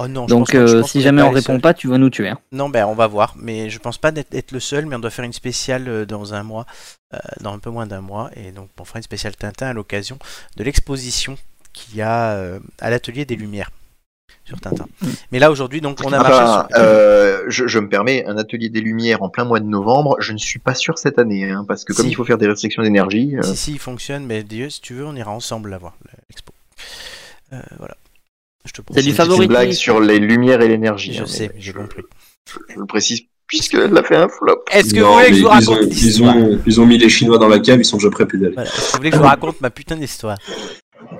A: Oh non, je pense
B: Donc,
A: que- je
B: euh,
A: pense
B: si
A: qu'on
B: jamais
A: est pas
B: on
A: les
B: répond
A: seuls.
B: pas, tu vas nous tuer. hein.
A: Non, ben on va voir. Mais je pense pas d'être être le seul, mais on doit faire une spéciale euh, dans un mois, euh, dans un peu moins d'un mois. Et donc on fera une spéciale Tintin à l'occasion de l'exposition qu'il y a euh, à l'atelier des Lumières sur Tintin. Mais là aujourd'hui, donc on a marché
C: Enfin,
A: sur...
C: Ah euh, je, je me permets, un atelier des Lumières en plein mois de novembre, je ne suis pas sûr cette année, hein, parce que comme
A: Si.
C: il faut faire des restrictions d'énergie, euh,
A: Si, si, il fonctionne, mais Dieu, si tu veux, on ira ensemble la voir, l'expo. Euh, voilà. Je te
B: C'est
A: propose.
B: du
C: c'est une
B: favori.
C: blague sur les lumières et l'énergie.
A: Je
C: hein,
A: sais,
C: mais
A: j'ai compris.
C: je le précise, puisqu'elle a fait un flop.
A: Est-ce que
E: Non,
A: vous voulez que
E: mais
A: je vous
E: ils,
A: raconte
E: ont, ils,
A: l'histoire
E: ont, ils ont mis les Chinois dans la cave, ils sont déjà prêts à pédaler.
A: Voilà, est-ce que vous voulez que je vous raconte ma putain d'histoire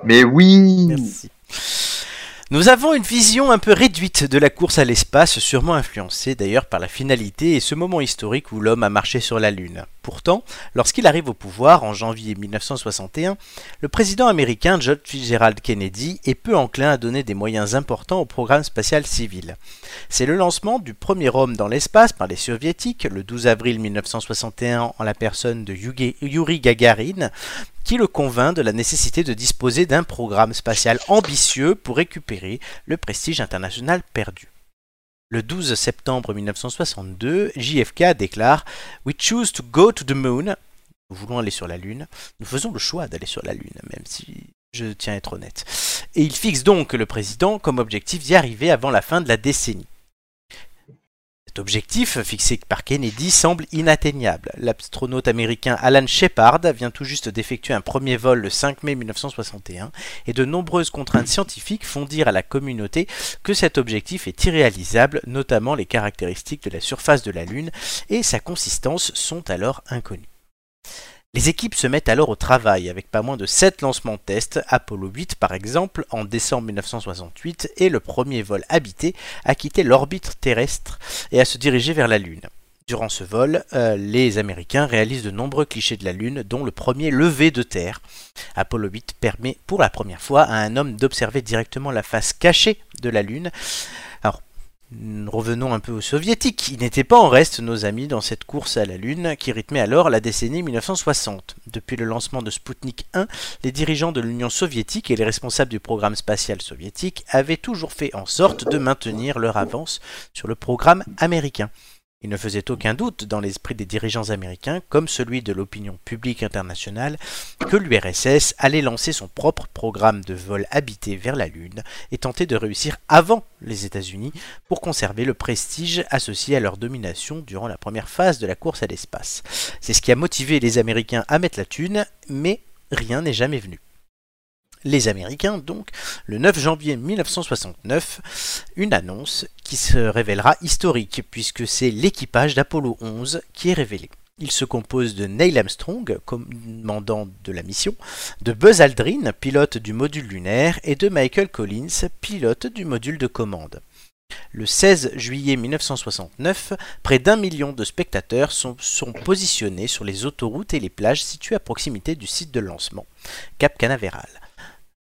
C: Mais oui
A: Merci. Nous avons une vision un peu réduite de la course à l'espace, sûrement influencée d'ailleurs par la finalité et ce moment historique où l'homme a marché sur la Lune. Pourtant, lorsqu'il arrive au pouvoir en janvier 1961, le président américain John Fitzgerald Kennedy est peu enclin à donner des moyens importants au programme spatial civil. C'est le lancement du premier homme dans l'espace par les soviétiques le 12 avril 1961 en la personne de Yuge- Yuri Gagarin qui le convainc de la nécessité de disposer d'un programme spatial ambitieux pour récupérer le prestige international perdu. Le 12 septembre 1962, JFK déclare We choose to go to the moon. Nous voulons aller sur la Lune. Nous faisons le choix d'aller sur la Lune, même si je tiens à être honnête. Et il fixe donc le président comme objectif d'y arriver avant la fin de la décennie. Cet objectif, fixé par Kennedy, semble inatteignable. L'astronaute américain Alan Shepard vient tout juste d'effectuer un premier vol le 5 mai 1961 et de nombreuses contraintes scientifiques font dire à la communauté que cet objectif est irréalisable, notamment les caractéristiques de la surface de la Lune et sa consistance sont alors inconnues. Les équipes se mettent alors au travail avec pas moins de 7 lancements tests, Apollo 8 par exemple, en décembre 1968, et le premier vol habité a quitté l'orbite terrestre et à se diriger vers la Lune. Durant ce vol, euh, les Américains réalisent de nombreux clichés de la Lune, dont le premier lever de terre. Apollo 8 permet pour la première fois à un homme d'observer directement la face cachée de la Lune. Alors, mm, revenons un peu aux soviétiques. Ils n'étaient pas en reste, nos amis, dans cette course à la Lune qui rythmait alors la décennie 1960. Depuis le lancement de Sputnik 1, les dirigeants de l'Union soviétique et les responsables du programme spatial soviétique avaient toujours fait en sorte de maintenir leur avance sur le programme américain. Il ne faisait aucun doute dans l'esprit des dirigeants américains, comme celui de l'opinion publique internationale, que l'URSS allait lancer son propre programme de vol habité vers la Lune et tenter de réussir avant les États-Unis pour conserver le prestige associé à leur domination durant la première phase de la course à l'espace. C'est ce qui a motivé les Américains à mettre la thune, mais rien n'est jamais venu. Les Américains, donc, le 9 janvier 1969, une annonce qui se révélera historique puisque c'est l'équipage d'Apollo 11 qui est révélé. Il se compose de Neil Armstrong, commandant de la mission, de Buzz Aldrin, pilote du module lunaire, et de Michael Collins, pilote du module de commande. Le 16 juillet 1969, près d'un million de spectateurs sont, sont positionnés sur les autoroutes et les plages situées à proximité du site de lancement, Cap Canaveral.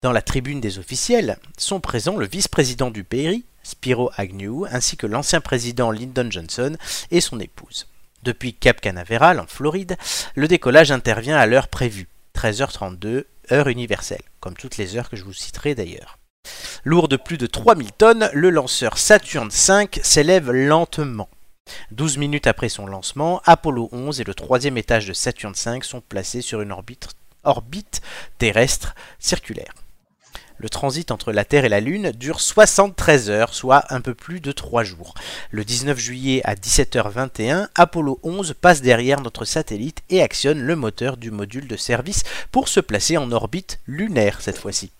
A: Dans la tribune des officiels sont présents le vice-président du pays, Spiro Agnew, ainsi que l'ancien président Lyndon Johnson et son épouse. Depuis Cap Canaveral, en Floride, le décollage intervient à l'heure prévue, 13h32, heure universelle, comme toutes les heures que je vous citerai d'ailleurs. Lourd de plus de 3000 tonnes, le lanceur Saturn V s'élève lentement. 12 minutes après son lancement, Apollo 11 et le troisième étage de Saturn V sont placés sur une orbite, orbite terrestre circulaire. Le transit entre la Terre et la Lune dure 73 heures, soit un peu plus de 3 jours. Le 19 juillet à 17h21, Apollo 11 passe derrière notre satellite et actionne le moteur du module de service pour se placer en orbite lunaire cette fois-ci.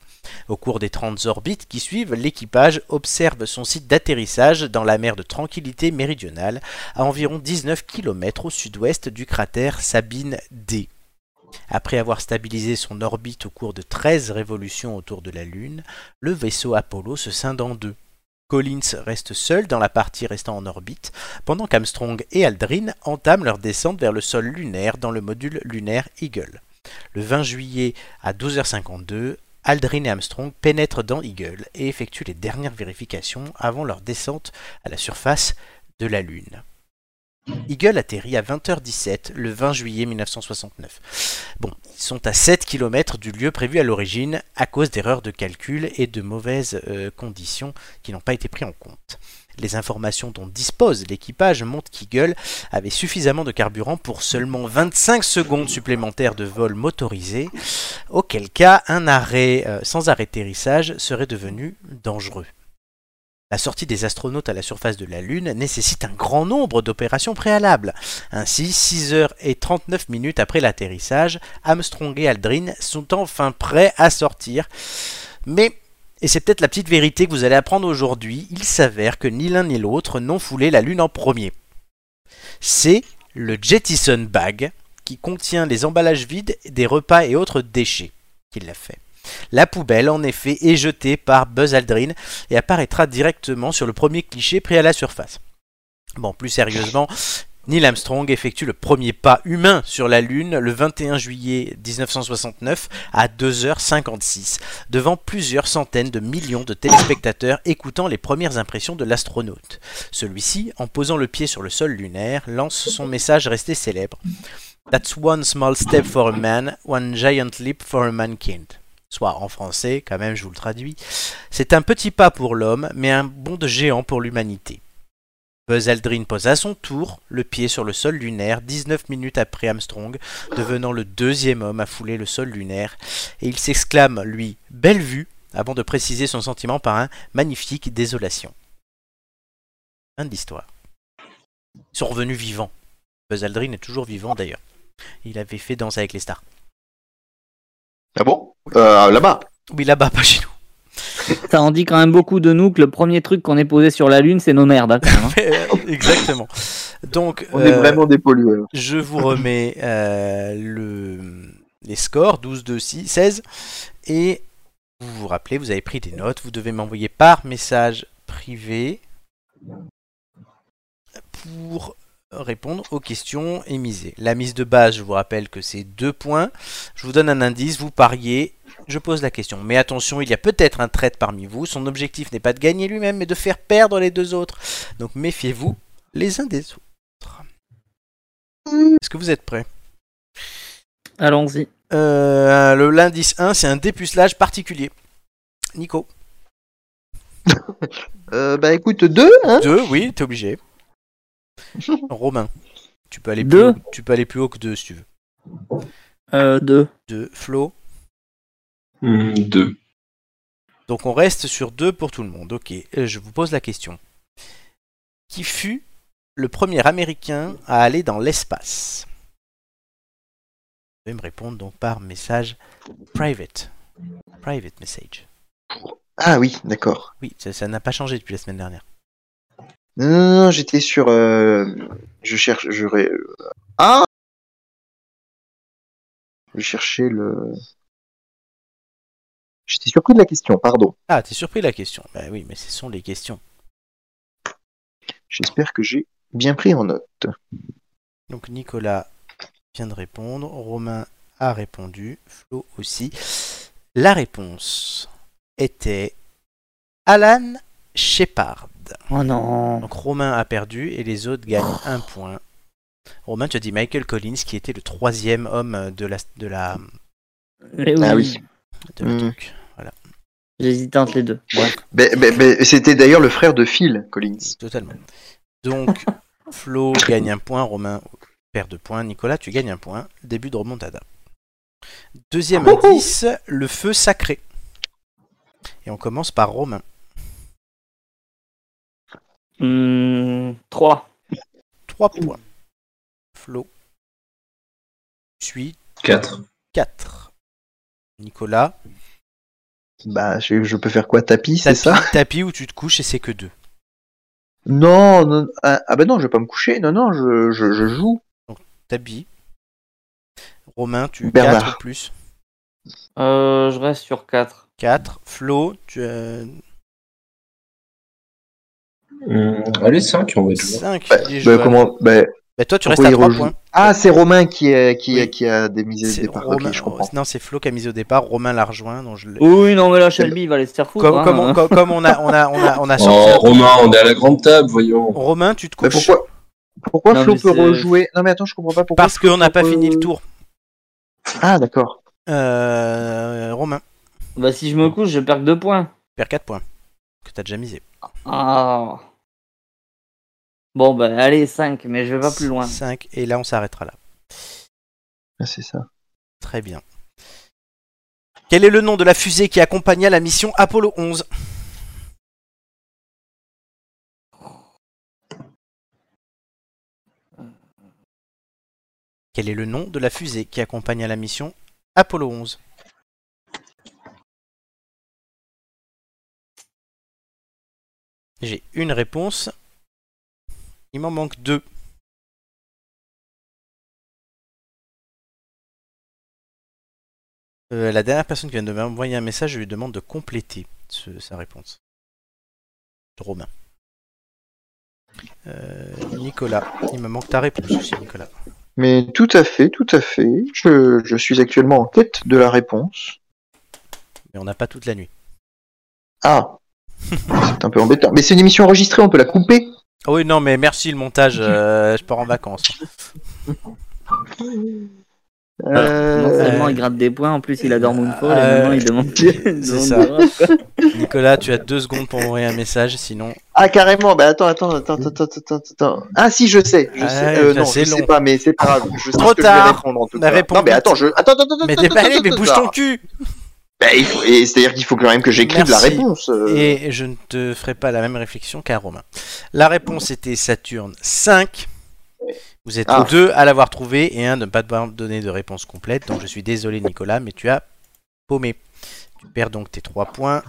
A: Au cours des 30 orbites qui suivent, l'équipage observe son site d'atterrissage dans la mer de Tranquillité méridionale, à environ 19 km au sud-ouest du cratère Sabine D. Après avoir stabilisé son orbite au cours de 13 révolutions autour de la Lune, le vaisseau Apollo se scinde en deux. Collins reste seul dans la partie restant en orbite, pendant qu'Armstrong et Aldrin entament leur descente vers le sol lunaire dans le module lunaire Eagle. Le 20 juillet à 12h52, Aldrin et Armstrong pénètrent dans Eagle et effectuent les dernières vérifications avant leur descente à la surface de la Lune. Eagle atterrit à 20h17 le 20 juillet 1969. Bon, ils sont à 7 km du lieu prévu à l'origine à cause d'erreurs de calcul et de mauvaises euh, conditions qui n'ont pas été prises en compte. Les informations dont dispose l'équipage montrent qu'Eagle avait suffisamment de carburant pour seulement 25 secondes supplémentaires de vol motorisé, auquel cas un arrêt euh, sans atterrissage serait devenu dangereux. La sortie des astronautes à la surface de la Lune nécessite un grand nombre d'opérations préalables. Ainsi, 6 heures et 39 minutes après l'atterrissage, Armstrong et Aldrin sont enfin prêts à sortir. Mais, et c'est peut-être la petite vérité que vous allez apprendre aujourd'hui, il s'avère que ni l'un ni l'autre n'ont foulé la Lune en premier. C'est le Jettison Bag qui contient les emballages vides des repas et autres déchets qui l'a fait. La poubelle, en effet, est jetée par Buzz Aldrin et apparaîtra directement sur le premier cliché pris à la surface. Bon, plus sérieusement, Neil Armstrong effectue le premier pas humain sur la Lune le 21 juillet 1969 à 2h56, devant plusieurs centaines de millions de téléspectateurs écoutant les premières impressions de l'astronaute. Celui-ci, en posant le pied sur le sol lunaire, lance son message resté célèbre. That's one small step for a man, one giant leap for a mankind. Soit en français, quand même, je vous le traduis. C'est un petit pas pour l'homme, mais un bond de géant pour l'humanité. Buzz Aldrin pose à son tour le pied sur le sol lunaire 19 minutes après Armstrong, devenant le deuxième homme à fouler le sol lunaire, et il s'exclame, lui, belle vue, avant de préciser son sentiment par un magnifique désolation. Fin de l'histoire. Ils sont revenus vivants. Buzz Aldrin est toujours vivant d'ailleurs. Il avait fait Danse avec les stars.
C: Ah bon Euh, Là-bas
A: Oui, là-bas, pas chez nous.
B: Ça en dit quand même beaucoup de nous que le premier truc qu'on ait posé sur la Lune, c'est nos merdes. hein, quand même, hein.
A: Euh, Exactement. Donc,
C: On est
A: euh,
C: vraiment des pollueurs.
A: Je vous remets euh, le, les scores 12, 2, 6, 16. Et vous vous rappelez, vous avez pris des notes. Vous devez m'envoyer par message privé pour répondre aux questions émisées. La mise de base, je vous rappelle que c'est 2 points. Je vous donne un indice, vous pariez, je pose la question. Mais attention, il y a peut-être un traître parmi vous. Son objectif n'est pas de gagner lui-même, mais de faire perdre les deux autres. Donc méfiez-vous les uns des autres. Est-ce que vous êtes prêts
B: Allons-y.
A: Euh, Le l'indice 1, c'est un dépucelage particulier. Nico.
C: Euh, bah écoute, deux, hein
A: 2, oui, t'es obligé. Romain. Tu peux, aller plus
B: Deux.
A: haut, tu peux aller plus haut que 2 si tu veux.
B: Euh, deux.
A: 2, Flo.
E: Hmm, Deux.
A: Donc on reste sur 2 pour tout le monde. Ok, euh, je vous pose la question. Qui fut le premier Américain à aller dans l'espace Vous pouvez me répondre donc par message private. Private message.
C: Ah oui, d'accord.
A: Oui, ça ça n'a pas changé depuis la semaine dernière.
C: Non, non, non, j'étais sur... euh, Je cherche... Je... ré- Ah Je cherchais le... J'étais surpris de la question, pardon.
A: Ah, t'es surpris de la question Bah oui, mais ce sont les questions.
C: J'espère que j'ai bien pris en note.
A: Donc Nicolas vient de répondre, Romain a répondu, Flo aussi. La réponse était Alan Shepard.
B: Oh non.
A: Donc Romain a perdu et les autres gagnent un point. Romain, tu as dit Michael Collins qui était le troisième homme de la de la,
B: Eh oui.
C: Ah oui.
A: de la
C: Mm.
A: truc.
B: J'hésite entre les deux. Bref.
C: Ben, ben, ben, C'était d'ailleurs le frère de Phil Collins.
A: Totalement. Donc Flo gagne un point, Romain perd deux points, Nicolas tu gagnes un point. Début de remontada. Deuxième indice, le feu sacré. Et on commence par Romain.
B: Hmm, trois.
A: Trois points. Flo suit
E: 4.
A: 4. Nicolas,
C: Bah, je, je peux faire quoi Tapis, c'est
A: tapis,
C: ça
A: tapis où tu te couches et c'est que deux.
C: Non, non. Ah, ah ben non, je vais pas me coucher. Non, non, je, je, je joue.
A: Tabi. Romain, tu
C: Bernard.
A: 4 plus.
B: Euh, je reste sur quatre.
A: 4. Flo, tu as
E: allez, 5, on va dire.
A: 5.
C: Ben, ben, comment ben,
A: Bah, toi, tu restes
C: pourquoi
A: à
C: il
A: 3
C: rejoue
A: points.
C: Ah, c'est Romain qui, euh, qui,
A: Oui.
C: qui a démisé le
A: C'est
C: départ.
A: Romain- oh,
C: Ok, je comprends.
A: Non, c'est Flo qui a mis au départ. Romain l'a rejoint. Donc je l'ai-
B: Oui, non, mais là, Shelby, il va aller se faire foutre.
A: comme,
B: hein.
A: comme on, comme- comme on a, on a, on a, on a sorti
E: Oh,
A: un-
E: Romain, on est à la grande table, voyons.
A: Romain, tu te
C: Oh. Mais
A: couches.
C: pourquoi pourquoi
B: Non,
C: Flo
B: mais
C: peut
B: c'est-
C: rejouer Non, mais attends, je comprends pas pourquoi.
A: Parce qu'on n'a pas fini le tour.
C: Ah, d'accord.
A: Euh, Romain,
B: Bah, si je me couche, je perds que deux points.
A: perds 4 points. Que t'as déjà misé.
B: Ah. Bon, bah, allez, cinq, mais je vais pas plus loin.
A: 5. Et là, on s'arrêtera là.
C: Ah, c'est ça.
A: Très bien. Quel est le nom de la fusée qui accompagna la mission Apollo 11 Quel est le nom de la fusée qui accompagna la mission Apollo 11 J'ai une réponse. Il m'en manque deux. Euh, la dernière personne qui vient de m'envoyer un message, je lui demande de compléter ce- sa réponse. De Romain. Euh, Nicolas, il me manque ta réponse aussi, Nicolas.
C: Mais tout à fait, tout à fait. Je, je suis actuellement en quête de la réponse.
A: Mais on n'a pas toute la nuit.
C: Ah, c'est un peu embêtant. Mais c'est une émission enregistrée, on peut la couper.
A: Ah oui, non, mais merci le montage, euh, je pars en vacances.
B: Non
C: Euh,
B: seulement il gratte des points, en plus il adore Moonfall,
A: Euh,
B: et maintenant il demande.
A: c'est
B: il demande
A: ça.
B: de rap.
A: Nicolas, tu as deux secondes pour envoyer un message, sinon.
C: Ah, carrément. Bah attends, attends, attends, attends, attends, attends, attends. Ah si, je sais. Je
A: Ah,
C: sais. Euh,
A: ça,
C: non,
A: c'est
C: je sais
A: long.
C: pas, mais c'est pas grave. Je sais
A: Trop
C: ce que je vais
A: tard.
C: répondre, en tout
A: Bah,
C: cas.
A: réponds
C: Non, mais
A: vite.
C: attends, je. Attends, attends, attends.
A: Mais
C: attends,
A: déballez,
C: attends,
A: mais bouge ton
C: attends.
A: cul
C: Bah, il faut- et c'est-à-dire qu'il faut quand même que j'écrive la
A: Merci.
C: réponse. euh.
A: Et je ne te ferai pas la même réflexion qu'à Romain. La réponse était Saturne 5. Vous êtes
C: Ah.
A: deux à l'avoir trouvé et un de ne pas devoir me donner de réponse complète. Donc je suis désolé Nicolas, mais tu as paumé. Tu perds donc tes trois points.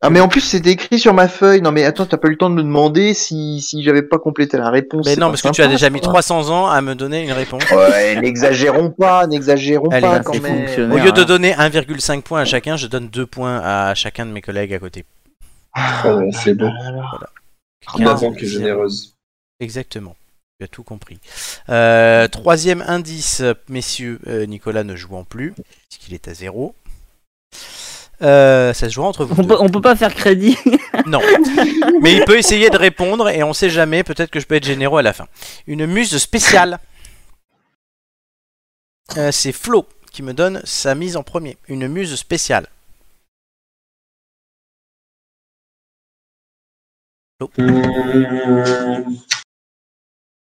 C: Ah, mais en plus, c'était écrit sur ma feuille. Non, mais attends, t'as pas eu le temps de me demander si, si j'avais pas complété la réponse.
A: Mais
C: c'est
A: Ben non,
C: pas
A: parce que tu as
C: sympa,
A: déjà mis
C: ça.
A: 300 ans à me donner une réponse.
C: Ouais, n'exagérons pas, n'exagérons
A: Allez,
C: pas
A: c'est
C: quand même.
B: fonctionnaire.
A: Au lieu de donner 1,5 points à chacun, je donne 2 points à chacun de mes collègues à côté.
E: Oh, c'est bon.
C: Ah, bah,
E: La
A: 15,
E: banque est
A: 0.
E: généreuse.
A: Exactement. Tu as tout compris. Euh, troisième indice, messieurs, euh, Nicolas ne jouant plus, puisqu'il est à zéro. Euh, ça se jouera entre vous.
B: on, peut,
A: Deux.
B: on peut pas faire crédit.
A: Non. Mais il peut essayer de répondre et on sait jamais, peut-être que je peux être généreux à la fin. Une muse spéciale. Euh, C'est Flo qui me donne sa mise en premier. Une muse spéciale.
E: Hmm.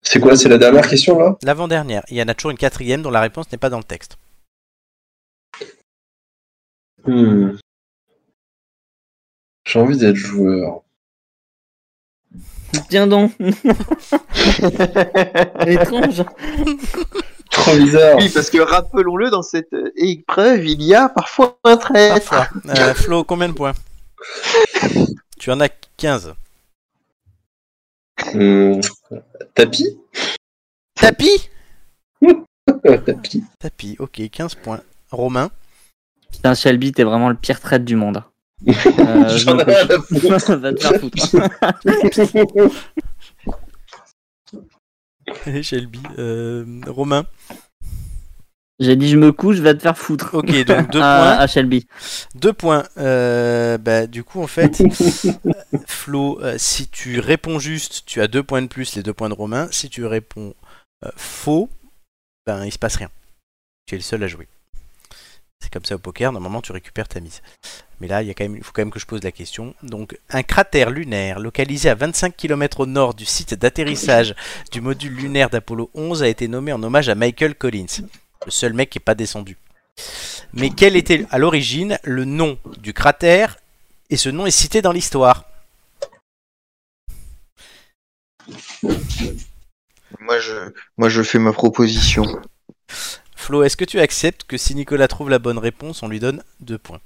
E: C'est quoi, c'est la dernière question là
A: L'avant-dernière. Il y en a toujours une quatrième dont la réponse n'est pas dans le texte.
E: Hmm. J'ai envie d'être joueur.
B: Tiens donc, étrange.
E: Trop bizarre.
C: Oui, parce que rappelons-le, dans cette euh, épreuve, il y a parfois un traître.
A: Parfois. Euh, Flo, combien de points Tu en as 15.
E: Hmm. Tapis
A: Tapis
E: Tapis.
A: Tapis, ok, 15 points. Romain,
B: Putain, Shelby, t'es vraiment le pire traite du monde. Euh, je
E: J'en
B: me
E: ai rien à foutre.
B: couche. Va te faire foutre.
A: Allez, Shelby. Euh, Romain.
B: J'ai dit je me couche, va te faire foutre.
A: Ok, donc deux
B: à,
A: points.
B: à Shelby.
A: Deux points. Euh, bah, du coup, en fait, Flo, euh, si tu réponds juste, tu as deux points de plus, les deux points de Romain. Si tu réponds euh, faux, ben il se passe rien. Tu es le seul à jouer. C'est comme ça au poker, normalement tu récupères ta mise. Mais là, il y a quand même- il faut quand même que je pose la question. Donc, un cratère lunaire localisé à 25 km au nord du site d'atterrissage du module lunaire d'Apollo 11 a été nommé en hommage à Michael Collins, le seul mec qui n'est pas descendu. Mais quel était à l'origine le nom du cratère Et ce nom est cité dans l'histoire.
C: Moi je, moi, je fais ma proposition.
A: Flo, est-ce que tu acceptes que si Nicolas trouve la bonne réponse, on lui donne deux points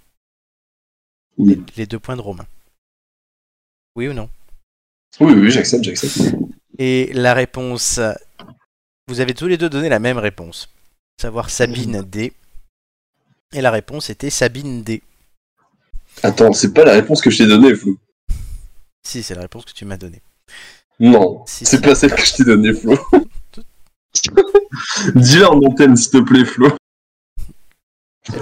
E: Oui,
A: Les deux points de Romain. Oui ou non
E: oui, oui, j'accepte, j'accepte.
A: Et la réponse, vous avez tous les deux donné la même réponse, à savoir Sabine D. Et la réponse était Sabine D.
E: Attends, c'est pas la réponse que je t'ai donnée, Flo.
A: Si, c'est la réponse que tu m'as donnée.
E: Non,
A: Si, si.
E: c'est pas celle que je t'ai donnée, Flo. Dis-leur en antenne, s'il te plaît, Flo.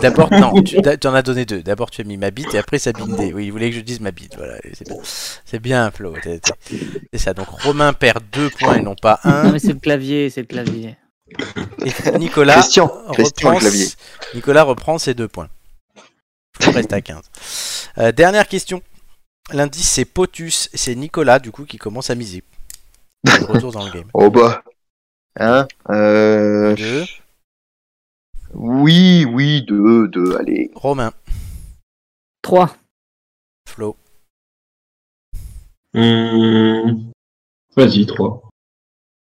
A: D'abord, non, tu en as donné deux. D'abord, tu as mis ma bite et après Sabine D. Oui, il voulait que je dise ma bite. Voilà, et c'est bien. c'est bien, Flo. t'es- t'es- C'est ça. Donc, Romain perd deux points et non pas
B: Non,
A: un.
B: mais c'est le clavier, c'est le clavier.
A: Et Nicolas
C: Christian, Christian le
A: reprend-
C: clavier.
A: Nicolas reprend ses deux points. Je reste à 15. Euh, dernière question. L'indice c'est Potus, c'est Nicolas du coup qui commence à miser. De Retour dans le game.
C: Oh bah. Hein euh...
A: Deux.
C: Oui, oui, deux, deux, allez.
A: Romain,
B: 3.
A: Flo,
E: Hum... Vas-y, 3.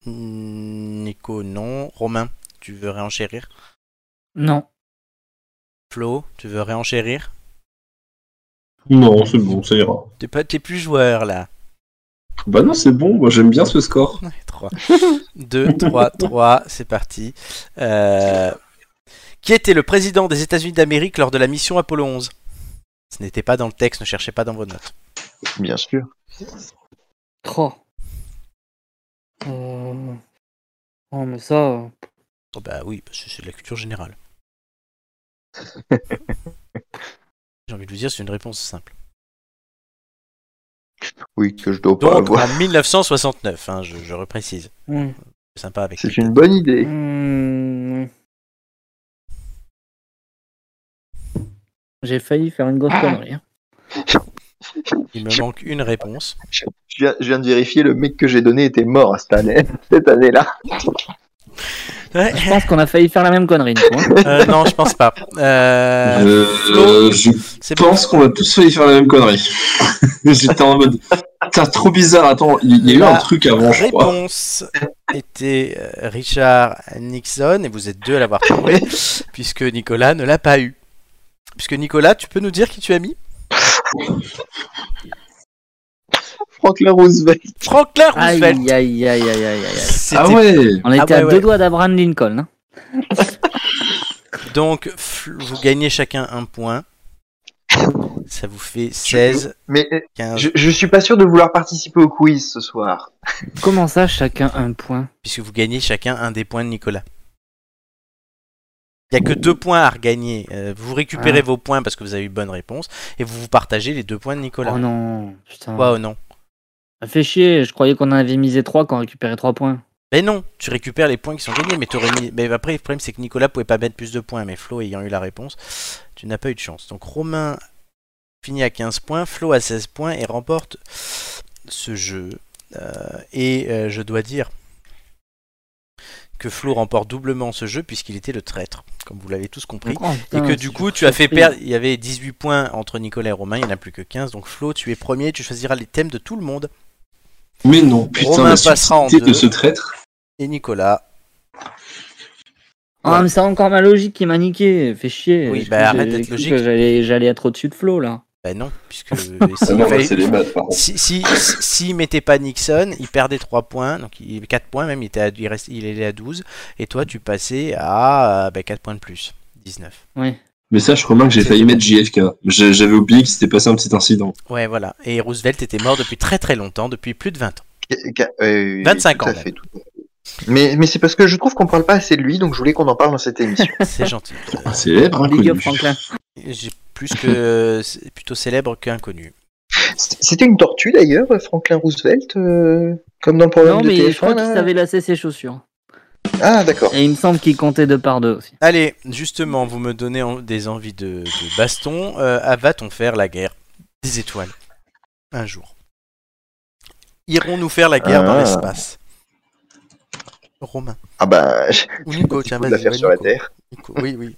A: Nico, non. Romain, tu veux réenchérir
B: Non.
A: Flo, tu veux réenchérir
E: Non, c'est bon, ça ira.
A: T'es pas, t'es plus joueur là.
E: Bah non, c'est bon, moi j'aime bien ce score.
A: 3. 2, 3, 3, c'est parti. Euh, Qui était le président des États-Unis d'Amérique lors de la mission Apollo 11 Ce n'était pas dans le texte, ne cherchez pas dans vos notes.
C: Bien sûr.
B: 3. Euh... Oh, mais ça. euh,
A: Oh bah oui, parce que c'est de la culture générale. J'ai envie de vous dire, c'est une réponse simple.
C: Oui, que je dois pas
A: Donc ah,
C: avoir.
A: en 1969, hein, je, je reprécise.
B: hmm,
A: C'est sympa avec.
C: C'est une bonne idée.
B: hmm. J'ai failli faire une
A: Ah.
B: grosse connerie. hein.
A: Il me manque une réponse.
C: Je viens, je viens de vérifier, le mec que j'ai donné était mort cette année, cette année-là.
A: Ouais,
B: Je pense qu'on a failli faire la même connerie. Nico, hein.
A: euh, non, je pense pas. Euh,
E: Euh, je
A: c'est
E: Je
A: bon.
E: pense qu'on a tous failli faire la même connerie. J'étais en mode. Putain, trop bizarre, attends, il y a eu
A: La
E: un truc avant, je crois.
A: réponse était euh, Richard Nixon, et vous êtes deux à l'avoir trouvé, puisque Nicolas ne l'a pas eu. Puisque Nicolas, tu peux nous dire qui tu as mis
C: Franklin Roosevelt.
A: Franklin
B: Aïe,
A: Roosevelt
B: aïe, aïe, aïe, aïe, aïe, aïe.
A: C'était
E: Ah ouais
B: On
A: ouais,
B: était à
A: ouais.
B: deux doigts d'Abraham Lincoln. hein.
A: Donc, f- vous gagnez chacun un point. Ça vous fait 16,
C: Mais euh,
A: 15,
C: je, je suis pas sûr de vouloir participer au quiz ce soir.
B: Comment ça, chacun un point
A: puisque vous gagnez chacun un des points de Nicolas. Il n'y a que deux points à regagner. Euh, vous récupérez
B: Ah.
A: vos points parce que vous avez eu bonne réponse, et vous vous partagez les deux points de Nicolas.
B: Oh non, putain.
A: Quoi ou non
B: Ça fait chier, je croyais qu'on avait misé 3 quand on récupérait 3 points.
A: Mais non, tu récupères les points qui sont gagnés, mais t'aurais mis- Mais après, le problème, c'est que Nicolas pouvait pas mettre plus de points, mais Flo ayant eu la réponse, tu n'as pas eu de chance. Donc Romain finit à 15 points, Flo à 16 points et remporte ce jeu. Euh, et euh, je dois dire que Flo remporte doublement ce jeu puisqu'il était le traître, comme vous l'avez tous compris.
B: Oh,
A: Et
B: putain,
A: que
B: c'est
A: du
B: dur.
A: coup, tu as fait
B: surpris.
A: perdre. Il y avait 18 points entre Nicolas et Romain, il n'y en a plus que 15. Donc Flo, tu es premier, tu choisiras les thèmes de tout le monde.
E: Mais non, putain,
A: Romain
E: la
A: passera en
E: subtilité
A: deux.
E: de ce traître.
A: Et Nicolas.
B: Ah, mais c'est encore ma logique qui m'a niqué, fait chier.
A: Oui,
B: Je-
A: bah, arrête
B: j'ai
A: d'être
B: cru
A: logique.
B: que J'allais j'allais être au-dessus de Flo là.
A: Ben non, puisque. s'il
E: Ah non,
A: fallait-
E: là, c'est les maths, par contre.
A: Si, si, si- s'il mettait pas Nixon, il perdait 3 points, donc il, 4 points même, il, était à, il, reste- il est à 12, et toi tu passais à euh, bah, 4 points de plus, 19.
E: Mais sache, Romain, que j'ai failli mettre JFK. J'ai- J'avais oublié qu'il s'était passé un petit incident.
A: Ouais, voilà. Et Roosevelt était mort depuis très très longtemps, depuis plus de 20 ans.
C: Qu- qu- euh,
A: 25
C: tout à
A: ans,
C: fait, tout à fait. Mais, mais c'est parce que je trouve qu'on parle pas assez de lui, donc je voulais qu'on en parle dans cette émission.
A: C'est gentil. Euh,
E: Un célèbre
B: Big up
E: inconnu.
B: Franklin.
A: J'ai plus que c'est plutôt célèbre qu'inconnu.
C: C- C'était une tortue d'ailleurs, Franklin Roosevelt, euh, comme dans le programme
B: Non,
C: de
B: mais
C: TF1.
B: je crois qu'il
C: là.
B: savait lasser ses chaussures.
C: Ah d'accord.
B: Et il me semble qu'il comptait deux par deux aussi.
A: Allez, justement, vous me donnez en- des envies de, de baston. Euh, à va-t-on faire la guerre des étoiles un jour Irons-nous faire la guerre dans
C: Ah.
A: l'espace Romain.
C: Ah bah, j'ai
A: Ou Nico, tiens,
C: beaucoup
A: vas-y.
C: d'affaires
A: ouais,
C: sur la
A: Nico.
C: Terre.
A: Nico, Oui, oui.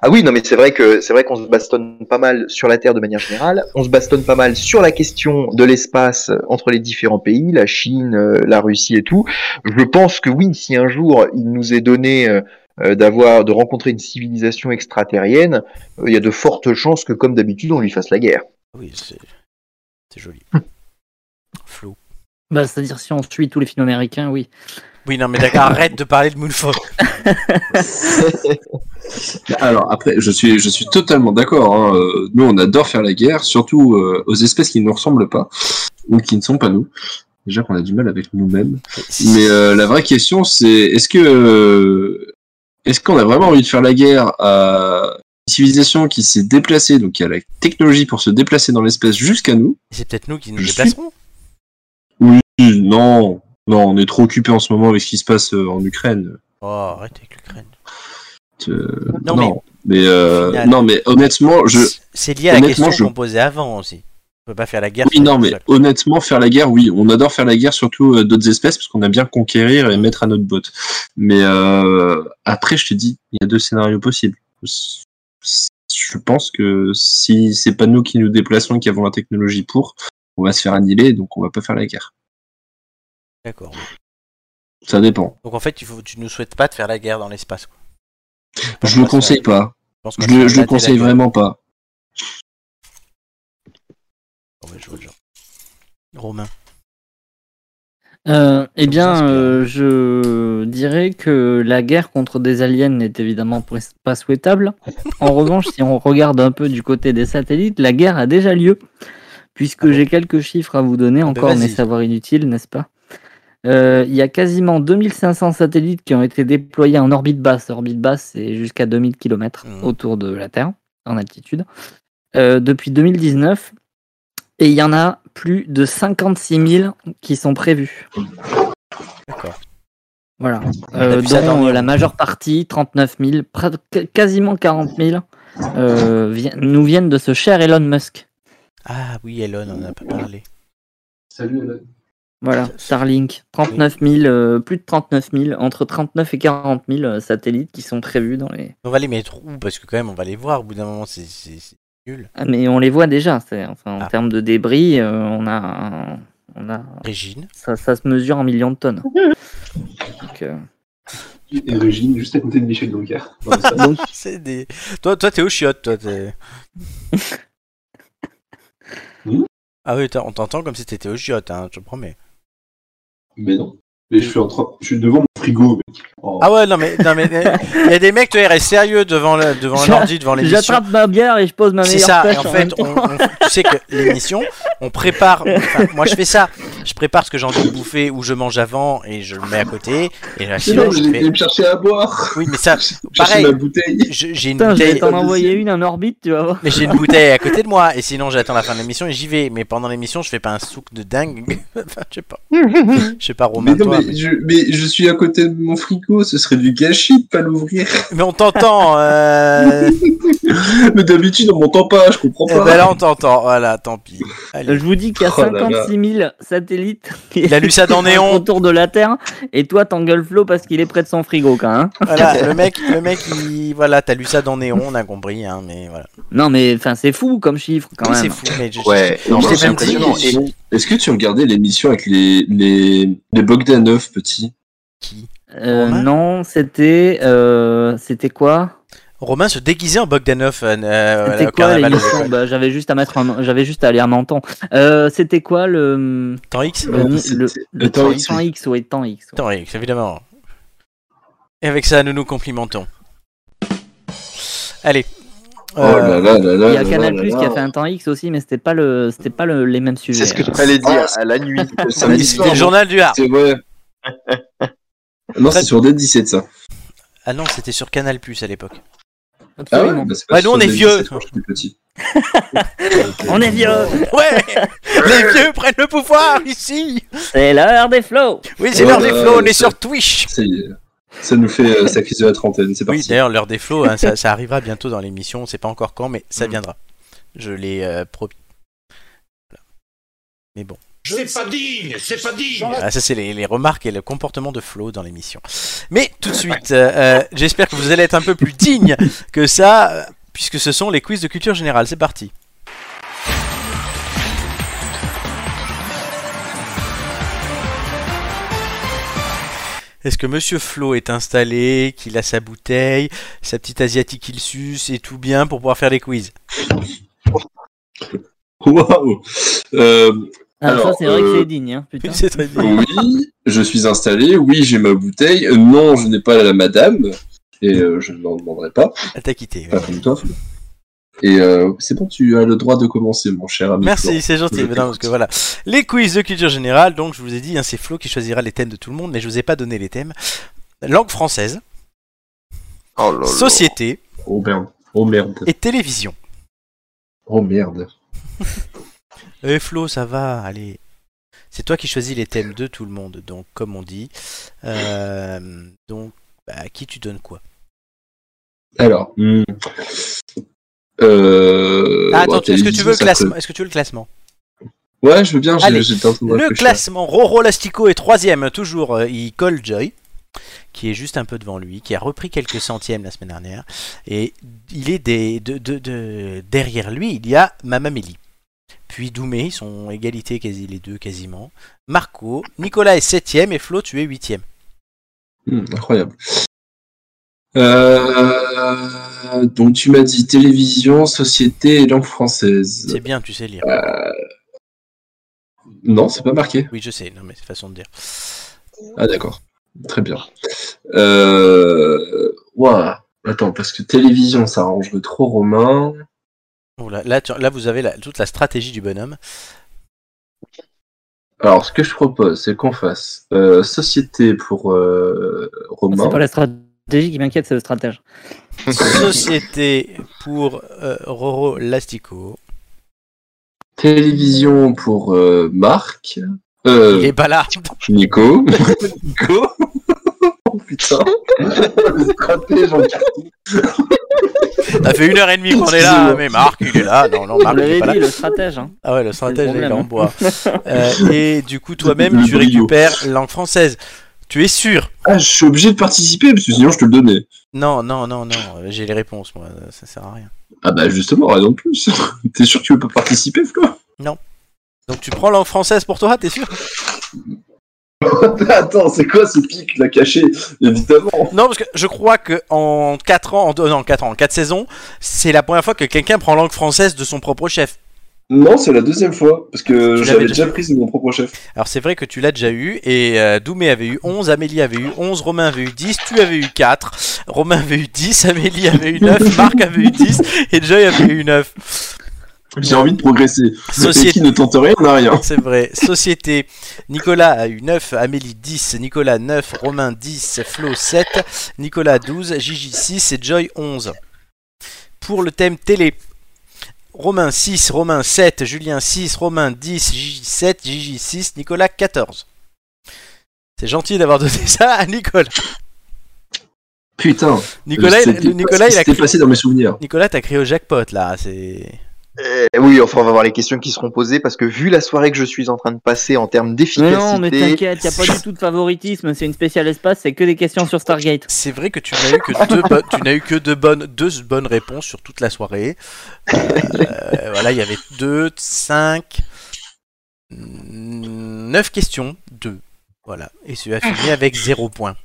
C: Ah oui, non, mais c'est vrai que c'est vrai qu'on se bastonne pas mal sur la Terre de manière générale. On se bastonne pas mal sur la question de l'espace euh, entre les différents pays, la Chine, euh, la Russie et tout. Je pense que oui, si un jour il nous est donné euh, euh, d'avoir de rencontrer une civilisation extraterrienne, euh, il y a de fortes chances que, comme d'habitude, on lui fasse la guerre.
A: Ah Oui, c'est c'est joli. Flou.
B: Bah, c'est-à-dire si on suit tous les films américains, oui.
A: Oui, non, mais d'accord, arrête de parler de Moonfall.
E: Alors après, je suis, je suis totalement d'accord. hein. Euh, Nous, on adore faire la guerre, surtout euh, aux espèces qui ne nous ressemblent pas ou qui ne sont pas nous. Déjà qu'on a du mal avec nous-mêmes. Mais euh, la vraie question, c'est est-ce que euh, est-ce qu'on a vraiment envie de faire la guerre à une civilisation qui s'est déplacée, donc qui a la technologie pour se déplacer dans l'espace jusqu'à nous
A: C'est peut-être nous qui nous
E: Je suis-
A: déplacerons.
E: Oui, non, non, on est trop occupé en ce moment avec ce qui se passe euh, en Ukraine.
A: Oh, arrête avec l'Ukraine.
E: Euh,
A: Non,
E: non, mais, euh,
A: au final-
E: non, mais honnêtement, je
A: C'est lié à la
E: honnêtement,
A: question
E: je-
A: qu'on posait avant aussi. On peut pas faire la guerre.
E: Oui,
A: sur
E: non,
A: les
E: mais
A: étoiles.
E: honnêtement, faire la guerre, oui, on adore faire la guerre, surtout euh, d'autres espèces, parce qu'on aime bien conquérir et mettre à notre botte. Mais euh, après, je te dis, il y a deux scénarios possibles. S- s- Je pense que si c'est pas nous qui nous déplaçons, qui avons la technologie pour, on va se faire annihiler, donc on va pas faire la guerre.
A: D'accord.
E: Ça dépend.
A: Donc en fait, il faut- tu ne souhaites pas de faire la guerre dans l'espace. quoi. pense
E: Je le
A: qu'on va se
E: conseille
A: faire-
E: pas.
A: pense qu'on va
E: Je
A: se
E: le,
A: faire
E: je le
A: mater la
E: conseille
A: gueule.
E: vraiment pas.
A: Oh, ouais, je vois le genre. Romain.
B: Euh, eh
A: Ça vous
B: bien,
A: inspire.
B: euh, je dirais que la guerre contre des aliens n'est évidemment pres- pas souhaitable. En revanche, si on regarde un peu du côté des satellites, la guerre a déjà lieu, puisque j'ai quelques chiffres à vous donner,
A: bah
B: encore
A: vas-y.
B: mes savoirs inutiles, n'est-ce pas Euh, Il y a quasiment 2500 satellites qui ont été déployés en orbite basse. Orbite basse, c'est jusqu'à 2000 km
A: Mhm.
B: autour de la Terre, en altitude, euh, depuis 2019. Et il y en a plus de 56 000 qui sont prévus.
A: D'accord.
B: Voilà.
A: a
B: Euh,
A: pu s'attendre.
B: dont, euh, la majeure partie, 39 000, près de- qu- quasiment 40 000, euh, vi- nous viennent de ce cher Elon Musk.
A: Ah oui, Elon, on en a pas parlé.
E: Salut,
B: Voilà, Starlink. 39 000, euh, plus de 39 000, entre 39 000 et 40 000 euh, satellites qui sont prévus dans les.
A: On va les mettre où Parce que quand même, on va les voir. Au bout d'un moment, c'est- c'est c'est nul.
B: Ah, Mais on les voit déjà. c'est- Enfin, en
A: Ah.
B: termes de débris, euh, on a, un- on a,
A: Régine.
B: ça, ça se mesure en millions de tonnes. Donc, euh,
E: Et Régine, juste à côté de Michel Drucker.
A: C'est des. Toi, toi, t'es au chiotte, toi. t'es-
E: Hmm
A: ah oui, t'as- on t'entend comme si t'étais au chiotte, hein, je te promets.
E: Mais non. Mais je suis, en train... je suis devant mon frigo, mec. Oh.
A: Ah ouais, non mais non mais il y a des mecs tu vois, ils restent sérieux devant le- devant
B: J'a-
A: l'ordi devant l'émission.
B: J'attrape ma bière et je pose ma
A: C'est
B: meilleure
A: ça. Et
B: pêche
A: en
B: en
A: fait,
B: même temps.
A: on, on- tu sais que l'émission, on prépare. enfin, moi, je fais ça. Je prépare ce que j'ai envie de bouffer ou je mange avant et je le mets à côté. Et là, sinon, je fais.
E: me chercher à boire.
A: Oui, mais ça,
E: Chercher
A: pareil.
E: ma bouteille.
A: je- J'ai une
B: Putain, je vais
A: bouteille.
B: t'en envoyer une en orbite, tu vas voir.
A: Mais j'ai une bouteille à côté de moi. Et sinon, j'attends la fin de l'émission et j'y vais. Mais pendant l'émission, je fais pas un souk de dingue. Enfin, je sais pas. Je sais pas
E: Mais
A: Romain
E: non,
A: toi.
E: mais,
A: Mais,
E: je, mais je suis à côté de mon frigo, ce serait du gâchis de pas l'ouvrir.
A: mais on t'entend. Euh...
E: Mais d'habitude, on m'entend pas, je comprends
A: eh
E: pas.
A: ben là, on t'entend. Voilà, tant pis. Allez.
B: Je vous dis qu'il y a
E: Oh là là.
B: 56 000 satellites qui
A: Il a lu ça dans
B: qui sont
A: Néon.
B: autour de la Terre et toi t'engueules Flo parce qu'il est près de son frigo quand même.
A: Voilà, le mec, le mec, il... voilà, t'as lu ça dans Néon, on a compris, hein, mais voilà.
B: Non mais enfin c'est fou comme chiffre quand
A: Oui,
B: même.
A: c'est fou, mais je-
C: Ouais, non,
A: je
C: mais
A: l'ai
C: c'est
A: même dit.
C: impressionnant. Et-
E: Est-ce que tu regardais l'émission avec les, les, les Bogdanov, petit
A: qui
B: Euh,
A: Romain
B: non c'était euh, c'était quoi
A: Romain se déguisait en Bogdanov euh, euh,
B: C'était
A: au
B: quoi
A: carnaval.
B: l'émission Bah, J'avais juste à mettre un- j'avais juste à aller à Menton. Euh, c'était quoi le
A: Temps X
B: le,
E: Euh, c'était-
B: le-
E: le
B: le
E: temps
B: temps
E: X,
B: temps X ouais temps X. ouais.
A: Temps X, évidemment. Et avec ça, nous nous complimentons. Allez.
E: Oh
A: Euh,
E: là là là là.
B: Il y a
E: là
B: Canal
E: là
B: Plus
E: là.
B: qui a fait un temps X aussi mais c'était pas le c'était pas le- les mêmes sujets. hein.
C: C'est ce que tu allais dire à la nuit.
E: Le samedi
A: c'était
E: soir,
A: le journal du Hard.
E: C'est vrai. Non, c'est
A: Très-
E: sur D17 ça.
A: Ah non, c'était sur Canal Plus à l'époque.
E: Ah ouais,
B: Absolument.
E: bah, c'est pas
A: Ouais, nous,
E: sur
A: on est
E: D17,
A: vieux.
E: quand j'étais petit.
B: On est vieux,
A: Ouais Les vieux prennent le pouvoir ici
B: c'est l'heure des flots.
A: Oui, c'est
E: Ouais,
A: l'heure des
E: bah,
A: flots, on est
E: c'est-
A: sur Twitch
E: Ça y est. Ça nous fait euh, sacrifice de la trentaine, c'est
A: Oui,
E: parti.
A: d'ailleurs, l'heure des flots, hein, ça, ça arrivera bientôt dans l'émission, on sait pas encore quand, mais
E: Mm.
A: ça viendra. Je l'ai euh, promis. Voilà. Mais bon.
G: C'est pas digne, c'est pas digne.
A: Ah, ça, c'est les, les remarques et le comportement de Flo dans l'émission. Mais tout de suite, euh, euh, j'espère que vous allez être un peu plus digne que ça, euh, puisque ce sont les quiz de culture générale. C'est parti. Est-ce que Monsieur Flo est installé, qu'il a sa bouteille, sa petite asiatique qu'il suce et tout bien pour pouvoir faire les quiz
E: Waouh Euh,
B: Ah,
E: Alors,
B: ça, c'est vrai que
E: euh,
B: c'est digne, hein, putain.
A: C'est très bien.
E: Oui, je suis installé, oui, j'ai ma bouteille, Euh, non, je n'ai pas la madame, et euh, je n'en demanderai pas,
A: Elle t'a quitté. ouais.
E: pas comme toi. Et euh, c'est bon, tu as le droit de commencer, mon cher ami.
A: Merci,
E: Florent.
A: c'est gentil.
E: Je
A: mais non, parce
E: t'écoute.
A: que voilà. Les quiz de culture générale, donc je vous ai dit, hein, c'est Flo qui choisira les thèmes de tout le monde, mais je vous ai pas donné les thèmes. Langue française,
C: Oh là là.
A: société
E: Oh merde, oh merde,
A: et télévision.
E: oh merde.
A: Eh Flo, ça va, allez. C'est toi qui choisis les thèmes de tout le monde, donc comme on dit. Euh, donc, bah, à qui tu donnes quoi
E: Alors, hmm. euh...
A: Ah, Attends,
E: bon,
A: est-ce que tu
E: télévision,
A: veux le
E: ça
A: classement
E: peut-
A: Est-ce que tu veux le classement
E: Ouais, je veux bien, j'ai-
A: Allez,
E: j'étais en train de
A: Le
E: réfléchir.
A: classement, Roro Lastico est troisième, toujours. euh, il colle Joy, qui est juste un peu devant lui, qui a repris quelques centièmes la semaine dernière. Et il est des, de, de- de- derrière lui, il y a Mamamélie. Puis Doumé, ils sont égalité quasi les deux quasiment. Marco, Nicolas est septième et Flo, tu es huitième.
E: Hmm, incroyable. Euh, Donc tu m'as dit télévision, société et langue française.
A: C'est bien, tu sais lire.
E: Non, c'est pas marqué.
A: Oui, je sais, non mais c'est façon de dire.
E: Ah d'accord. Très bien. Euh... ouah, Attends, parce que télévision, ça arrangerait trop Romain.
A: Bon, Oh là, là, tu- là, vous avez la- toute la stratégie du bonhomme.
E: Alors, ce que je propose, c'est qu'on fasse euh, société pour euh, Romain.
B: C'est pas la stratégie qui m'inquiète, c'est le stratège.
A: Société pour euh, Roro Lastico.
E: Télévision pour euh, Marc.
A: Il
E: Euh,
A: est pas là.
E: Nico. Nico. oh putain. Stratégie en
A: Ça fait une heure et demie qu'on est là, mais Marc, il est là. Non, non,
B: Vous
A: Marc, il
B: l'avez
A: est Ah, pas
B: dit,
A: là.
B: le stratège. Hein.
A: Ah ouais, le stratège,
B: C'est le
A: il en
B: problème,
A: bois. Euh, et du coup, toi-même,
E: Le
A: tu
E: brio.
A: récupères langue française. Tu es sûr
E: Ah, je suis obligé de participer, parce que sinon je te le donnais.
A: Non, non, non, non. euh, J'ai les réponses, moi. euh, Ça sert à rien.
E: Ah bah justement, rien de plus. T'es sûr que tu veux pas participer, Flo
A: Donc, tu prends langue française pour toi, t'es sûr
E: Attends, c'est quoi ce pic, la caché Évidemment.
A: Non, parce que je crois que en 4 ans, en deux- non, quatre ans, en 4 saisons, c'est la première fois que quelqu'un prend langue française de son propre chef.
E: Non, c'est la deuxième fois, parce que
A: Tu l'avais
E: j'avais
A: déjà
E: déjà pris de mon propre chef.
A: Alors, c'est vrai que tu l'as déjà eu, et euh, Doumé avait eu 11, Amélie avait eu 11, Romain avait eu 10, tu avais eu 4, Romain avait eu 10, Amélie avait eu 9, Marc avait eu 10, et Joy avait eu 9.
E: J'ai envie de progresser.
A: Société-
E: Et qui ne tente rien n'a rien.
A: C'est vrai. Société. Nicolas a eu 9, Amélie 10, Nicolas 9, Romain 10, Flo 7, Nicolas 12, Gigi 6 et Joy 11. Pour le thème télé. Romain 6, Romain 7, Julien 6, Romain 10, Gigi 7, Gigi 6, Nicolas 14. C'est gentil d'avoir donné ça à Nicolas.
E: Putain.
A: Nicolas, il,
E: C'était
A: Nicolas, il a
E: c'était
A: crié,
E: passé dans mes souvenirs.
A: Nicolas, t'as crié au jackpot là. C'est.
C: Eh oui, enfin, on va voir les questions qui seront posées parce que vu la soirée que je suis en train de passer en termes
B: Mais
C: d'efficacité.
B: non, mais t'inquiète, y a pas du tout de favoritisme, c'est une spéciale espace, c'est que des questions sur Stargate.
A: C'est vrai que tu n'as eu que deux bonnes, tu n'as eu que deux bonnes, deux bonnes réponses sur toute la soirée. Euh, voilà, il y avait deux, cinq, mm, neuf questions, deux. Voilà, et tu as fini avec zéro point.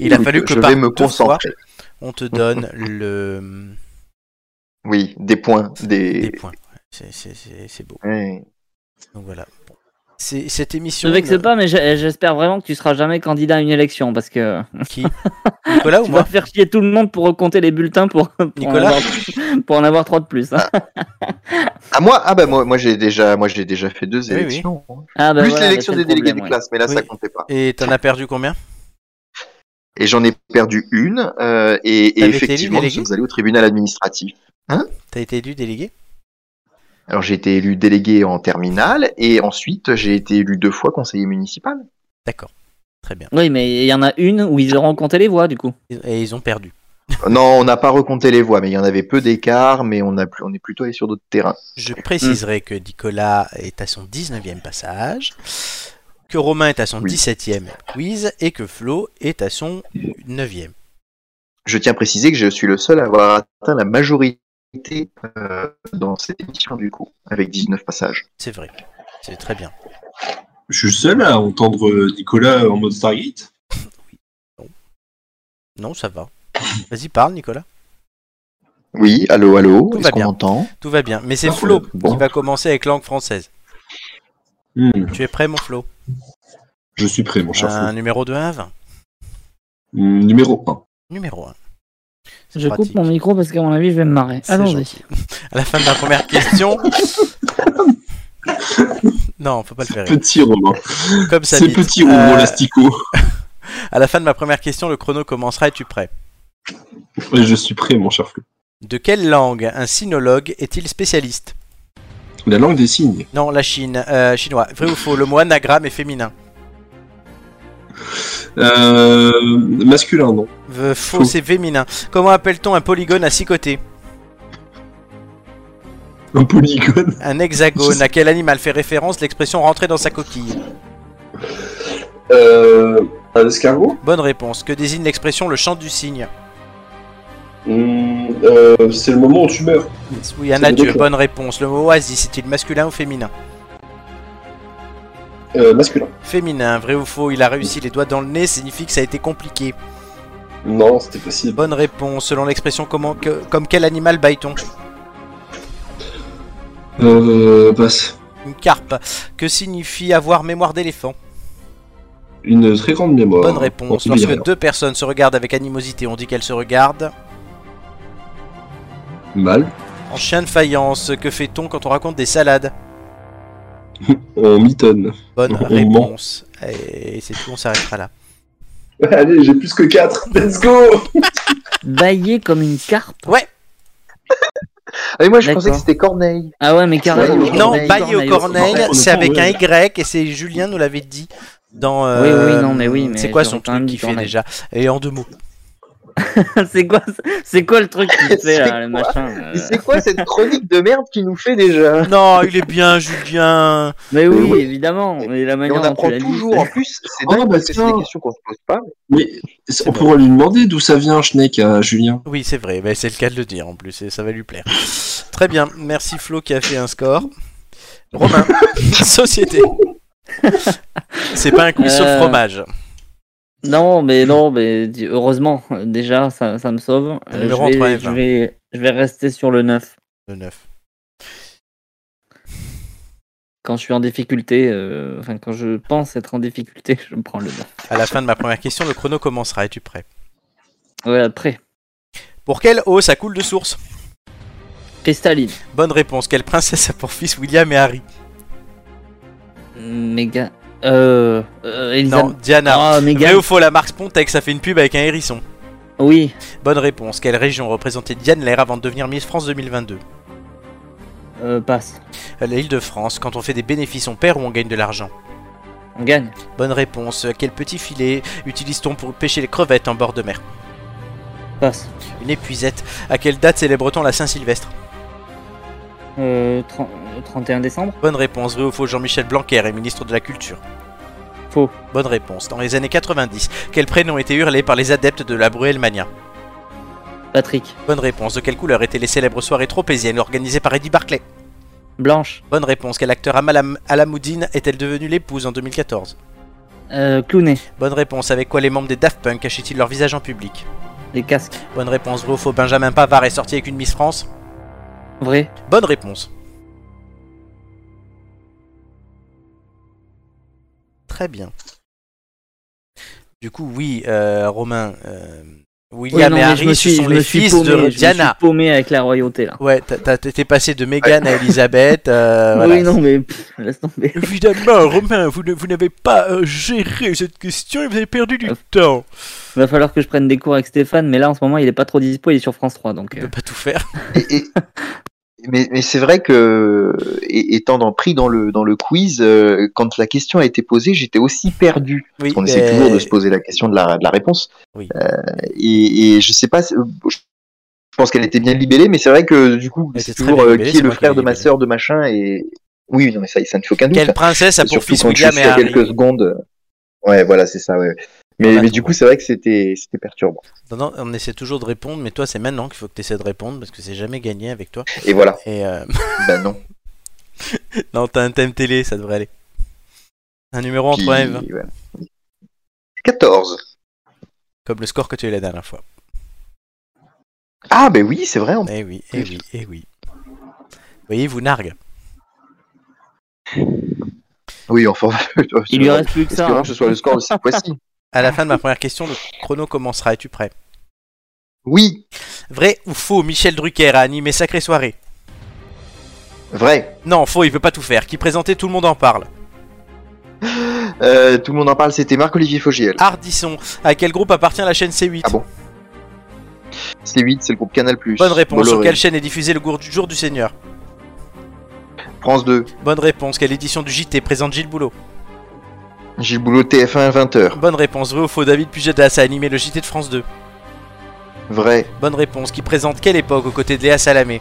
A: Il a
C: Oui,
A: fallu que
C: je
A: par
C: vais me
A: deux fois,
C: concentrer.
A: on te donne le
C: Oui, des points,
A: des
C: des.
A: points. C'est- C'est c'est- c'est beau.
C: Ouais.
A: Donc voilà. Bon. C'est- Cette
B: Je
A: émission.
B: ne vexe
A: euh,
B: pas, mais j'ai- j'espère vraiment que tu seras jamais candidat à une élection parce que
A: Qui Nicolas ou
B: tu vas
A: moi
B: faire chier tout le monde pour recompter les bulletins pour, pour,
A: bah. Nicolas
B: en, avoir, pour en avoir trois de plus. hein.
C: Ah moi, ah bah moi, moi j'ai déjà, moi j'ai déjà fait deux
A: Oui, oui.
C: élections. hein.
B: Ah, bah
C: Plus
B: voilà,
C: l'élection
B: bah,
C: des
B: c'est le
C: délégués des
B: problème, ouais.
C: classes, mais là
A: Oui.
C: ça comptait pas.
A: Et t'en as perdu combien
C: et j'en ai perdu une. euh, et et
A: T'avais été
C: effectivement,
A: élu
C: nous
A: délégué
C: sommes allés au tribunal administratif.
A: T'as été élu délégué
C: Alors j'ai été élu délégué en terminale et ensuite j'ai été élu deux fois conseiller municipal.
A: D'accord. Très bien.
B: Oui, mais il y en a une où ils auront compté les voix, du coup.
A: Et ils ont perdu.
C: Euh, Non, on n'a pas recompté les voix, mais il y en avait peu d'écart, mais on, a plus, on est plutôt allé sur d'autres terrains.
A: Je
E: Mm.
A: préciserai que Nicolas est à son 19e passage, que Romain est à son
C: Oui.
A: 17e quiz et que Flo est à son 9e.
C: Je tiens à préciser que je suis le seul à avoir atteint la majorité euh, dans cette émission, du coup, avec 19 passages.
A: C'est vrai. C'est très bien.
E: Je suis le seul à entendre euh, Nicolas en mode Stargate.
A: Non, ça va. Vas-y, parle, Nicolas.
C: Oui, allô, allô,
A: Tout va
C: est-ce qu'on
A: bien.
C: m'entend
A: Tout va bien. Mais c'est
E: Ah,
A: Flo
C: bon.
A: qui va commencer avec langue française.
E: Hmm,
A: Tu es prêt, mon Flo
E: Je suis prêt, mon cher.
A: Un
E: Flo.
A: numéro de 1 à 20.
E: Hmm, Numéro 1.
A: Numéro 1. C'est
B: Je coupe
A: pratique.
B: mon micro parce qu'à mon avis, je vais me marrer.
A: C'est
B: Allons-y.
A: gentil. À la fin de la première question. non, faut pas le faire. rire.
E: Petit Romain.
A: Comme ça.
E: C'est
A: dit.
E: petit Romain
A: Euh,
E: Lastico.
A: À la fin de ma première question, le chrono commencera. Es-tu prêt
E: Ouais, je suis prêt, mon cher Flo.
A: De quelle langue un sinologue est-il spécialiste
E: La langue des signes.
A: Non, la Chine. Euh, chinois. Vrai ou faux Le mot anagramme est féminin.
E: Euh, masculin, non.
A: Euh, faux,
E: Faux.
A: c'est féminin. Comment appelle-t-on un polygone à six côtés
E: Un polygone.
A: Un hexagone. À quel animal fait référence l'expression rentrer dans sa coquille
E: Euh, un escargot
A: Bonne réponse. Que désigne l'expression le chant du cygne
E: Hmm, euh, C'est le moment où tu meurs.
A: Oui, un
E: Ça veut dire
A: adieu.
E: quoi
A: Bonne réponse. Le mot oasis est-il masculin ou féminin
E: Euh, masculin.
A: Féminin. Vrai ou faux Il a réussi les doigts dans le nez signifie que ça a été compliqué.
E: Non, c'était possible.
A: Bonne réponse. Selon l'expression comment que- comme quel animal baille-t-on
E: Euh, passe.
A: Une carpe. Que signifie avoir mémoire d'éléphant
E: Une très grande mémoire.
A: Bonne réponse.
E: On oublie
A: Lorsque deux personnes se regardent avec animosité, on dit qu'elles se regardent.
E: rien. Mal.
A: En chien de faïence, que fait-on quand on raconte des salades
E: On mitonne.
A: Bonne
E: On
A: réponse. Et c'est tout, on s'arrêtera là.
E: Allez, j'ai plus que 4. Let's go
B: Bailler comme une carpe.
C: Ah, mais moi je pensais
B: D'accord.
C: que c'était Corneille.
B: Ah ouais, mais carrément.
C: Ouais,
A: Non,
C: Corneille,
A: bailler aux
E: corneilles,
A: corneilles, c'est
E: honnêtement,
A: avec un
E: ouais.
A: Y et c'est Julien nous l'avait dit dans. euh,
B: Oui, oui, non, mais oui, mais
A: c'est quoi
B: j'aurais
A: son
B: quand même
A: truc
B: dit
A: qu'il fait
B: corneille.
A: déjà Et en deux mots.
B: c'est quoi, c'est quoi le truc qui fait
C: C'est
B: là, le
C: quoi
B: machin euh,
C: Mais C'est quoi cette chronique de merde qui nous fait déjà
A: Non, il est bien, Julien.
B: Mais oui,
C: oui.
B: évidemment. Mais la
C: Et
B: manière
C: on
B: dont tu
C: apprend
B: l'as dit, euh,
C: toujours en plus, c'est
E: Oh,
C: dingue
E: bah
C: parce que c'est
E: tiens.
C: des questions qu'on se pose pas.
E: Mais on
A: bon.
E: pourrait lui demander d'où ça vient, Schneck, à Julien.
A: Oui, c'est vrai, mais c'est le cas de le dire en plus, et ça va lui plaire. Très bien, merci Flo qui a fait un score. Romain, société. C'est pas un quiz sur
B: Euh,
A: fromage.
B: Non, mais non, mais di- heureusement, euh, déjà, ça, ça me sauve. Euh,
A: numéro
B: je,
A: entre un et
B: vais, je,
A: vingt.
B: vais, je vais rester sur le 9.
A: Le 9.
B: Quand je suis en difficulté, euh, enfin, quand je pense être en difficulté, je prends le 9.
A: À la fin de ma première question, le chrono commencera. Es-tu prêt
B: Ouais, après.
A: Pour quelle eau ça coule de source
B: Cristalline.
A: Bonne réponse. Quelle princesse a pour fils William et Harry
B: Méga. Euh. euh
A: Non,
B: Elisabeth.
A: Diana.
B: Ah,
A: Vrai
B: méga.
A: ou faux, la marque Spontex a fait une pub avec un hérisson
B: Oui.
A: Bonne réponse. Quelle région représentait Diane Lair avant de devenir Miss France 2022
B: Euh, passe.
A: L'île de France. Quand on fait des bénéfices, on perd ou on gagne de l'argent
B: On gagne.
A: Bonne réponse. Quel petit filet utilise-t-on pour pêcher les crevettes en bord de mer
B: Passe.
A: Une épuisette. À quelle date célèbre-t-on la Saint-Sylvestre
B: Euh. tren- euh, 31 décembre.
A: Bonne réponse. Vrai ou faux, Jean-Michel Blanquer est ministre de la Culture
B: Faux.
A: Bonne réponse. Dans les années 90, quel prénom était hurlé par les adeptes de la Bruelmania
B: Patrick.
A: Bonne réponse. De quelle couleur étaient les célèbres soirées tropéziennes organisées par Eddie Barclay
B: Blanche.
A: Bonne réponse. Quel acteur Amal Am- Alamoudine est-elle devenue l'épouse en 2014
B: Euh. Clownet.
A: Bonne réponse. Avec quoi les membres des Daft Punk cachaient-ils leur visage en public
B: Les casques.
A: Bonne réponse. Vrai ou faux, Benjamin Pavard est sorti avec une Miss France
B: Vrai.
A: Bonne réponse. Très bien. Du coup, oui, euh, Romain, euh, William
B: Oui,
A: et
B: non, mais
A: Harry, ce sont les fils
B: paumé, je
A: de
B: me suis
A: Diana.
B: paumé avec la royauté là.
A: Ouais, t'as- t'as- t'étais passé de Meghan à Elisabeth. euh, voilà.
B: Oui, non, mais pff, laisse tomber.
A: Évidemment, Romain, vous, ne- vous n'avez pas euh, géré cette question et vous avez perdu du
B: Euh.
A: temps.
B: Va falloir que je prenne des cours avec Stéphane, mais là en ce moment il est pas trop dispo, il est sur France 3 donc.
A: Je
B: euh,
A: peux pas tout faire.
C: Et- et- mais mais c'est vrai que, et- étant dans- pris dans le, dans le quiz, euh, quand la question a été posée, j'étais aussi perdu.
A: Oui,
C: On essaie
A: mais-
C: toujours de se poser la question de la, de la réponse.
A: Oui.
C: Euh, et, et je sais pas, si- euh, je pense qu'elle était bien libellée, mais c'est vrai que du coup,
A: Elle
C: c'est
A: était très
C: toujours
A: bien
C: euh,
A: libellée,
C: qui est
A: c'est
C: le
A: moi qui
C: frère
A: l'ai
C: de ma
A: libellée.
C: sœur de machin et oui, non mais ça, ça ne fait aucun doute.
A: Quelle princesse a pour
C: surtout
A: fils
C: quand tu
A: William
C: sais
A: et
C: à
A: Harry
C: quelques secondes. euh, Ouais, voilà, c'est ça. Ouais.
A: On a
C: Mais, mais du
A: trouvé.
C: coup, c'est vrai que c'était c'était perturbant.
A: Non, non, on essaie toujours de répondre, mais toi, c'est maintenant qu'il faut que tu essaies de répondre parce que c'est jamais gagné avec toi.
C: Et voilà.
A: Et euh,
C: Ben non.
A: non, t'as un thème télé, ça devrait aller. Un numéro
C: Puis,
A: entre un et vingt,
C: voilà. 14.
A: comme le score que tu as eu la dernière fois.
C: Ah ben oui, c'est vrai. en-
A: Eh oui, eh oui, eh oui. Vous voyez, vous nargue.
C: Oui, enfin.
B: Il lui reste plus que
C: Est-ce
B: ça.
C: que
B: hein.
C: vraiment ce soit le score de cette fois-ci
A: À la fin de ma première question, le chrono commencera. Es-tu prêt
C: Oui,
A: Vrai ou faux, Michel Drucker a animé Sacrée Soirée
C: vrai.
A: Non, faux, il peut pas tout faire. Qui présentait Tout le monde en parle
C: Euh, tout le monde en parle, c'était Marc-Olivier Fogiel.
A: Hardisson. À quel groupe appartient la chaîne C8
C: Ah bon C8, c'est le groupe Canal+.
A: Bonne réponse. Sur
C: Bolloré.
A: quelle chaîne est diffusé le gour- jour du Seigneur
C: France 2,
A: Bonne réponse. Quelle édition du JT présente Gilles Boulot
C: Gilles Boulot, TF1, 20h.
A: Bonne réponse. Vrai ou faux, David Pujadas a animé le JT de France 2
C: Vrai,
A: Bonne réponse. Qui présente quelle époque aux côtés de Léa Salamé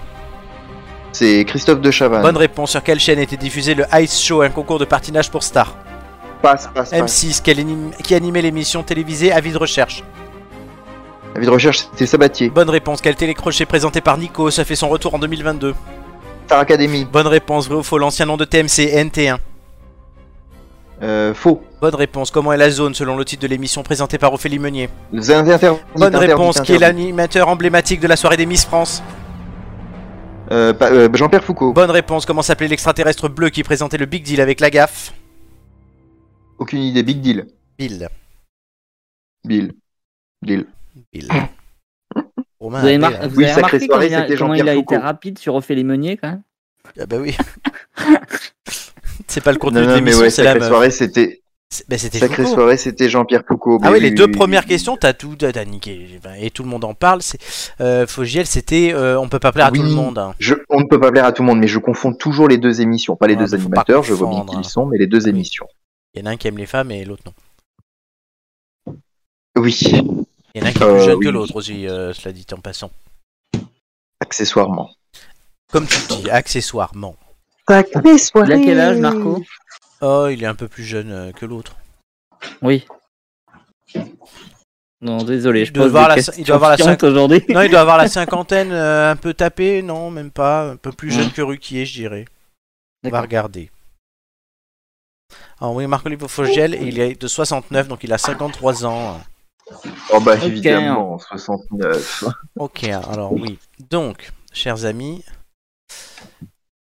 C: c'est Christophe de Chavannes.
A: Bonne réponse. Sur quelle chaîne était diffusé le Ice Show, un concours de patinage pour stars
C: Passe, passe, passe.
A: M6, quel anim- qui animait l'émission télévisée Avis de recherche
C: Avis de recherche, c'était Sabatier.
A: Bonne réponse. Quel télécrochet présenté par Nico Ça fait son retour en 2022
C: Star Academy,
A: Bonne réponse. Vrai ou faux, l'ancien nom de TMC, NT1
C: euh, faux.
A: Bonne réponse. Comment est la zone selon le titre de l'émission présentée par Ophélie Meunier
C: Zin- interdit,
A: Bonne
C: interdit,
A: réponse. Qui est
C: interdit.
A: l'animateur emblématique de la soirée des Miss France
C: Euh, pa- euh, Jean-Pierre Foucault,
A: Bonne réponse. Comment s'appelait l'extraterrestre bleu qui présentait le Big Deal avec la gaffe
C: aucune idée, Big Deal.
A: Bill.
C: Bill. Deal.
A: Bill. Romain.
B: Vous avez,
A: appelé,
B: mar-
A: là.
B: vous
C: Oui,
B: avez
C: sacrée
B: remarqué
C: soirée,
B: comment, il a,
C: c'était
B: comment il
C: Jean-Pierre
B: a été
C: Foucault.
B: rapide sur Ophélie Meunier quand même
A: Ah bah oui. c'est pas le contenu
C: Non,
A: de
C: non, mais
A: l'émission,
C: ouais,
A: c'est la
C: sacrée
A: meuf.
C: soirée, c'était
A: C'est- bah, c'était
C: sacrée
A: Foucault.
C: soirée, c'était Jean-Pierre Foucault.
A: Ah
C: Mais
A: oui, les
C: oui,
A: deux
C: oui,
A: premières
C: oui.
A: questions, t'as tout, t'as niqué. Ben, Et tout le monde en parle. C'est euh, Fogiel, c'était euh, on peut pas plaire à
C: Oui.
A: tout le monde. hein.
C: Je- on ne peut pas plaire à tout le monde, mais je confonds toujours les deux émissions. Pas les
A: Ouais,
C: deux
A: Ah, mais faut pas
C: animateurs, je vois bien
A: confondre,
C: qui
A: hein.
C: ils sont, mais les deux
A: Oui.
C: émissions.
A: Il y en a un qui aime les femmes et l'autre non.
C: Oui,
A: Il y en a un qui est
C: Euh,
A: plus jeune
C: oui.
A: que l'autre aussi, euh, cela dit en passant.
C: accessoirement.
A: Comme tu dis, accessoirement.
B: Il a quel âge, Marco
A: Oh, il est un peu plus jeune euh, que l'autre.
B: Oui. Non, désolé, je
A: Il doit
B: pose
A: avoir
B: des
A: la-
B: questions
A: il doit avoir la
B: chiantes aujourd'hui.
A: Non, il doit avoir la cinquantaine, euh, un peu tapé, non, même pas, un peu plus
C: Mmh.
A: jeune que Ruquier, je dirais. On va
B: D'accord.
A: regarder. Alors oui, Marc-Olivier Fogiel, il est de 69, donc il a 53 ans.
C: Oh bah
B: Ok.
C: évidemment, 69.
E: Euh,
A: Ok, alors oui. Donc, chers amis,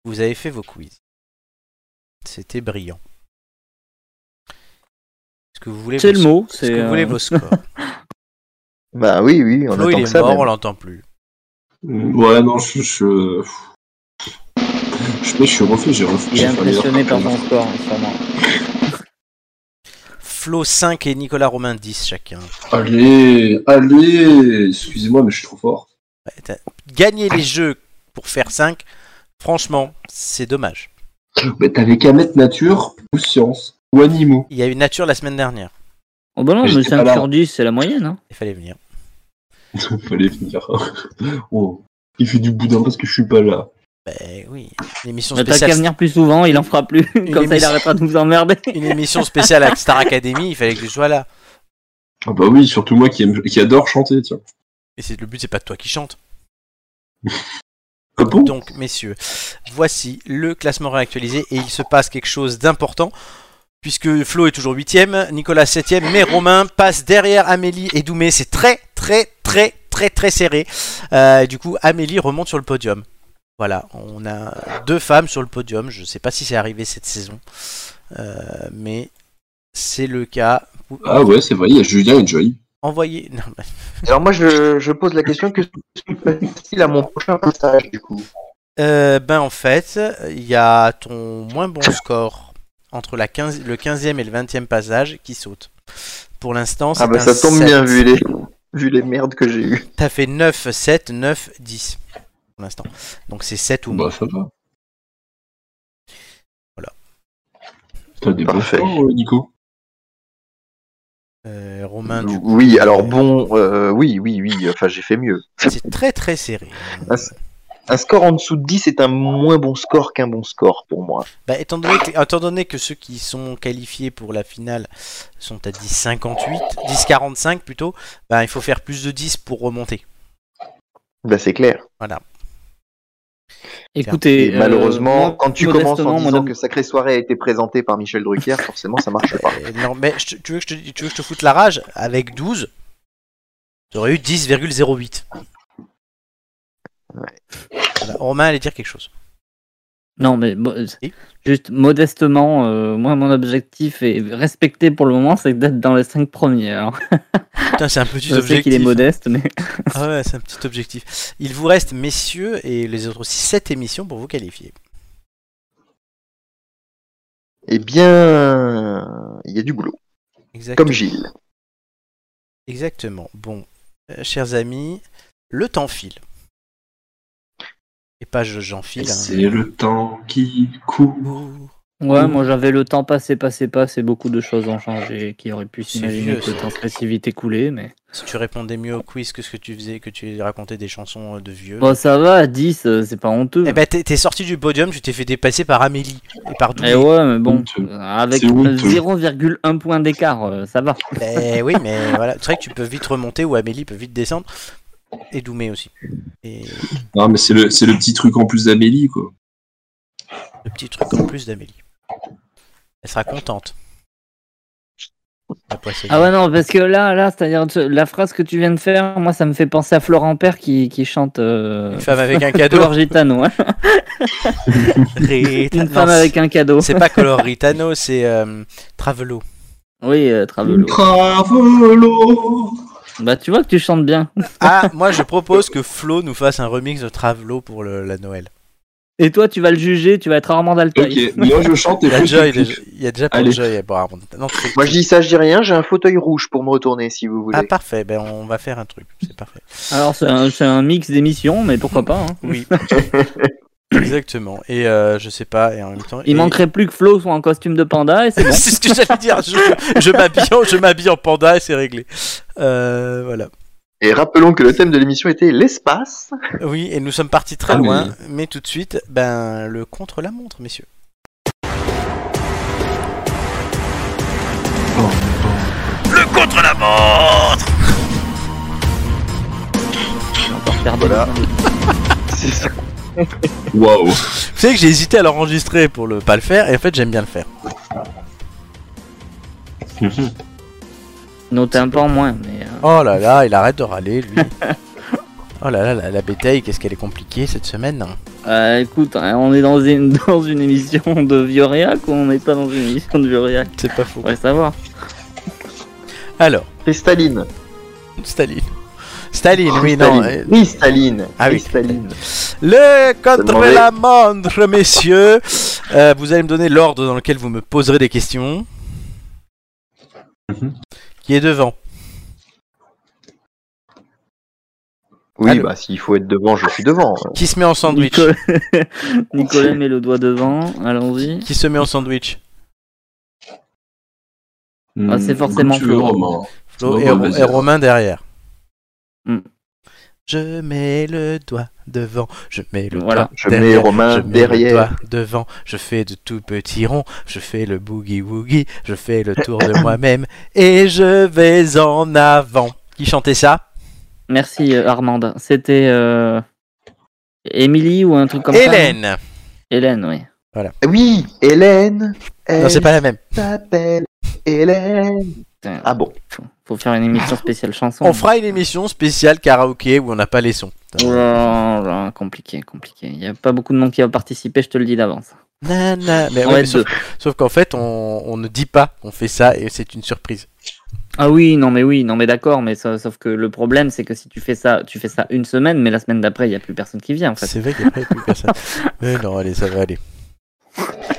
A: vous avez fait vos quiz. C'était brillant. Est-ce que vous voulez
B: C'est
A: vos
B: le mot,
A: sc- Est-ce
B: c'est,
A: que vous voulez
B: euh,
A: vos scores
C: Bah oui, oui, on
A: Flo,
C: attend
A: il
C: que
A: est
C: ça.
A: mort,
C: même.
A: on l'entend plus.
E: Ouais, non, je. Je, je, je suis refait, j'ai refait.
B: Il est impressionné par son score, sûrement.
A: Flo 5 et Nicolas Romain 10 chacun.
E: Allez, allez, excusez-moi, mais je suis trop fort.
A: Ouais, t'as- Gagner les jeux pour faire 5, franchement, c'est dommage.
E: Mais t'avais qu'à mettre nature ou science ou animaux.
A: Il y a eu nature la semaine dernière.
B: Oh bah non,
E: Mais
B: mais
E: j'étais
B: 5
E: pas là.
B: sur 10, c'est la moyenne. Hein.
A: Il fallait venir.
E: Fallait finir. oh, il fait du boudin parce que je suis pas là.
A: Ben oui, une émission
B: Bah, T'as qu'à
A: spéciale.
B: venir plus souvent, il en fera plus. Comme ça, il
A: émission.
B: arrêtera de nous emmerder.
A: Une émission spéciale avec Star Academy, il fallait que je sois là.
E: Ah bah oui, surtout moi qui, aime, qui adore chanter, tiens.
A: Et c'est- le but, c'est pas de toi qui chante.
E: Ah bon
A: Donc, messieurs, voici le classement réactualisé et il se passe quelque chose d'important. Puisque Flo est toujours 8ème, Nicolas 7ème, mais Romain passe derrière Amélie et Doumé. C'est très, très, très, très, très serré. Euh, et du coup, Amélie remonte sur le podium. Voilà, on a deux femmes sur le podium. Je ne sais pas si c'est arrivé cette saison, Euh, mais c'est le cas.
E: Ah ouais, c'est vrai, il y a Julien et Joy.
A: envoyer. Non, bah,
C: Alors moi, je, je pose la question que facile à mon prochain passage, du coup.
A: euh, ben en fait, il y a ton moins bon score entre la 15 le 15e et le 20e passage qui saute. Pour l'instant, c'est
C: Ah bah
A: un
C: ça tombe
A: 7.
C: bien vu les vu les merdes que j'ai eues.
A: T'as fait 9, 7, 9, 10 pour l'instant. Donc c'est 7 ou moins.
E: Bah, ça va.
A: Voilà.
E: T'as des bons
C: Parfait.
E: scores, euh, Nico
A: Euh, Romain, du coup,
C: Oui, alors bon, euh, oui, oui, oui. Enfin, j'ai fait mieux.
A: c'est très très serré.
C: Ah, c'est- Un score en dessous de 10 est un moins bon score qu'un bon score pour moi.
A: Bah, étant, donné que, étant donné que ceux qui sont qualifiés pour la finale sont à 10,58, 10,45 plutôt, bah, il faut faire plus de 10 pour remonter.
C: Bah c'est clair.
B: Écoutez,
C: Et malheureusement,
B: euh,
C: quand tu commences en
B: modestement,
C: disant
B: madame-
C: que Sacrée Soirée a été présentée par Michel Drucker, forcément ça marche pas.
A: Euh, non, mais je te- tu, veux que je te, tu veux que je te foute la rage Avec 12, t'aurais eu 10,08. Voilà, Romain allait dire quelque chose.
B: Non, mais mo- euh,
A: Oui.
B: juste modestement, euh, moi, mon objectif est respecté pour le moment, c'est d'être dans les 5 premiers. Alors,
A: Putain, c'est un petit
B: je sais
A: objectif.
B: qu'il est modeste, mais
A: Ah ouais, c'est un petit objectif. Il vous reste, messieurs, et les autres aussi, 7 émissions pour vous qualifier.
C: Eh bien, il y a du boulot.
A: Exactement.
C: Comme Gilles.
A: Exactement. Bon, euh, chers amis, le temps file. Et pas je- j'enfile. hein.
E: C'est le temps qui court.
A: Ouh,
B: ouais, moi j'avais le temps passé, passé, passé, beaucoup de choses ont changé qui auraient pu
A: C'est
B: s'imaginer
A: vieux,
B: que le
A: ça.
B: temps serait si vite écoulé, mais
A: Si tu répondais mieux au quiz que ce que tu faisais, que tu racontais des chansons euh, de vieux.
B: bon, ça va, à 10, euh, c'est pas honteux.
A: Eh ben, t'es t'es sorti du podium, tu t'es fait dépasser par Amélie et par Doumé.
B: Eh ouais, mais bon,
E: Honteux.
B: avec
E: C'est honteux.
B: 0,1 point d'écart, euh, ça va.
A: Eh oui, mais voilà, c'est vrai que tu peux vite remonter ou Amélie peut vite descendre. Et Doumé aussi. Et
E: Non, mais c'est le, c'est le petit truc en plus d'Amélie, quoi.
A: le petit truc en plus d'Amélie. Elle sera contente. La poissonnière.
B: Ah ouais, non, parce que là, là c'est-à-dire ce- la phrase que tu viens de faire, moi ça me fait penser à Florent Père qui, qui chante euh,
A: Une femme avec un cadeau.
B: Color Gitano. hein.
A: Rita-
B: Une
A: non,
B: femme avec un cadeau.
A: C'est pas Coloritano, c'est euh, Travelo.
B: Oui, euh, Travelo.
E: Travelo
B: Bah, tu vois que tu chantes bien.
A: Ah, moi je propose que Flo nous fasse un remix de Travelo pour le- la Noël.
B: Et toi, tu vas le juger, tu vas être Armand Altaï.
E: Ok, moi je chante et
A: Il y a
E: vous,
A: déjà,
E: je
A: il y a
E: clique.
A: déjà- il y a déjà pour
E: Allez.
A: Joy et pour Armand. Non, tu fais-
C: Moi je dis ça, je dis rien, j'ai un fauteuil rouge pour me retourner si vous voulez.
A: Ah parfait, ben on va faire un truc, c'est parfait.
B: Alors, c'est un, c'est un mix d'émissions, mais pourquoi pas. hein.
A: Oui. Exactement. Et euh, je sais pas, et en même temps.
B: Il
A: et-
B: manquerait plus que Flo soit en costume de panda et c'est bon.
A: c'est ce que j'allais dire. Je, je m'habille en, je m'habille en panda et c'est réglé. Euh, voilà.
C: Et rappelons que le thème de l'émission était l'espace.
A: Oui, et nous sommes partis très
E: Ah, mais-
A: loin, mais tout de suite, ben le contre la montre, messieurs.
C: Voilà. C'est ça.
E: Waouh
A: Vous savez que j'ai hésité à l'enregistrer pour le pas le faire, et en fait j'aime bien le faire.
B: Notez un peu en moins, mais. euh,
A: Oh là là, il arrête de râler lui. oh là là, la, la bétail, qu'est-ce qu'elle est compliquée cette semaine. hein.
B: euh, écoute, hein, on est dans une, dans une émission de vieux réac ou on n'est pas dans une émission de vieux réac
A: C'est pas faux.
B: Faudrait savoir.
A: Alors,
C: C'est Staline.
A: Staline. Staline, oui, non.
C: Staline.
A: euh,
C: Oui, Staline.
A: Ah
C: Oui,
A: oui.
C: Staline.
A: Le contre
C: demandait-
A: la montre, messieurs. Euh, vous allez me donner l'ordre dans lequel vous me poserez des questions.
E: Mhm.
A: Qui est devant
C: Oui,
A: Allô.
C: bah s'il faut être devant, je suis devant.
A: Qui se met en sandwich
B: Nicolas... Nicolas met le doigt devant, allons-y.
A: Qui se met en sandwich
B: Ah, c'est
E: Hmm,
B: forcément
E: comme tu veux,
B: Flo.
E: Romain.
A: Flo
E: Bon,
A: et,
E: bah,
A: Ro-
E: vas-y.
A: et Romain derrière.
B: Mm.
A: Je mets le doigt devant, je mets le
B: Voilà.
A: doigt
C: Je mets
A: derrière,
C: Romain
A: je mets
C: derrière.
A: le doigt devant, je fais de tout petits ronds, je fais le boogie woogie, je fais le tour de moi-même et je vais en avant. Qui chantait ça
B: Merci euh, Armande. C'était. euh, Émilie ou un truc comme ça
A: Hélène.
B: non Hélène, oui.
C: Oui, Hélène.
A: non, c'est
C: Elle
A: pas la même.
C: s'appelle Hélène.
B: Putain,
C: Ah bon.
B: faut, faut faire une émission spéciale chanson.
A: On fera une émission spéciale karaoké où on n'a pas les sons.
B: Oh là là, compliqué, compliqué. Il n'y a pas beaucoup de monde qui va participer, je te le dis d'avance.
A: Na, na. Mais
C: Eh
B: On
A: ouais, mais
B: va être deux.
A: sauf sauf qu'en fait, on, on ne dit pas qu'on fait ça et c'est une surprise.
B: Ah oui, non mais oui, non mais d'accord, mais sa- sauf que le problème c'est que si tu fais ça, tu fais ça une semaine, mais la semaine d'après il y a plus personne qui vient en fait.
A: C'est vrai qu'il n'y a pas plus personne. Mais non, allez, ça va aller.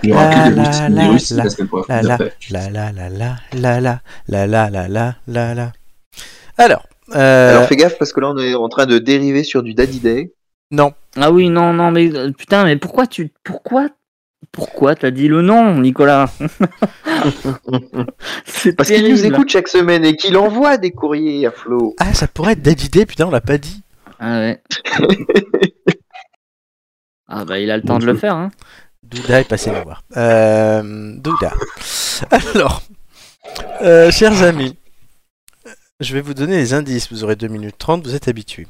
E: Il y aura
A: La,
E: plus de
A: la,
E: Russie-
A: la, la,
E: de Russie la semaine
A: La
E: prochaine.
A: la
E: d'après.
A: la la la la la la la la la la la la. Alors, euh,
C: Alors fais gaffe parce que là on est en train de dériver sur du Daddy Day.
A: non,
B: Ah oui, non, non mais euh, putain, mais pourquoi tu, pourquoi, pourquoi t'as dit le nom, Nicolas C'est
C: Parce qu'il
B: terrible.
C: nous écoute chaque semaine et qu'il envoie des courriers à Flo.
A: ah ça pourrait être Daddy Day, putain on l'a pas dit.
B: Ah ouais. ah bah il a le temps de le faire. Hein.
A: Douda est passé nous voir. Euh, Douda. Alors, euh, chers amis, je vais vous donner les indices. Vous aurez 2 minutes 30, vous êtes habitués.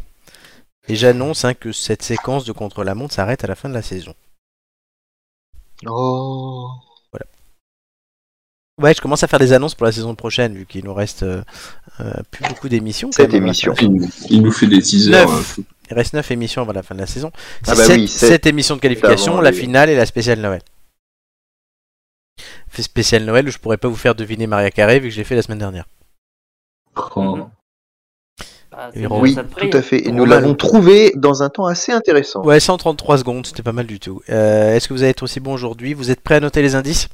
A: Et j'annonce hein, que cette séquence de contre-la-montre s'arrête à la fin de la saison.
C: Oh.
A: Ouais, je commence à faire des annonces pour la saison prochaine, vu qu'il nous reste euh, euh, plus beaucoup d'émissions.
C: Cette
A: quand même,
C: émission.
A: à la fin de la saison.
E: Il nous- Il nous fait des teasers. hein,
A: Neuf. Il reste 9 émissions avant la fin de la saison. C'est
C: Ah bah
A: sept-
C: oui, sept.
A: sept émissions de qualification,
C: Avant
A: la
C: les-
A: finale et la spéciale Noël. Fait spéciale Noël où je pourrais pas vous faire deviner Maria Carré vu que je l'ai fait la semaine dernière.
E: Oh.
A: c'est bon,
C: Oui, tout à fait. Et nous
A: Romain.
C: l'avons trouvé dans un temps assez intéressant.
A: Ouais, 133 secondes, c'était pas mal du tout. Euh, Est-ce que vous allez être aussi bon aujourd'hui Vous êtes prêts à noter les indices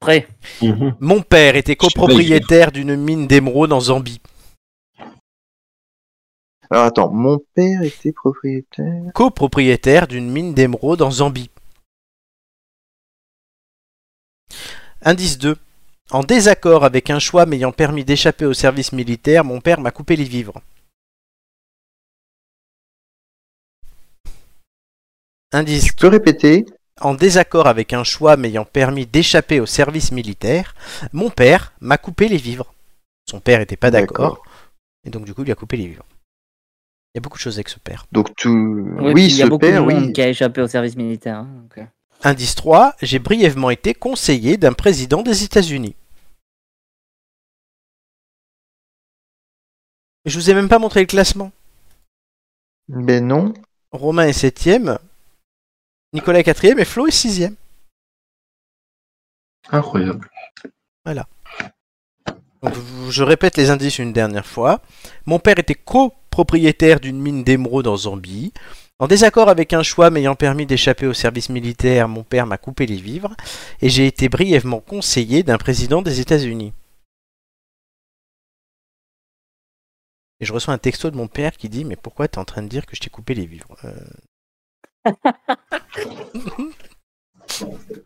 B: Prêt.
E: Mhm.
A: Mon père était
E: Je sais pas,
A: copropriétaire d'une mine d'émeraude en Zambie.
C: Alors attends, mon père était propriétaire.
A: Copropriétaire d'une mine d'émeraude en Zambie. Indice 2. En désaccord avec un choix m'ayant permis d'échapper au service militaire, mon père m'a coupé les vivres. Indice
C: Tu peux répéter
A: En désaccord avec un choix m'ayant permis d'échapper au service militaire, mon père m'a coupé les vivres. Son père n'était pas d'accord, et donc du coup il lui a coupé les vivres. Il y a beaucoup de choses avec ce père.
C: Donc tu. Oui,
B: puis, il y
C: ce
B: a beaucoup
C: père,
B: de monde
C: oui.
B: qui a échappé au service militaire. hein, donc, euh.
A: Indice 3, j'ai brièvement été conseiller d'un président des États-Unis. Je vous ai même pas montré le classement.
C: Ben non.
A: Romain est 7ème, Nicolas est 4ème et Flo est 6ème.
E: Incroyable.
A: Donc, v- je répète les indices une dernière fois. Mon père était copropriétaire d'une mine d'émeraude en Zambie. En désaccord avec un choix m'ayant permis d'échapper au service militaire, mon père m'a coupé les vivres et j'ai été brièvement conseiller d'un président des États-Unis. Et je reçois un texto de mon père qui dit Mais pourquoi t'es en train de dire que je t'ai coupé les vivres Euh,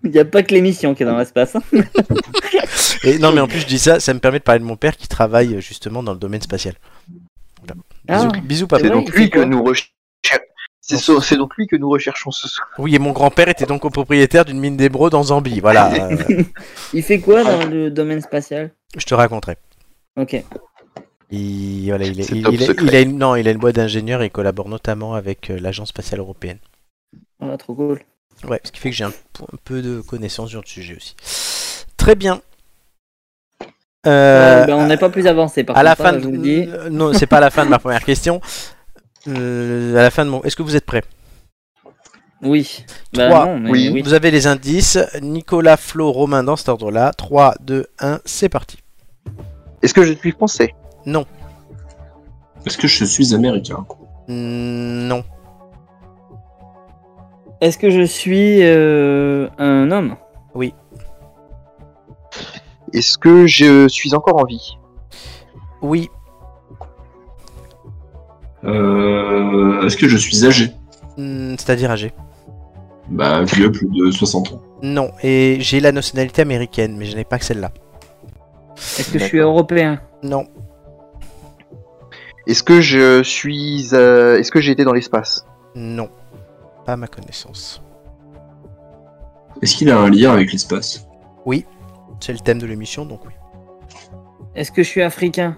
B: Il n'y a pas que l'émission qui est dans l'espace. hein.
A: Et non, mais en plus, je dis ça, ça me permet de parler de mon père qui travaille euh, justement dans le domaine spatial. Voilà.
B: Ah.
A: Bisous, bisous, papa.
C: C'est
B: vrai,
C: donc
B: il fait
C: lui que
B: quoi
C: nous recherchons. C'est so- c'est donc lui que nous recherchons ce soir.
A: Oui, et mon grand-père était donc copropriétaire d'une mine d'émeraude en Zambie. Voilà, euh,
B: Il fait quoi dans le domaine spatial
A: je te raconterai.
B: Ok.
A: Il, voilà, il, est-
C: C'est
A: il-
C: top
A: il est-
C: secret.
A: il a une, non, il a une boîte d'ingénieurs et collabore notamment avec euh, l'Agence spatiale européenne.
B: Ah, trop cool.
A: Ouais, ce qui fait que j'ai un, p- un peu de connaissances sur le sujet aussi. Très bien. Euh,
B: Ouais, ben, on n'est pas plus avancé par
A: à la
B: contre,
A: fin
B: hein,
A: de... euh,
B: je vous le dis.
A: Non, c'est pas la fin de ma première question. Euh, à la fin de mon... Est-ce que vous êtes prêts
B: Oui. Bah,
A: Trois.
B: non, mais
C: Oui.
B: oui.
A: Vous avez les indices. Nicolas, Flo, Romain dans cet ordre-là. 3, 2, 1, c'est parti.
C: Est-ce que je suis français
E: Est-ce que je suis américain
A: Mm, Non.
B: Est-ce que je suis euh, un homme
C: Est-ce que je suis encore en vie
A: Oui.
E: Euh, Est-ce que je suis âgé
A: Mm, C'est-à-dire âgé.
E: Bah, vieux, plus de 60 ans.
A: Non. Et j'ai la nationalité américaine, mais je n'ai pas que celle-là.
B: Est-ce que je suis européen
A: Non.
C: Est-ce que je suis. euh, Est-ce que j'ai été dans l'espace
A: Non. Pas à ma connaissance.
E: Est-ce qu'il a un lien avec l'espace
A: C'est le thème de l'émission, donc oui.
B: Est-ce que je suis africain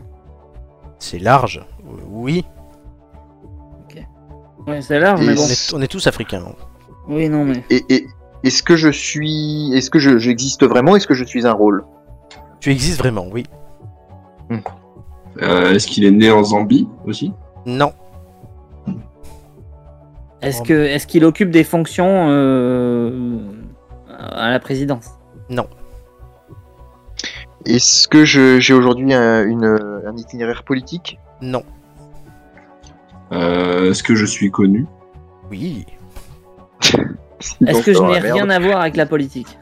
A: C'est large. Euh, Oui.
B: Ouais, c'est large,
C: Et
B: mais
A: On
B: bon.
A: est, on est tous africains. hein.
B: Oui, non, mais.
C: Et. et- Est-ce que je suis. Est-ce que je- j'existe vraiment Est-ce que je suis un rôle
A: Tu existes vraiment, oui.
E: Euh, Est-ce qu'il est né en Zambie aussi
A: Non.
B: Est-ce que est-ce qu'il occupe des fonctions euh, à la présidence
C: Est-ce que je- j'ai aujourd'hui un, une- un itinéraire politique
A: Non.
E: Euh, Est-ce que je suis connu
A: Oui.
B: Est-ce que je n'ai rien à voir avec la politique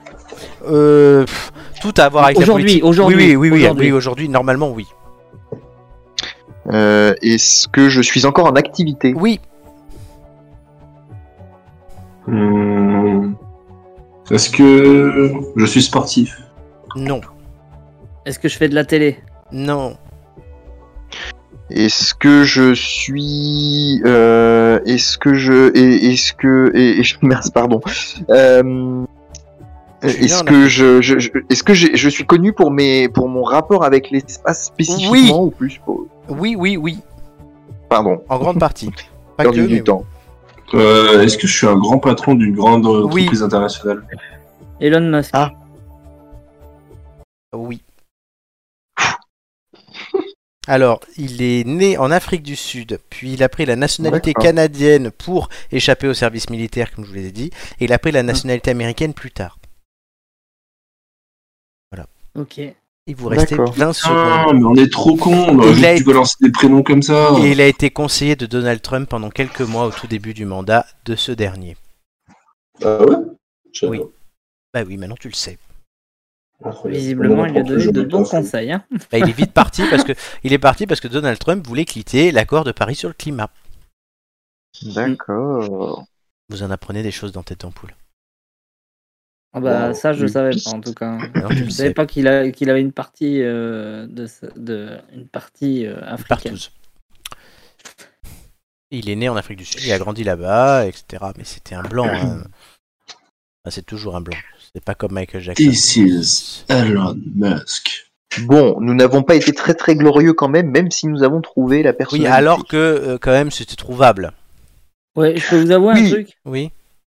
A: Euh, pff, tout à voir avec la
B: Aujourd'hui,
A: politique.
B: aujourd'hui,
A: Oui, oui, oui, oui,
B: aujourd'hui.
A: oui, aujourd'hui, normalement, oui.
C: Euh, Est-ce que je suis encore en activité
A: Oui,
E: Hmm. Est-ce que je suis sportif
A: non,
B: Est-ce que je fais de la télé
A: non,
C: Est-ce que je suis euh, Est-ce que je et- Est-ce que et, et- mince, pardon. Euh, est-ce
A: Julien,
C: que je, je- je- est-ce que j'ai- je suis connu pour mes pour mon rapport avec l'espace spécifiquement
A: Oui.
C: ou plus pour-
A: oui, oui, oui,
C: Pardon.
A: en grande partie. Pas
C: perdu
A: que,
C: du
A: mais-
C: temps.
E: Euh, Est-ce que je suis un grand patron d'une grande
A: Oui.
E: entreprise internationale
B: Elon Musk.
C: Ah.
A: Oui. Alors, il est né en Afrique du Sud, puis il a pris la nationalité
C: D'accord.
A: canadienne pour échapper au service militaire, comme je vous l'ai dit, et il a pris la nationalité américaine plus tard.
B: Ok.
A: Il vous restait
C: D'accord.
A: 20
E: Ah,
A: secondes.
E: mais on est trop con. On aurait
A: Il
E: juste
A: a
E: dû
A: été-
E: balancer des prénoms comme ça.
A: Et il a été conseiller de Donald Trump pendant quelques mois au tout début du mandat de ce dernier.
E: Ah ouais Je-
A: Oui. Bah oui, maintenant tu le sais.
E: Incroyable. On
B: Visiblement,
E: en
B: il lui a
E: apprend
B: donné
E: toujours
B: de
E: des
B: bons
E: choses.
B: conseils. Hein.
A: Bah, il est vite parti parce que il est parti parce que Donald Trump voulait quitter l'accord de Paris sur le climat. Mm.
C: D'accord.
A: Vous en apprenez des choses dans Tête en poule.
B: Ah bah,
C: Wow.
B: ça, je savais pas, en tout cas.
A: Maintenant tu
B: Je
A: le
B: savais
C: Eh
A: sais.
B: pas qu'il a- qu'il avait une partie, euh, de, ce- de, une partie euh, africaine.
A: Partouze. Il est né en Afrique du Sud, il a grandi là-bas, etc. Mais c'était un blanc. hein. Enfin, c'est toujours un blanc. C'est pas comme Michael Jackson.
E: This is Elon Musk.
C: Bon, nous n'avons pas été très très glorieux quand même, même si nous avons trouvé la personne.
A: Oui, alors que euh, quand même c'était trouvable.
B: Ouais, je peux vous avouer
C: Oui.
B: un truc
A: Oui.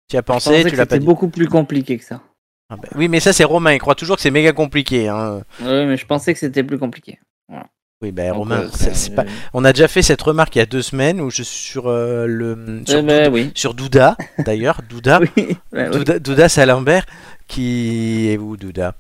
A: Tu y as
B: Je pensais
A: pensé,
B: que
A: tu l'as pas
B: C'était
A: dit.
B: beaucoup plus compliqué que ça.
A: Ah bah, Oui, mais ça c'est Romain, il croit toujours que c'est méga compliqué. hein.
B: Oui, mais je pensais que c'était plus compliqué.
A: Oui, ben
B: Donc,
A: Romain,
B: euh,
A: c'est- c'est
B: euh,
A: pas... on a déjà fait cette remarque il y a deux semaines où je sur euh, le sur,
B: eh ben, oui.
A: sur Douda d'ailleurs, Douda,
B: Oui, ben oui.
A: Douda, Douda Salambert qui est où Douda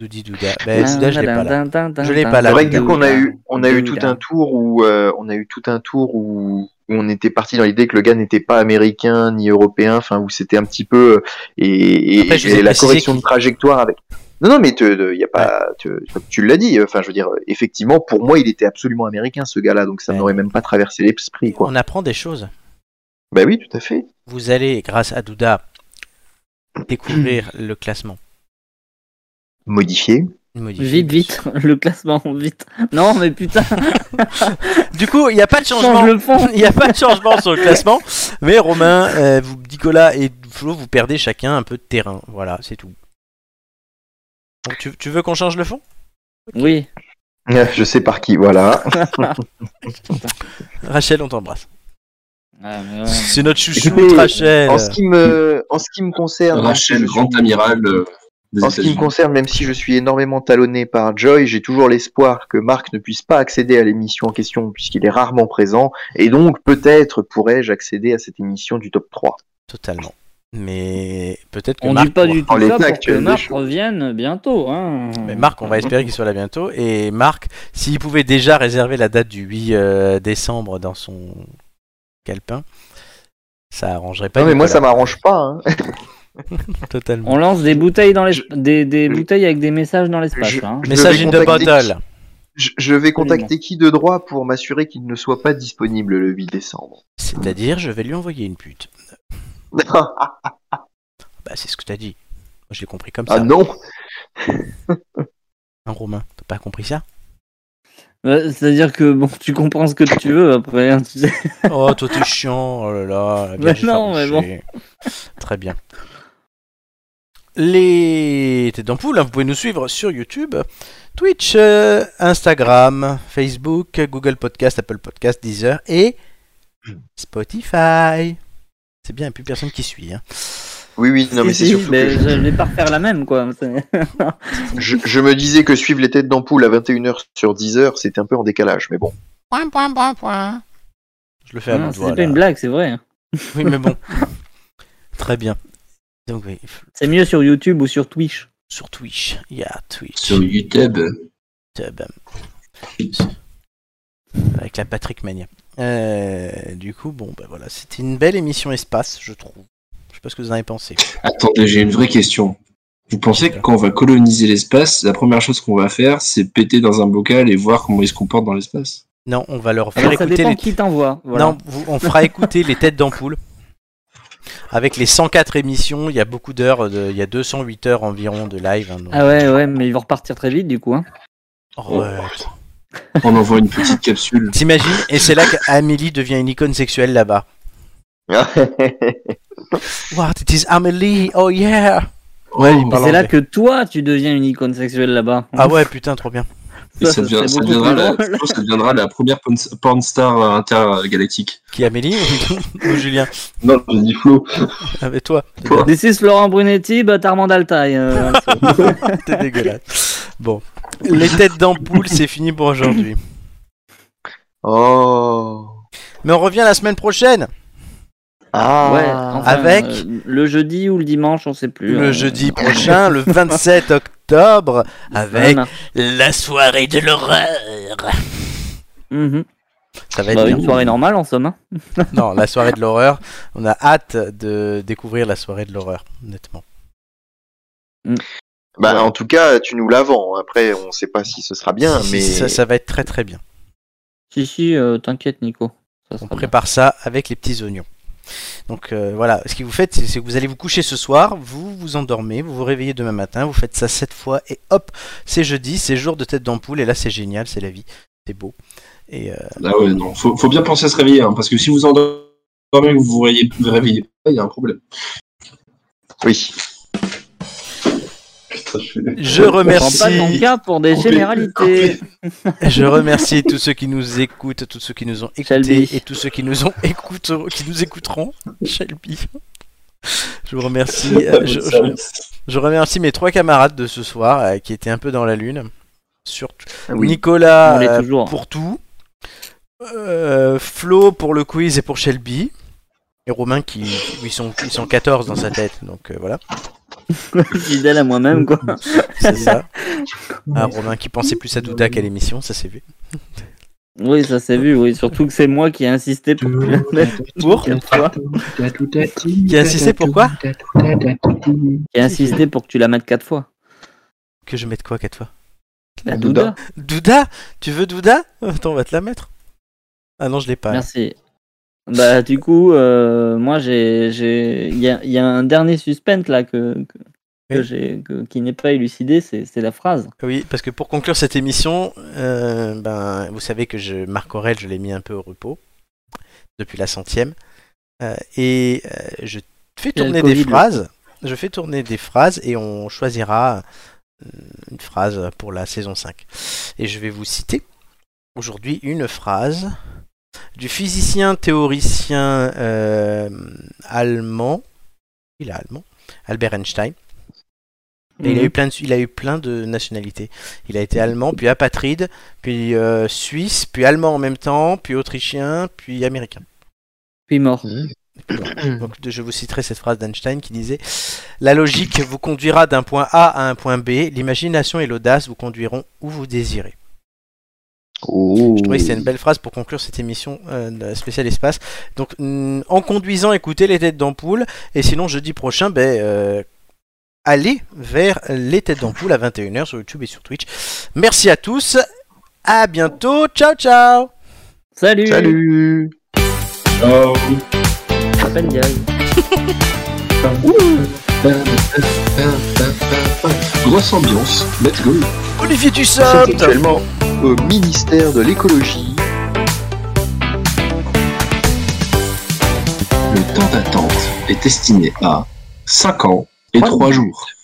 A: Doudi Douda. Ben, Douda, je l'ai pas là. Je l'ai pas là.
C: C'est vrai que
A: Voilà.
C: du coup, on a eu, on a eu
B: Douda.
C: tout un tour où, euh, on a eu tout un tour où où on était parti dans l'idée que le gars n'était pas américain ni européen, enfin où c'était un petit peu euh, et, et-
A: Après, je vous ai
C: et la
A: précisé
C: correction
A: qu'il-
C: de trajectoire avec. Non, non, mais te- de- y a pas, te- tu l'as dit. Enfin, je veux dire, euh, effectivement, pour moi, il était absolument américain ce gars-là, donc ça
A: Ouais.
C: n'aurait même pas traversé l'esprit, quoi.
A: On apprend des choses.
C: Bah oui, tout à fait.
A: Vous allez, grâce à Douda, découvrir le classement
C: Modifié.
A: modifié.
B: Vite, vite, le classement, vite. Non, mais putain,
A: Du coup, il n'y a pas de changement.
B: change le fond.
A: Il n'y a pas de changement sur le classement, mais Romain, euh, vous, Nicolas et Flo, vous perdez chacun un peu de terrain. Voilà, c'est tout. Donc, tu, tu veux qu'on change le fond
B: Oui,
C: Ah, Je sais par qui, voilà.
A: Rachel, on t'embrasse.
B: Ah, mais ouais.
A: C'est notre chouchou,
C: Écoutez,
A: Rachel.
C: En ce qui me, en ce qui me concerne,
E: Rachel,
C: je suis-
E: grand amiral euh, des
C: En ce qui me
E: États-Unis.
C: concerne, même si je suis énormément talonné par Joy, j'ai toujours l'espoir que Marc ne puisse pas accéder à l'émission en question puisqu'il est rarement présent, et donc peut-être pourrais-je accéder à cette émission du top 3.
A: Totalement. Mais peut-être que
B: on
A: Marc
B: dit pas
A: pourra-
B: du
C: en
B: tout
C: l'état
B: ça pour que
C: actuel des
B: Marc
C: choses.
B: revienne bientôt. Hein.
A: Mais Marc, on va espérer qu'il soit là bientôt. Et Marc, s'il pouvait déjà réserver la date du 8 euh, décembre dans son calepin, ça arrangerait pas.
C: non mais moi ça
A: Nicolas.
C: m'arrange pas. hein.
A: Totalement.
B: On lance des bouteilles dans les...
C: Je-
B: des, des bouteilles avec des messages dans l'espace.
C: Je-
B: hein.
C: je
A: Message
C: vais
A: in the
C: contacter-
A: bottle.
C: Je, je vais contacter qui de droit pour m'assurer qu'il ne soit pas disponible le 8 décembre.
A: C'est-à-dire, je vais lui envoyer une pute.
C: Ah
A: Bah, c'est ce que t'as dit. Moi, j'ai compris comme ça.
C: ah non
A: Hein, Romain, t'as pas compris ça
B: Ouais, Bah, C'est-à-dire que bon, tu comprends ce que tu veux après. hein, tu sais.
A: Oh, toi, t'es chiant. Oh là là. la
B: Bah
A: Vierge
B: non, mais
A: effarouchée. Très bien. Les têtes d'ampoule, hein, vous pouvez nous suivre sur YouTube, Twitch, euh, Instagram, Facebook, Google Podcast, Apple Podcast, Deezer et Spotify. C'est bien, il n'y a plus personne qui suit. hein.
C: Oui oui non mais
B: Si,
C: c'est
B: si,
C: surtout
B: mais
C: que je,
B: je vais pas refaire la même quoi. C'est-
C: je- je me disais que suivre les têtes d'ampoule à 21h sur 10h c'était un peu en décalage mais bon.
A: Je le fais à
B: Non,
A: l'autre
B: C'était pas une blague, c'est vrai. hein.
A: Oui, mais bon. Très bien. Donc, oui,
B: C'est mieux sur YouTube ou sur Twitch.
A: Sur Twitch. Il y a Twitch.
E: Sur YouTube.
A: Tub. Avec la Patrick Mania. Euh, du coup, bon, bah voilà, c'était une belle émission espace, je trouve. Je sais pas ce que vous en avez pensé.
E: Attendez, j'ai une vraie question. Vous pensez que quand on va coloniser l'espace, la première chose qu'on va faire, c'est péter dans un bocal et voir comment il se comporte dans l'espace
A: Non, on va leur faire
B: Alors, Ah, ça
A: écouter
B: dépend
A: Ah, bah, les.
B: qui t'envoie. voilà.
A: Non, vous- on fera écouter les têtes d'ampoule. Avec les 104 émissions, il y a beaucoup d'heures, de- il y a 208 heures environ de live. hein, donc-
B: Ah ouais, ouais, mais ils vont repartir très vite du coup. Hein.
A: Oh, ouais.
E: On envoie une petite capsule.
A: T'imagines Et c'est là qu'Amélie devient une icône sexuelle là-bas. What, it is Amélie, oh yeah Ouais, il
E: Oh,
A: parle
B: C'est là
A: anglais.
B: que toi, tu deviens une icône sexuelle là-bas.
A: Ah ouais, putain, trop bien.
E: Et ça,
B: Ça,
E: devient-
B: c'est
E: ça
B: beaucoup
E: deviendra
B: plus
E: la,
B: drôle.
E: je pense que ça deviendra la première porn, porn star intergalactique.
A: Qui Amélie ou ou Julien
E: Non, j'ai dit Flo.
A: Avec toi,
B: This is Laurent Brunetti, but Armand Altaï. euh,
A: t'es dégueulasse. Bon, les têtes d'ampoule, c'est fini pour aujourd'hui.
C: oh.
A: Mais on revient la semaine prochaine
C: Ah.
B: ouais, enfin,
A: Avec
B: euh, le jeudi ou le dimanche, on sait plus.
A: le
B: euh,
A: jeudi prochain, le 27 octobre, avec
B: voilà.
A: la soirée de l'horreur.
B: Mhm.
A: Ça va être
B: Bah,
A: bien.
B: une soirée normale en somme. hein.
A: Non, la soirée de l'horreur. On a hâte de découvrir la soirée de l'horreur, honnêtement.
C: Bah, en tout cas, tu nous l'avons. Après, on sait pas si ce sera bien,
A: Si,
C: mais
A: si, ça, ça va être très très bien.
B: Si, si, euh, t'inquiète, Nico.
A: On
B: Ça sera bien.
A: prépare ça avec les petits oignons. Donc euh, voilà, ce que vous faites, c'est- c'est que vous allez vous coucher ce soir, vous vous endormez, vous vous réveillez demain matin, vous faites ça sept fois et hop, c'est jeudi, c'est jour de tête d'ampoule et là c'est génial, c'est la vie, c'est beau. Et euh,
E: Ah ouais, non. Faut, faut bien penser à se réveiller, hein, parce que si vous endormez, vous vous réveillez, vous réveillez pas, il y a un problème.
C: oui.
E: Putain, je
A: je
B: On prend pas ton
A: remercie,
B: cas pour des
E: Coupé,
B: généralités.
A: je remercie tous ceux qui nous écoutent, tous ceux qui nous ont écoutés
B: Shelby.
A: et tous ceux qui nous ont écouteront- qui nous écouteront. Shelby. Je vous remercie. euh, je- je- Je remercie mes trois camarades de ce soir euh, qui étaient un peu dans la lune. Surtout Nicolas
B: Ah On l'est
A: euh,
B: toujours.
A: pour tout, euh, Flo pour le quiz et pour Shelby, et Romain qui où ils sont ils sont 14 dans sa tête. Donc euh, voilà,
B: Fidèle à moi-même, quoi.
A: c'est ça. Ah, Romain qui pensait plus à Douda qu'à l'émission, ça s'est vu.
B: Oui, ça s'est vu, oui. Surtout que c'est moi qui ai insisté pour que tu l'enlèves
A: Pour
B: une fois.
A: qui a insisté pourquoi
B: Qui a insisté pour que tu la mettes quatre fois.
A: Que je mette quoi quatre fois
B: La Douda.
A: Douda, tu veux Douda Euh, Attends, on va te la mettre. Ah non, je l'ai pas.
B: Merci. Bah, du coup, euh, moi, j'ai. j'ai- Il y a, il y a un dernier suspense, là, que, que, que
A: Oui.
B: j'ai- que- qui n'est pas élucidé, c'est c'est la phrase.
A: Oui, parce que pour conclure cette émission, euh, ben, vous savez que je, Marc Aurel, je l'ai mis un peu au repos depuis la centième. Euh, et euh, je fais
B: Il y a le
A: tourner des
B: Covid, là.
A: phrases. Je fais tourner des phrases et on choisira euh, une phrase pour la saison 5. Et je vais vous citer aujourd'hui une phrase du physicien théoricien euh, allemand. Il est allemand. Albert Einstein. Et
B: Mhm.
A: il, a eu plein de, il a eu plein de nationalités. Il a été allemand, puis apatride, puis euh, suisse, puis allemand en même temps, puis autrichien, puis américain.
B: Puis mort.
A: Donc de- je vous citerai cette phrase d'Einstein qui disait La logique vous conduira d'un point A à un point B, l'imagination et l'audace vous conduiront où vous désirez.
C: Oh.
A: Je trouvais que c'était une belle phrase pour conclure cette émission euh, de la spéciale espace. Donc mm, en conduisant, écoutez les têtes d'ampoule, et sinon jeudi prochain, ben. euh, Allez vers les têtes d'ampoule à 21h sur YouTube et sur Twitch. Merci à tous. À bientôt. Ciao, ciao.
B: Salut
C: Salut.
E: Oh.
B: À peine direct.
E: Grosse ambiance, let's go.
A: Olivier Dussopt.
C: C'est actuellement au ministère de l'écologie.
E: Le temps d'attente est estimé à 5 ans et 3 jours.